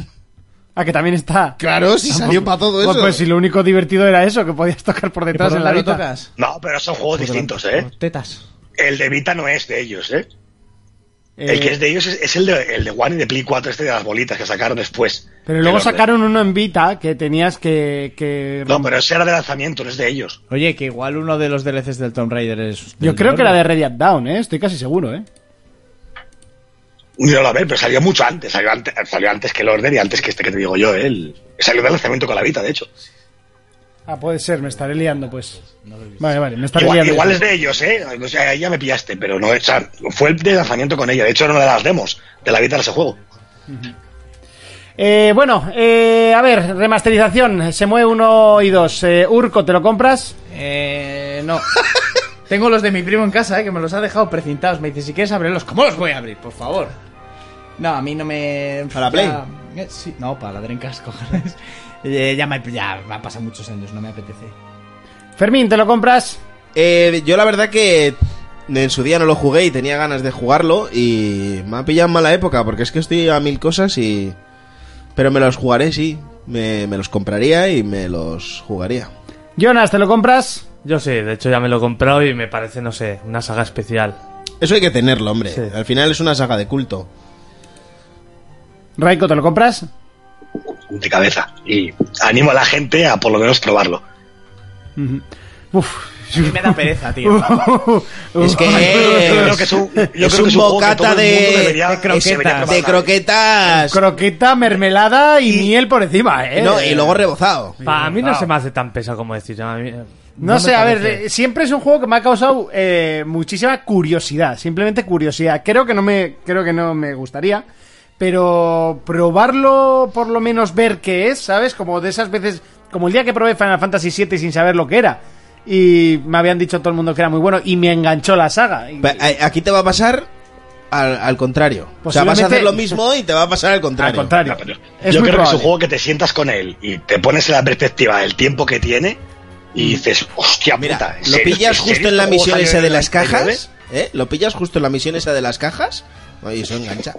Ah, que también está.
Claro, si salió para todo
Bueno,
eso.
pues si lo único divertido era eso, que podías tocar por
¿Y por
detrás en
dónde
la
lo
vita.
tocas?
No, pero son juegos distintos, ¿eh?
Por Tetas.
El de Vita no es de ellos, ¿eh?
Eh,
El que es de ellos es, es el, de, el de One y de Play 4, este de las bolitas que sacaron después.
Pero luego
Del orden.
sacaron uno en Vita que tenías que... que
No, pero ese era de lanzamiento, no es de ellos.
Oye, que igual uno de los DLCs del Tomb Raider es.
Yo
del
creo que
Lord.
era de Red Dead Down, ¿eh? Estoy casi seguro, ¿eh?
No lo ver, pero salió mucho antes. Salió antes, salió antes que el Order y antes que este que te digo yo, ¿eh? El- salió de lanzamiento con la Vita, de hecho.
Ah, puede ser, me estaré liando, pues. Vale, vale, me estaré
Igual,
liando.
igual es de ellos, ¿eh? O sea, ahí ya me pillaste, pero no, o sea, fue el de lanzamiento con ella. De hecho, era una de las demos de la Vita de ese juego.
Eh, bueno, eh, a ver, remasterización. Se mueve uno y dos. Eh, Urco, ¿te lo compras?
Eh. No. Tengo los de mi primo en casa, eh, que me los ha dejado precintados. Me dice, si quieres abrirlos, ¿cómo los voy a abrir? Por favor. No, a mí no me.
¿Para la Play?
Ya- eh, sí, no, para la Dreamcast, cojones. Eh, ya, me, ya me han pasado muchos años, no me apetece.
Fermín, ¿te lo compras?
Eh, yo la verdad que en su día no lo jugué y tenía ganas de jugarlo y me ha pillado en mala época porque es que estoy a mil cosas y... Pero me los jugaré, sí. Me, me los compraría y me los jugaría.
Jonas, ¿te lo compras?
Yo sí, de hecho ya me lo he comprado y me parece, no sé, una saga especial.
Eso hay que tenerlo, hombre.
Sí.
Al final es una saga de culto.
Raiko, ¿te lo compras?
De cabeza. Y animo a la gente a por lo menos probarlo.
Uf.
A mí me da pereza, tío.
Es que
Yo creo
es,
que es un, yo creo
es
que
un
es un juego que
bocata
todo el mundo
de,
debería- eh,
de croquetas.
debería probar.
de croquetas.
Croqueta, mermelada y, miel por encima, ¿eh?
No, y luego rebozado.
Pa- a mí no se me hace tan pesado como decir. a mí-
No,
me
sé, a ver,
parece.
eh, siempre es un juego que me ha causado eh, muchísima curiosidad, simplemente curiosidad. Creo que no me, creo que no me gustaría, pero probarlo, por lo menos ver qué es, ¿sabes? Como de esas veces, como el día que probé Final Fantasy VII sin saber lo que era y me habían dicho todo el mundo que era muy bueno y me enganchó la saga. Y-
eh,
Pa- a- eh, Aquí te va a pasar al, al contrario. O sea, vas a hacer
Posiblemente-
lo mismo y te va a pasar al
al
contrario.
contrario,
No, pero
es muy
yo creo que es un
probable.
juego que te sientas con él y te pones en la perspectiva del tiempo que tiene y dices, hostia,
Mm. Mira,
puta, ¿en
lo
serio?
pillas
¿En
justo
serio
en la
este juego
misión
salió
esa
en
de
el
las
99?
cajas. ¿Eh? Lo pillas justo en la misión esa de las cajas. Oye, eso engancha.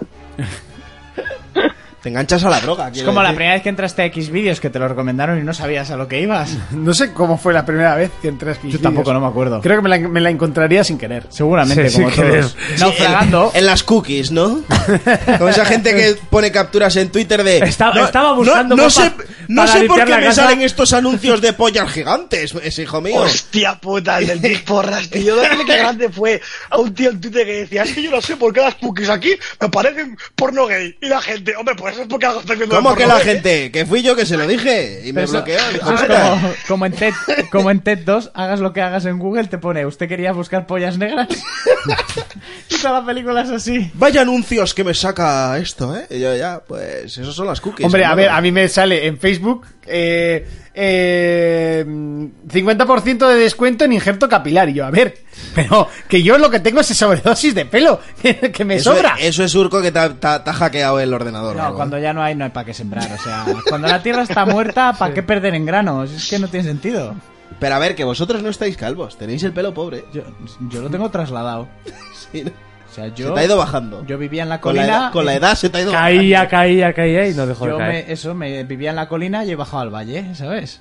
te enganchas a la droga.
Es
quiero
como la
decir.
primera vez que entraste a X vídeos que te lo recomendaron y no sabías a lo que ibas.
No sé cómo fue la primera vez que entré a Xvideos.
Yo tampoco, no me acuerdo.
Creo que me la, me la encontraría sin querer.
Seguramente,
Sí,
como
sí que
todos.
es.
Naufragando.
En las cookies, ¿no? Con esa gente que pone capturas en Twitter de.
Esta-
no,
estaba buscando
No, no
pa-
sé, no
para
sé por
limpiar
qué
la
me
casa.
salen estos anuncios de pollas gigantes, es hijo mío.
Hostia puta, el del Big Porras, tío. Dale qué grande fue a un tío en Twitter que decía: Es que yo no sé por qué las cookies aquí me parecen porno gay. Y la gente, hombre, pues eso es porque algo estáis viendo.
¿Cómo
en
que
porno,
la
¿eh?
gente? Que fui yo que se lo dije y me
Eso-
bloqueó. dijo,
eso es
"Puta".
como, como en TED, como en TED 2, hagas lo que hagas en Google, te pone, ¿usted quería buscar pollas negras? y toda la película es así.
Vaya anuncios que me saca esto, ¿eh? Y yo ya, pues, esos son las cookies.
Hombre, a
hermano.
ver, a mí me sale en Facebook eh, eh, 50% de descuento en injerto capilar. Y yo, a ver, pero que yo lo que tengo es sobredosis de pelo, que, que me
eso
sobra.
Es, eso es surco que te ha, te ha- te ha hackeado el ordenador.
No,
algo, ¿eh?
cuando ya no hay, no hay para qué sembrar. O sea, cuando la tierra está muerta, ¿para qué perder en granos? Es que no tiene sentido.
Pero a ver, que vosotros no estáis calvos, tenéis el pelo pobre.
Yo, yo lo tengo trasladado.
Sí, ¿no?
O sea,
se
yo,
te ha ido bajando.
yo vivía en la
con, la
colina.
edad, con la edad se te ha ido
Caía, caía, caía y no dejó de
Yo
eh.
caer.
me, eso, me vivía en la colina y he bajado al valle, ¿sabes?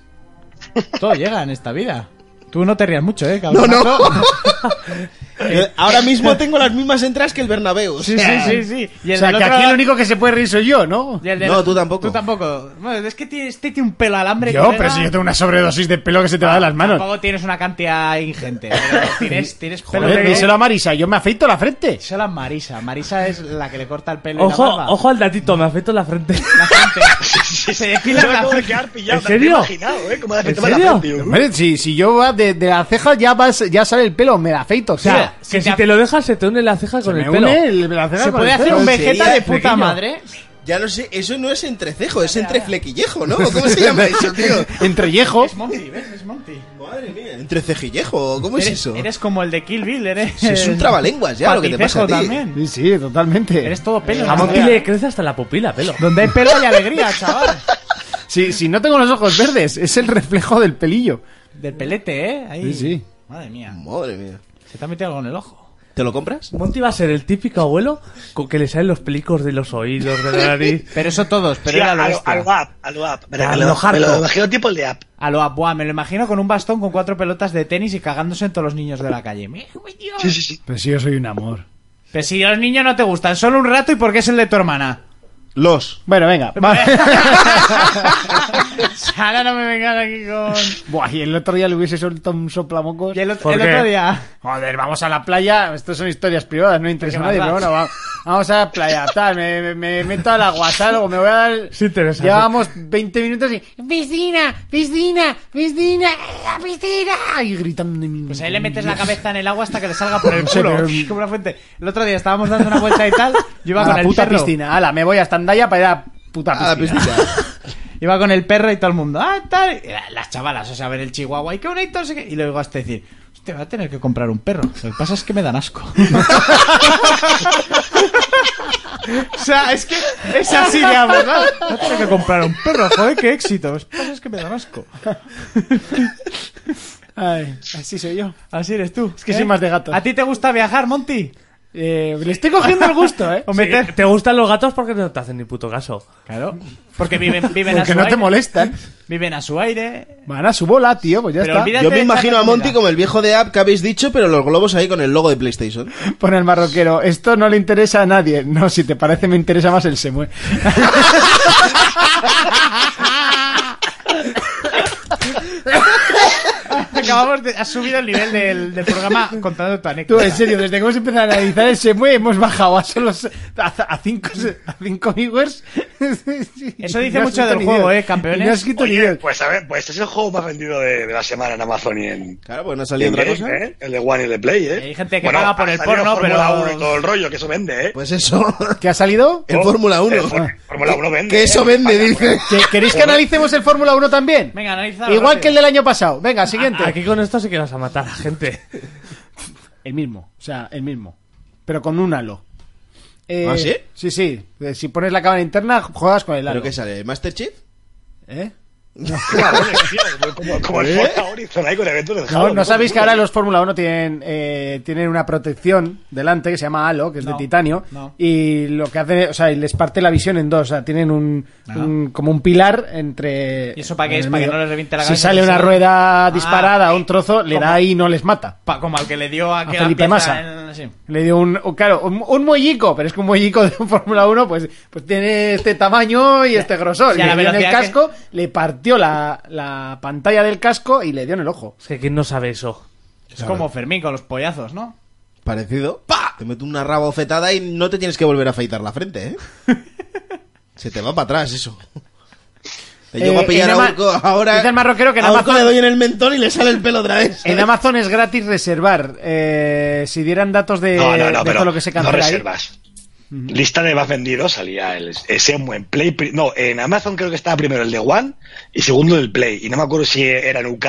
Todo llega en esta vida. Tú no te rías mucho, ¿eh?
bajando.
cabrón?
No, no. Yo Ahora mismo tengo las mismas entradas que el Bernabéu. o
Sí, sí,
sea,
sí, sí. Y
O
el
sea,
del
que
otro
aquí el
lado-
único que se puede reír soy yo, ¿no?
y el del-
No, tú tampoco.
Tú tampoco. Bueno, es que tiene- este tiene un pelo alambre.
Yo,
colega.
pero si yo tengo una sobredosis de pelo que se te va de las manos.
Tampoco tienes una cantidad ingente. Pero tienes, tienes pelo.
Joder,
negro.
díselo a Marisa, yo me afeito la frente.
Eso la Marisa. Marisa es la que le corta el pelo y
Ojo,
la barba.
ojo al datito, me afecto la frente.
La gente. Se
Yo
depila
me
la
acabo de
frente.
quedar pillado.
¿En
me había
serio?
imaginado, ¿eh? Cómo de repente
¿En
me la
serio?
gente, yo,
Hombre, si, si yo va de, de la ceja ya, vas, ya sale el pelo, me la afeito. O sea,
que si te lo dejas, se te une la ceja con
me
el pelo.
une el- la ceja
Se
con
puede
el
hacer
pelo.
un
Sería
vegeta de puta
pequeño.
madre.
Ya no sé, eso no es entrecejo, es entre flequillejo, ¿no? ¿Cómo se llama eso, tío?
Entre yejos.
Es Monty, ¿ves? Es Monty.
Madre mía, entre cejillejo, ¿cómo es
Eres,
eso?
eres como el de Kill Bill, eres.
Si es un trabalenguas ya lo que te pasa a ti.
Paticejo también.
Sí, sí, totalmente.
Eres todo pelo.
A Monty
hostia.
le crece hasta la pupila, pelo.
Donde hay pelo hay alegría, chaval.
Si, si no tengo los ojos verdes, es el reflejo del pelillo.
Del pelete, ¿eh?
Sí,
Ahí.
sí.
Madre mía.
Madre mía.
Se te ha metido algo en el ojo.
¿Te lo compras?
Monty va a ser el típico abuelo con que le salen los pelicos de los oídos, de la nariz.
Pero eso todos, pero
Sí,
era lo
al,
bestia.
al app, al app. Me,
A lo
me lo, me lo
hardcore.
imagino tipo el de app.
A lo abuá, me lo imagino con un bastón con cuatro pelotas de tenis y cagándose en todos los niños de la calle. Mira, güey, Dios.
Sí, sí, sí.
Pero si yo soy un amor.
Pero si los niños no te gustan, solo un rato y porque es el de tu hermana.
Los.
Bueno, venga. va.
Ahora no me vengan aquí con.
Buah, y el otro día le hubiese soltado un soplamocos.
Y el, ot-
¿Por
el
qué?
otro día.
Joder, vamos a la playa. Estas son historias privadas, no interesa a
Porque
nadie.
más
Pero
da.
bueno, va- vamos a la playa. Tal, me, me- me meto al agua, salgo, me voy a dar.
Sí, interesante.
Llevábamos 20 minutos y. ¡Piscina! ¡Piscina! ¡Piscina! eh, ¡La piscina! Y gritando.
Pues ahí le metes la cabeza en el agua hasta que le salga por el
No sé,
culo.
pero-
Como una fuente. El otro día estábamos dando una vuelta y tal. Yo iba
a
con
la
el
puta
perro.
piscina. Ala, me voy hasta Andaya para ir a la puta
A la
piscina.
piscina.
Iba con el perro y todo el mundo. ¡Ah, tal! Y la- Las chavalas, o sea, a ver el chihuahua y qué bonito. no sé qué. Y luego hasta este decir, usted va a tener que comprar un perro. Lo que pasa es que me dan asco. o sea, es que es así de abordado. Va a tener que comprar un perro, joder, qué éxito. Lo que pasa es que me dan asco.
Ay, así soy yo.
Así eres tú. ¿eh?
Es que soy más de gato.
¿A ti te gusta viajar, Monty?
Eh, le estoy cogiendo el gusto, ¿eh?
¿O
Sí,
meter?
¿Te gustan los gatos porque no te hacen ni puto caso?
Claro. Porque viven, viven a
Porque
su
no te
aire.
molestan.
Viven a su aire.
Van a su bola, tío, pues ya
Pero
está.
olvida-
Yo me imagino a Monty como el viejo de app que habéis dicho, pero los globos ahí con el logo de PlayStation.
Pone el marroquero, esto no le interesa a nadie. No, si te parece, me interesa más el semue.
Acabamos de. Has subido el nivel del, del programa contando tu
Tú,
anécdota.
en serio, desde que hemos empezado a analizar el semue, hemos bajado a solo se- a, a cinco, se- a cinco viewers.
Eso dice
Y no has
mucho
escrito
del
ni
juego,
Dios.
¿eh, campeones?
Y No has escrito ni
Oye,
Dios.
pues a ver, pues es el juego más vendido de, de la semana en Amazon y en.
Claro, pues no
y
salía
en
otra
Game,
cosa.
¿eh? El de One y el de Play, ¿eh?
Hay gente que paga por
ha
el
salido
porno,
Fórmula
pero-
1 y todo el rollo, que eso vende, ¿eh?
Pues eso.
¿Qué ha salido?
El Fórmula 1.
Oh, El Fór- Fórmula 1 vende.
Que eso
¿eh?
vende,
Vaya,
dice.
¿Que- ¿Queréis que analicemos el Fórmula 1 también?
Venga, analiza.
Igual que el del año pasado. Venga, siguiente.
Aquí con esto sí que vas a matar a gente.
El mismo, o sea, el mismo. Pero con un halo. Eh,
¿Ah, sí?
Sí, sí. Eh, Si pones la cámara interna, juegas con el halo.
¿Pero qué sale? ¿Master Chief?
¿Eh?
tío, Como, como
¿Eh?
el Forza Horizon ahí con eventos del
No,
Halo,
no sabéis que ahora los Fórmula 1 tienen, eh, tienen una protección delante que se llama halo, que es de
No,
titanio.
no.
Y lo que hace, o sea, y les parte la visión en dos. O sea, tienen un, un- como un pilar entre.
Ah. ¿Y eso para qué
en
es?
el
¿Para que
medio.
no les reviente la
Si
cabeza?
sale
¿Que
una
sale?
rueda
Ah.
disparada a un trozo, le
Como-
da ahí y no les mata.
Pa- como al que le dio a, aquella
Felipe
pieza
Massa.
en- sí.
Le dio un, un- claro, un, un muellico, pero es que un muellico de un Fórmula 1, pues, pues tiene este tamaño y este grosor. Y,
y a la
le dio en el
velocidad que-
casco, le partió la, la pantalla del casco y le dio en el ojo.
Es que quién no sabe eso.
Es como Fermín con los pollazos, ¿no?
Parecido. ¡Pa! Te meto una rabofetada y no te tienes que volver a afeitar la frente, ¿eh? Se te va para atrás eso. Te
Eh,
llego a pillar
en
a
Ama-
Urco ahora.
dice el marroquero que en
a Urco
Amazon-
le doy en el mentón y le sale el pelo otra vez.
En Amazon es gratis reservar. Eh, si dieran datos de,
No, no, no,
de
pero
todo lo que se
no
cancela ahí.
reservas. Lista de más vendidos salía el ese en Play. pri- No, en Amazon creo que estaba primero el de One y segundo el Play. Y no me acuerdo si era en UK,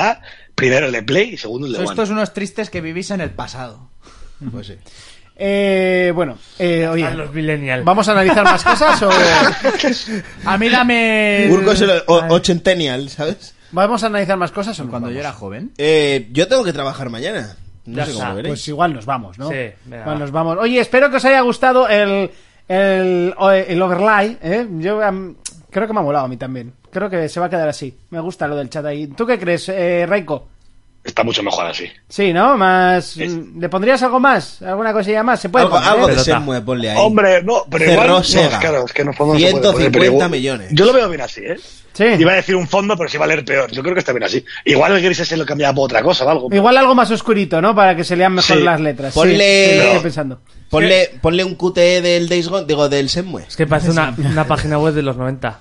primero el de Play y segundo el de
Esto
One.
es unos tristes que vivís en el pasado.
Pues
Eh, bueno, eh, oye,
A los millennials.
¿vamos a analizar más cosas o
A mí dame. el-
Urco es el o- ochentennial, ¿sabes?
vamos a analizar más cosas o no
Cuando yo
vamos?
era joven.
Eh, yo tengo que trabajar mañana. No
Ya
sé
está,
cómo veréis.
Pues igual nos vamos, ¿no?
Sí, venga,
Igual
va.
nos vamos. Oye, espero que os haya gustado el, el, o- el overlay. ¿eh? Yo am, creo que me ha molado a mí también. Creo que se va a quedar así. Me gusta lo del chat ahí. ¿Tú qué crees, eh, Raiko?
Está mucho mejor así.
Sí, ¿no? Más.
Es-
mm, ¿Le pondrías algo más? ¿Alguna cosilla más? ¿Se puede
Algo,
poner,
algo
eh?
de
Pelota.
Semue, ponle ahí.
Hombre, no, pero igual.
Cerró
no, es
Sega.
claro, es que en el fondo no se puede poner, pero
150
igual-
millones.
Yo lo veo bien así, ¿eh?
Sí.
Iba a decir un fondo, pero se iba a leer peor. Yo creo que está bien así. Igual el gris ese lo cambiaba por otra cosa o algo.
Igual algo más oscurito, ¿no? Para que se lean mejor
Sí.
las letras. Sí,
Ponle-
sí, lo estoy
No.
pensando.
Ponle, ponle un QTE del Days Gone, digo, del Semue.
Es que parece una, una página web de los 90.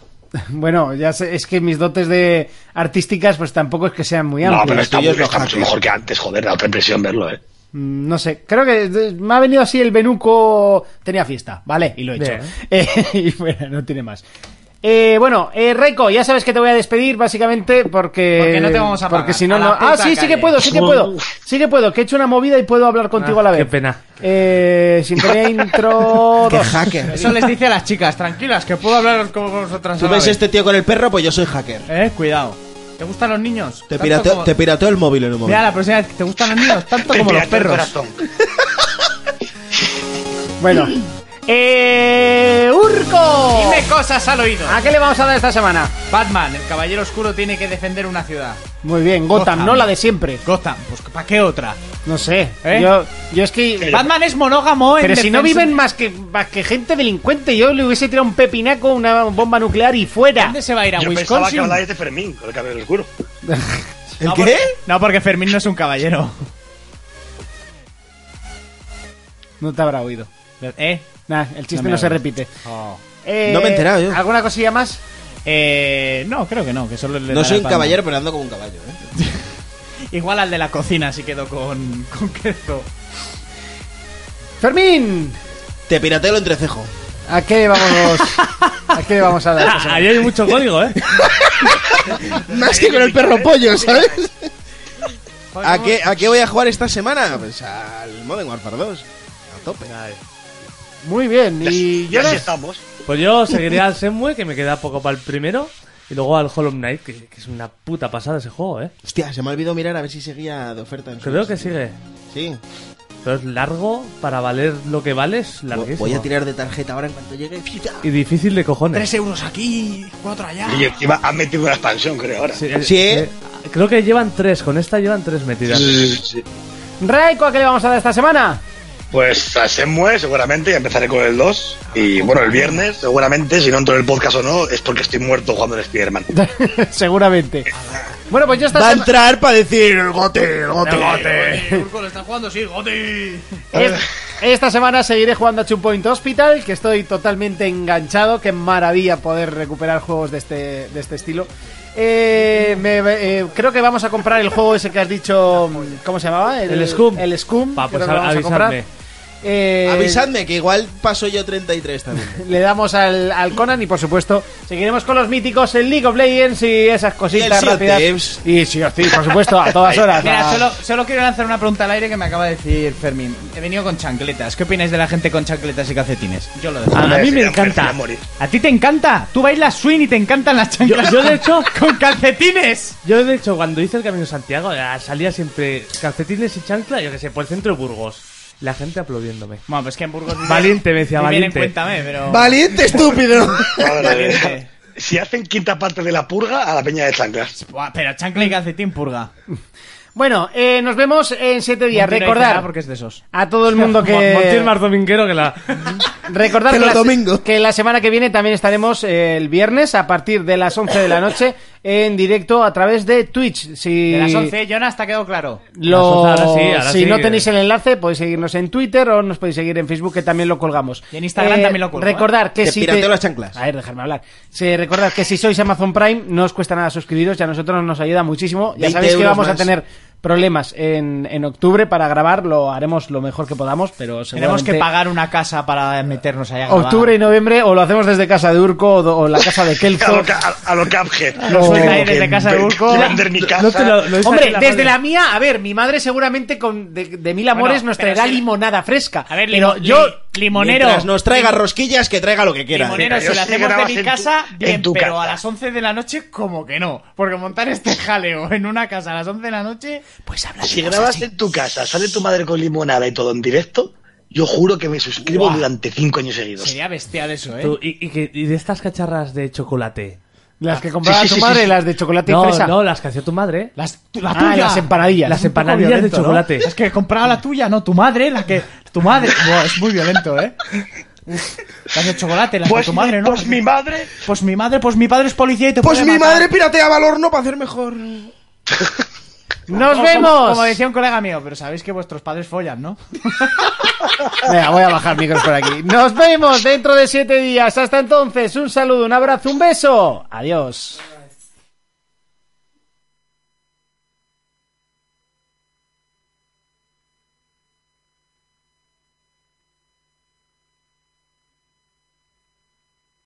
Bueno, ya sé, es que mis dotes de artísticas pues tampoco es que sean muy
No,
amplias.
pero está,
tuyos
muy-
lo
está mucho
hackean.
mejor que antes, joder, da otra impresión verlo, ¿eh?
Mm, No sé, creo que de- me ha venido así el Benuco. Tenía fiesta, ¿vale? Y lo he hecho.
Bien.
Eh, y fuera, no tiene más. Eh, bueno, eh, Reiko, ya sabes que te voy a despedir básicamente porque.
Porque no te vamos a
Porque
pagar,
si no,
a la
no.
puta
Ah, sí, sí que
calle.
puedo, sí que puedo. Sí que puedo, que he hecho una movida y puedo hablar contigo
Ah,
a la vez.
qué pena.
Eh, sintonía intro
¡Qué
2.
hacker!
Eso les dice a las chicas, tranquilas, que puedo hablar con vosotras.
Tú
a la
ves
vez.
este tío con el perro, pues yo soy hacker.
Eh, cuidado. ¿Te gustan los niños?
Te
Tanto
pirateó,
como-
te pirateó el móvil en
Mira,
un momento.
la próxima vez que te gustan los niños, tanto
Te
como los
piratea el
perros.
corazón.
Bueno. Eh,
Oh.
Urco.
Dime cosas al oído.
¿A qué le vamos a dar esta semana?
Batman, el caballero oscuro tiene que defender una ciudad.
Muy bien, Gotham,
Gotham.
no la de siempre.
Gotham, pues ¿para qué otra?
No sé.
¿Eh?
Yo, yo es que.
Batman es monógamo en
Pero si no
defensa-
viven más que, más que gente delincuente, yo le hubiese tirado un pepinaco, una bomba nuclear y fuera.
¿Dónde se va a ir a
Yo pensaba que
Wisconsin?
hablabais de Fermín, con el cabello oscuro.
¿El
No,
qué?
porque- no, porque Fermín no es un caballero.
No te habrá oído.
¿Eh?
Nah, el chiste
me
no, se
hables.
repite.
Oh.
Eh,
No me he enterado yo.
¿Alguna cosilla más?
Eh, no, creo que no, que solo le
No
da
soy
la
un
palma.
caballero, pero ando como un caballo. ¿eh?
Igual al de la cocina sí quedó con, con queso.
Fermín,
Te pirateo el entrecejo.
¿a qué vamos, a qué le vamos a dar? esta semana?
Ahí hay mucho código, ¿eh?
Más que con el perro pollo, ¿sabes? ¿A qué, ¿A qué voy a jugar esta semana? Pues al Modern Warfare 2. A tope.
Muy bien. ¿Y
Y así
Jonas?
estamos.
Pues yo seguiré al Semue, que me queda poco para el primero. Y luego al Hollow Knight, que, que es una puta pasada ese juego, ¿eh?
Hostia, se me ha olvidado mirar a ver si seguía de oferta. En su-
Creo que sigue.
Sí.
Pero es largo, para valer lo que vale es larguísimo.
Voy a tirar de tarjeta ahora en cuanto llegue. ¡Fita!
Y difícil de cojones.
euros aquí, cuatro allá.
Y encima han metido una expansión, creo, ahora.
Sí, eh,
Sí.
eh, creo que llevan tres, con esta llevan tres metidas.
Raiko, ¿a qué le vamos a dar esta semana?
Pues a Semue seguramente, y empezaré con el 2. Y bueno, el viernes seguramente, si no entro en el podcast o no, es porque estoy muerto jugando en Spider-Man.
Seguramente. Bueno, pues yo esta
Va a
semana...
entrar para decir el gote, el gote.
lo está jugando, sí, Goti.
Es- Esta semana seguiré jugando a Two Point Hospital, que estoy totalmente enganchado. Qué maravilla poder recuperar juegos de este, de este estilo. Eh, me- me- eh, creo que vamos a comprar el juego ese que has dicho. ¿Cómo se llamaba?
El Scum.
El Scum.
Pa,
creo
pues
que lo vamos a
avisadme.
comprar. Eh,
Avisadme que igual paso yo 33 también.
Le damos al, al Conan y por supuesto seguiremos con los míticos, el League of Legends y esas cositas
Y el Sea of
rápidas.
Thieves.
Y sí, sí, por supuesto, a todas horas.
Mira,
A-
solo, solo quiero lanzar una pregunta al aire que me acaba de decir Fermín. He venido con chancletas. ¿Qué opináis de la gente con chancletas y calcetines? Yo lo dejo.
A mí me
Sería-
encanta.
sería morir.
¿A ti te encanta? Tú bailas swing y te encantan las chanclas.
Yo- yo, de hecho-
con calcetines.
Yo, de hecho, cuando hice el Camino de Santiago, ah, salía siempre calcetines y chancla, yo que sé, por el centro de Burgos. La gente aplaudiéndome.
Bueno, pues que en Burgos. viven-
Valiente, me decía,
viven en
valiente.
Cuéntame, pero.
¡Valiente, estúpido!
Madre mía. Si hacen quinta parte de la purga, a la peña de chanclas.
Buah, pero chancla y calcetín purga.
Bueno, eh, nos vemos en siete días.
Monti no dice nada
Recordar
porque es de esos.
a todo el mundo
Mon- Montiel
que
más dominguero que la.
Recordad
Te
que
lo
la,
domingo.
que la semana que viene también estaremos eh, el viernes a partir de las 11 de la noche en directo a través de Twitch. Si
De las 11, Jonas, ¿te ha quedado claro?
lo-
Las 11, ahora sí, ahora
si
sí.
no tenéis el enlace, podéis seguirnos en Twitter o nos podéis seguir en Facebook, que también lo colgamos.
Y en Instagram también lo colgo, ¿eh?
Recordad que
Te
si.
pirateo las chanclas.
A ver, dejarme hablar. Sí, recordad que si sois Amazon Prime, no os cuesta nada suscribiros y a nosotros nos ayuda muchísimo. Ya
20
sabéis que
euros
vamos a
más.
tener problemas en, en octubre para grabar, lo haremos lo mejor que podamos, pero
Tenemos
seguramente
que pagar una casa para meternos allá. a grabar.
octubre y noviembre o lo hacemos desde casa de Urco o, do- o la casa de
A
Kelzo.
lo, ca- a, a lo Cuphead.
No,
Tengo
caer desde
que
casa de
ver-
Urco.
vender mi casa.
Hombre, desde la mía, a ver, mi madre seguramente con de, de mil amores nos
pero
traerá
sí.
limonada fresca.
A ver,
pero
limo-
yo
li- limonero.
Mientras nos traiga rosquillas, que traiga lo que quiera.
Limonero,
Venga,
si
yo
lo
sé que
hacemos de
grabas
mi
en tu-
casa,
en
bien,
tu
pero a
casa.
las 11 de la noche, como que no. Porque montar este jaleo en una casa a las 11 de la noche, pues habla
Si grabas en tu casa, sale tu madre con limonada y todo en directo, yo juro que me suscribo durante cinco años seguidos.
Sería bestial eso, ¿eh?
Tú, y, y que- y de estas cacharras de chocolate.
Ah.
las que compraba
Sí, sí,
tu
sí,
madre,
sí.
las de chocolate y
No,
fresa.
no, las que hacía tu madre.
Las, tu- la
Ah,
tuya.
las empanadillas.
Las
Es un poco
empanadillas de
violento, ¿no?
chocolate.
Es que compraba la tuya, no, tu madre, la que. Tu madre. Buah, es muy violento, ¿eh? Uf, Las de chocolate, las
Pues,
de tu madre, ¿no?
pues mi madre.
Pues mi madre, pues mi padre es policía y te
Pues
puede
mi
matar.
madre pirateaba al horno para hacer mejor.
¡Nos
Como-
vemos!
Como decía un colega mío, pero sabéis que vuestros padres follan, ¿no?
Venga, voy a bajar micros por aquí. Nos vemos dentro de siete días. Hasta entonces, un saludo, un abrazo, un beso. Adiós.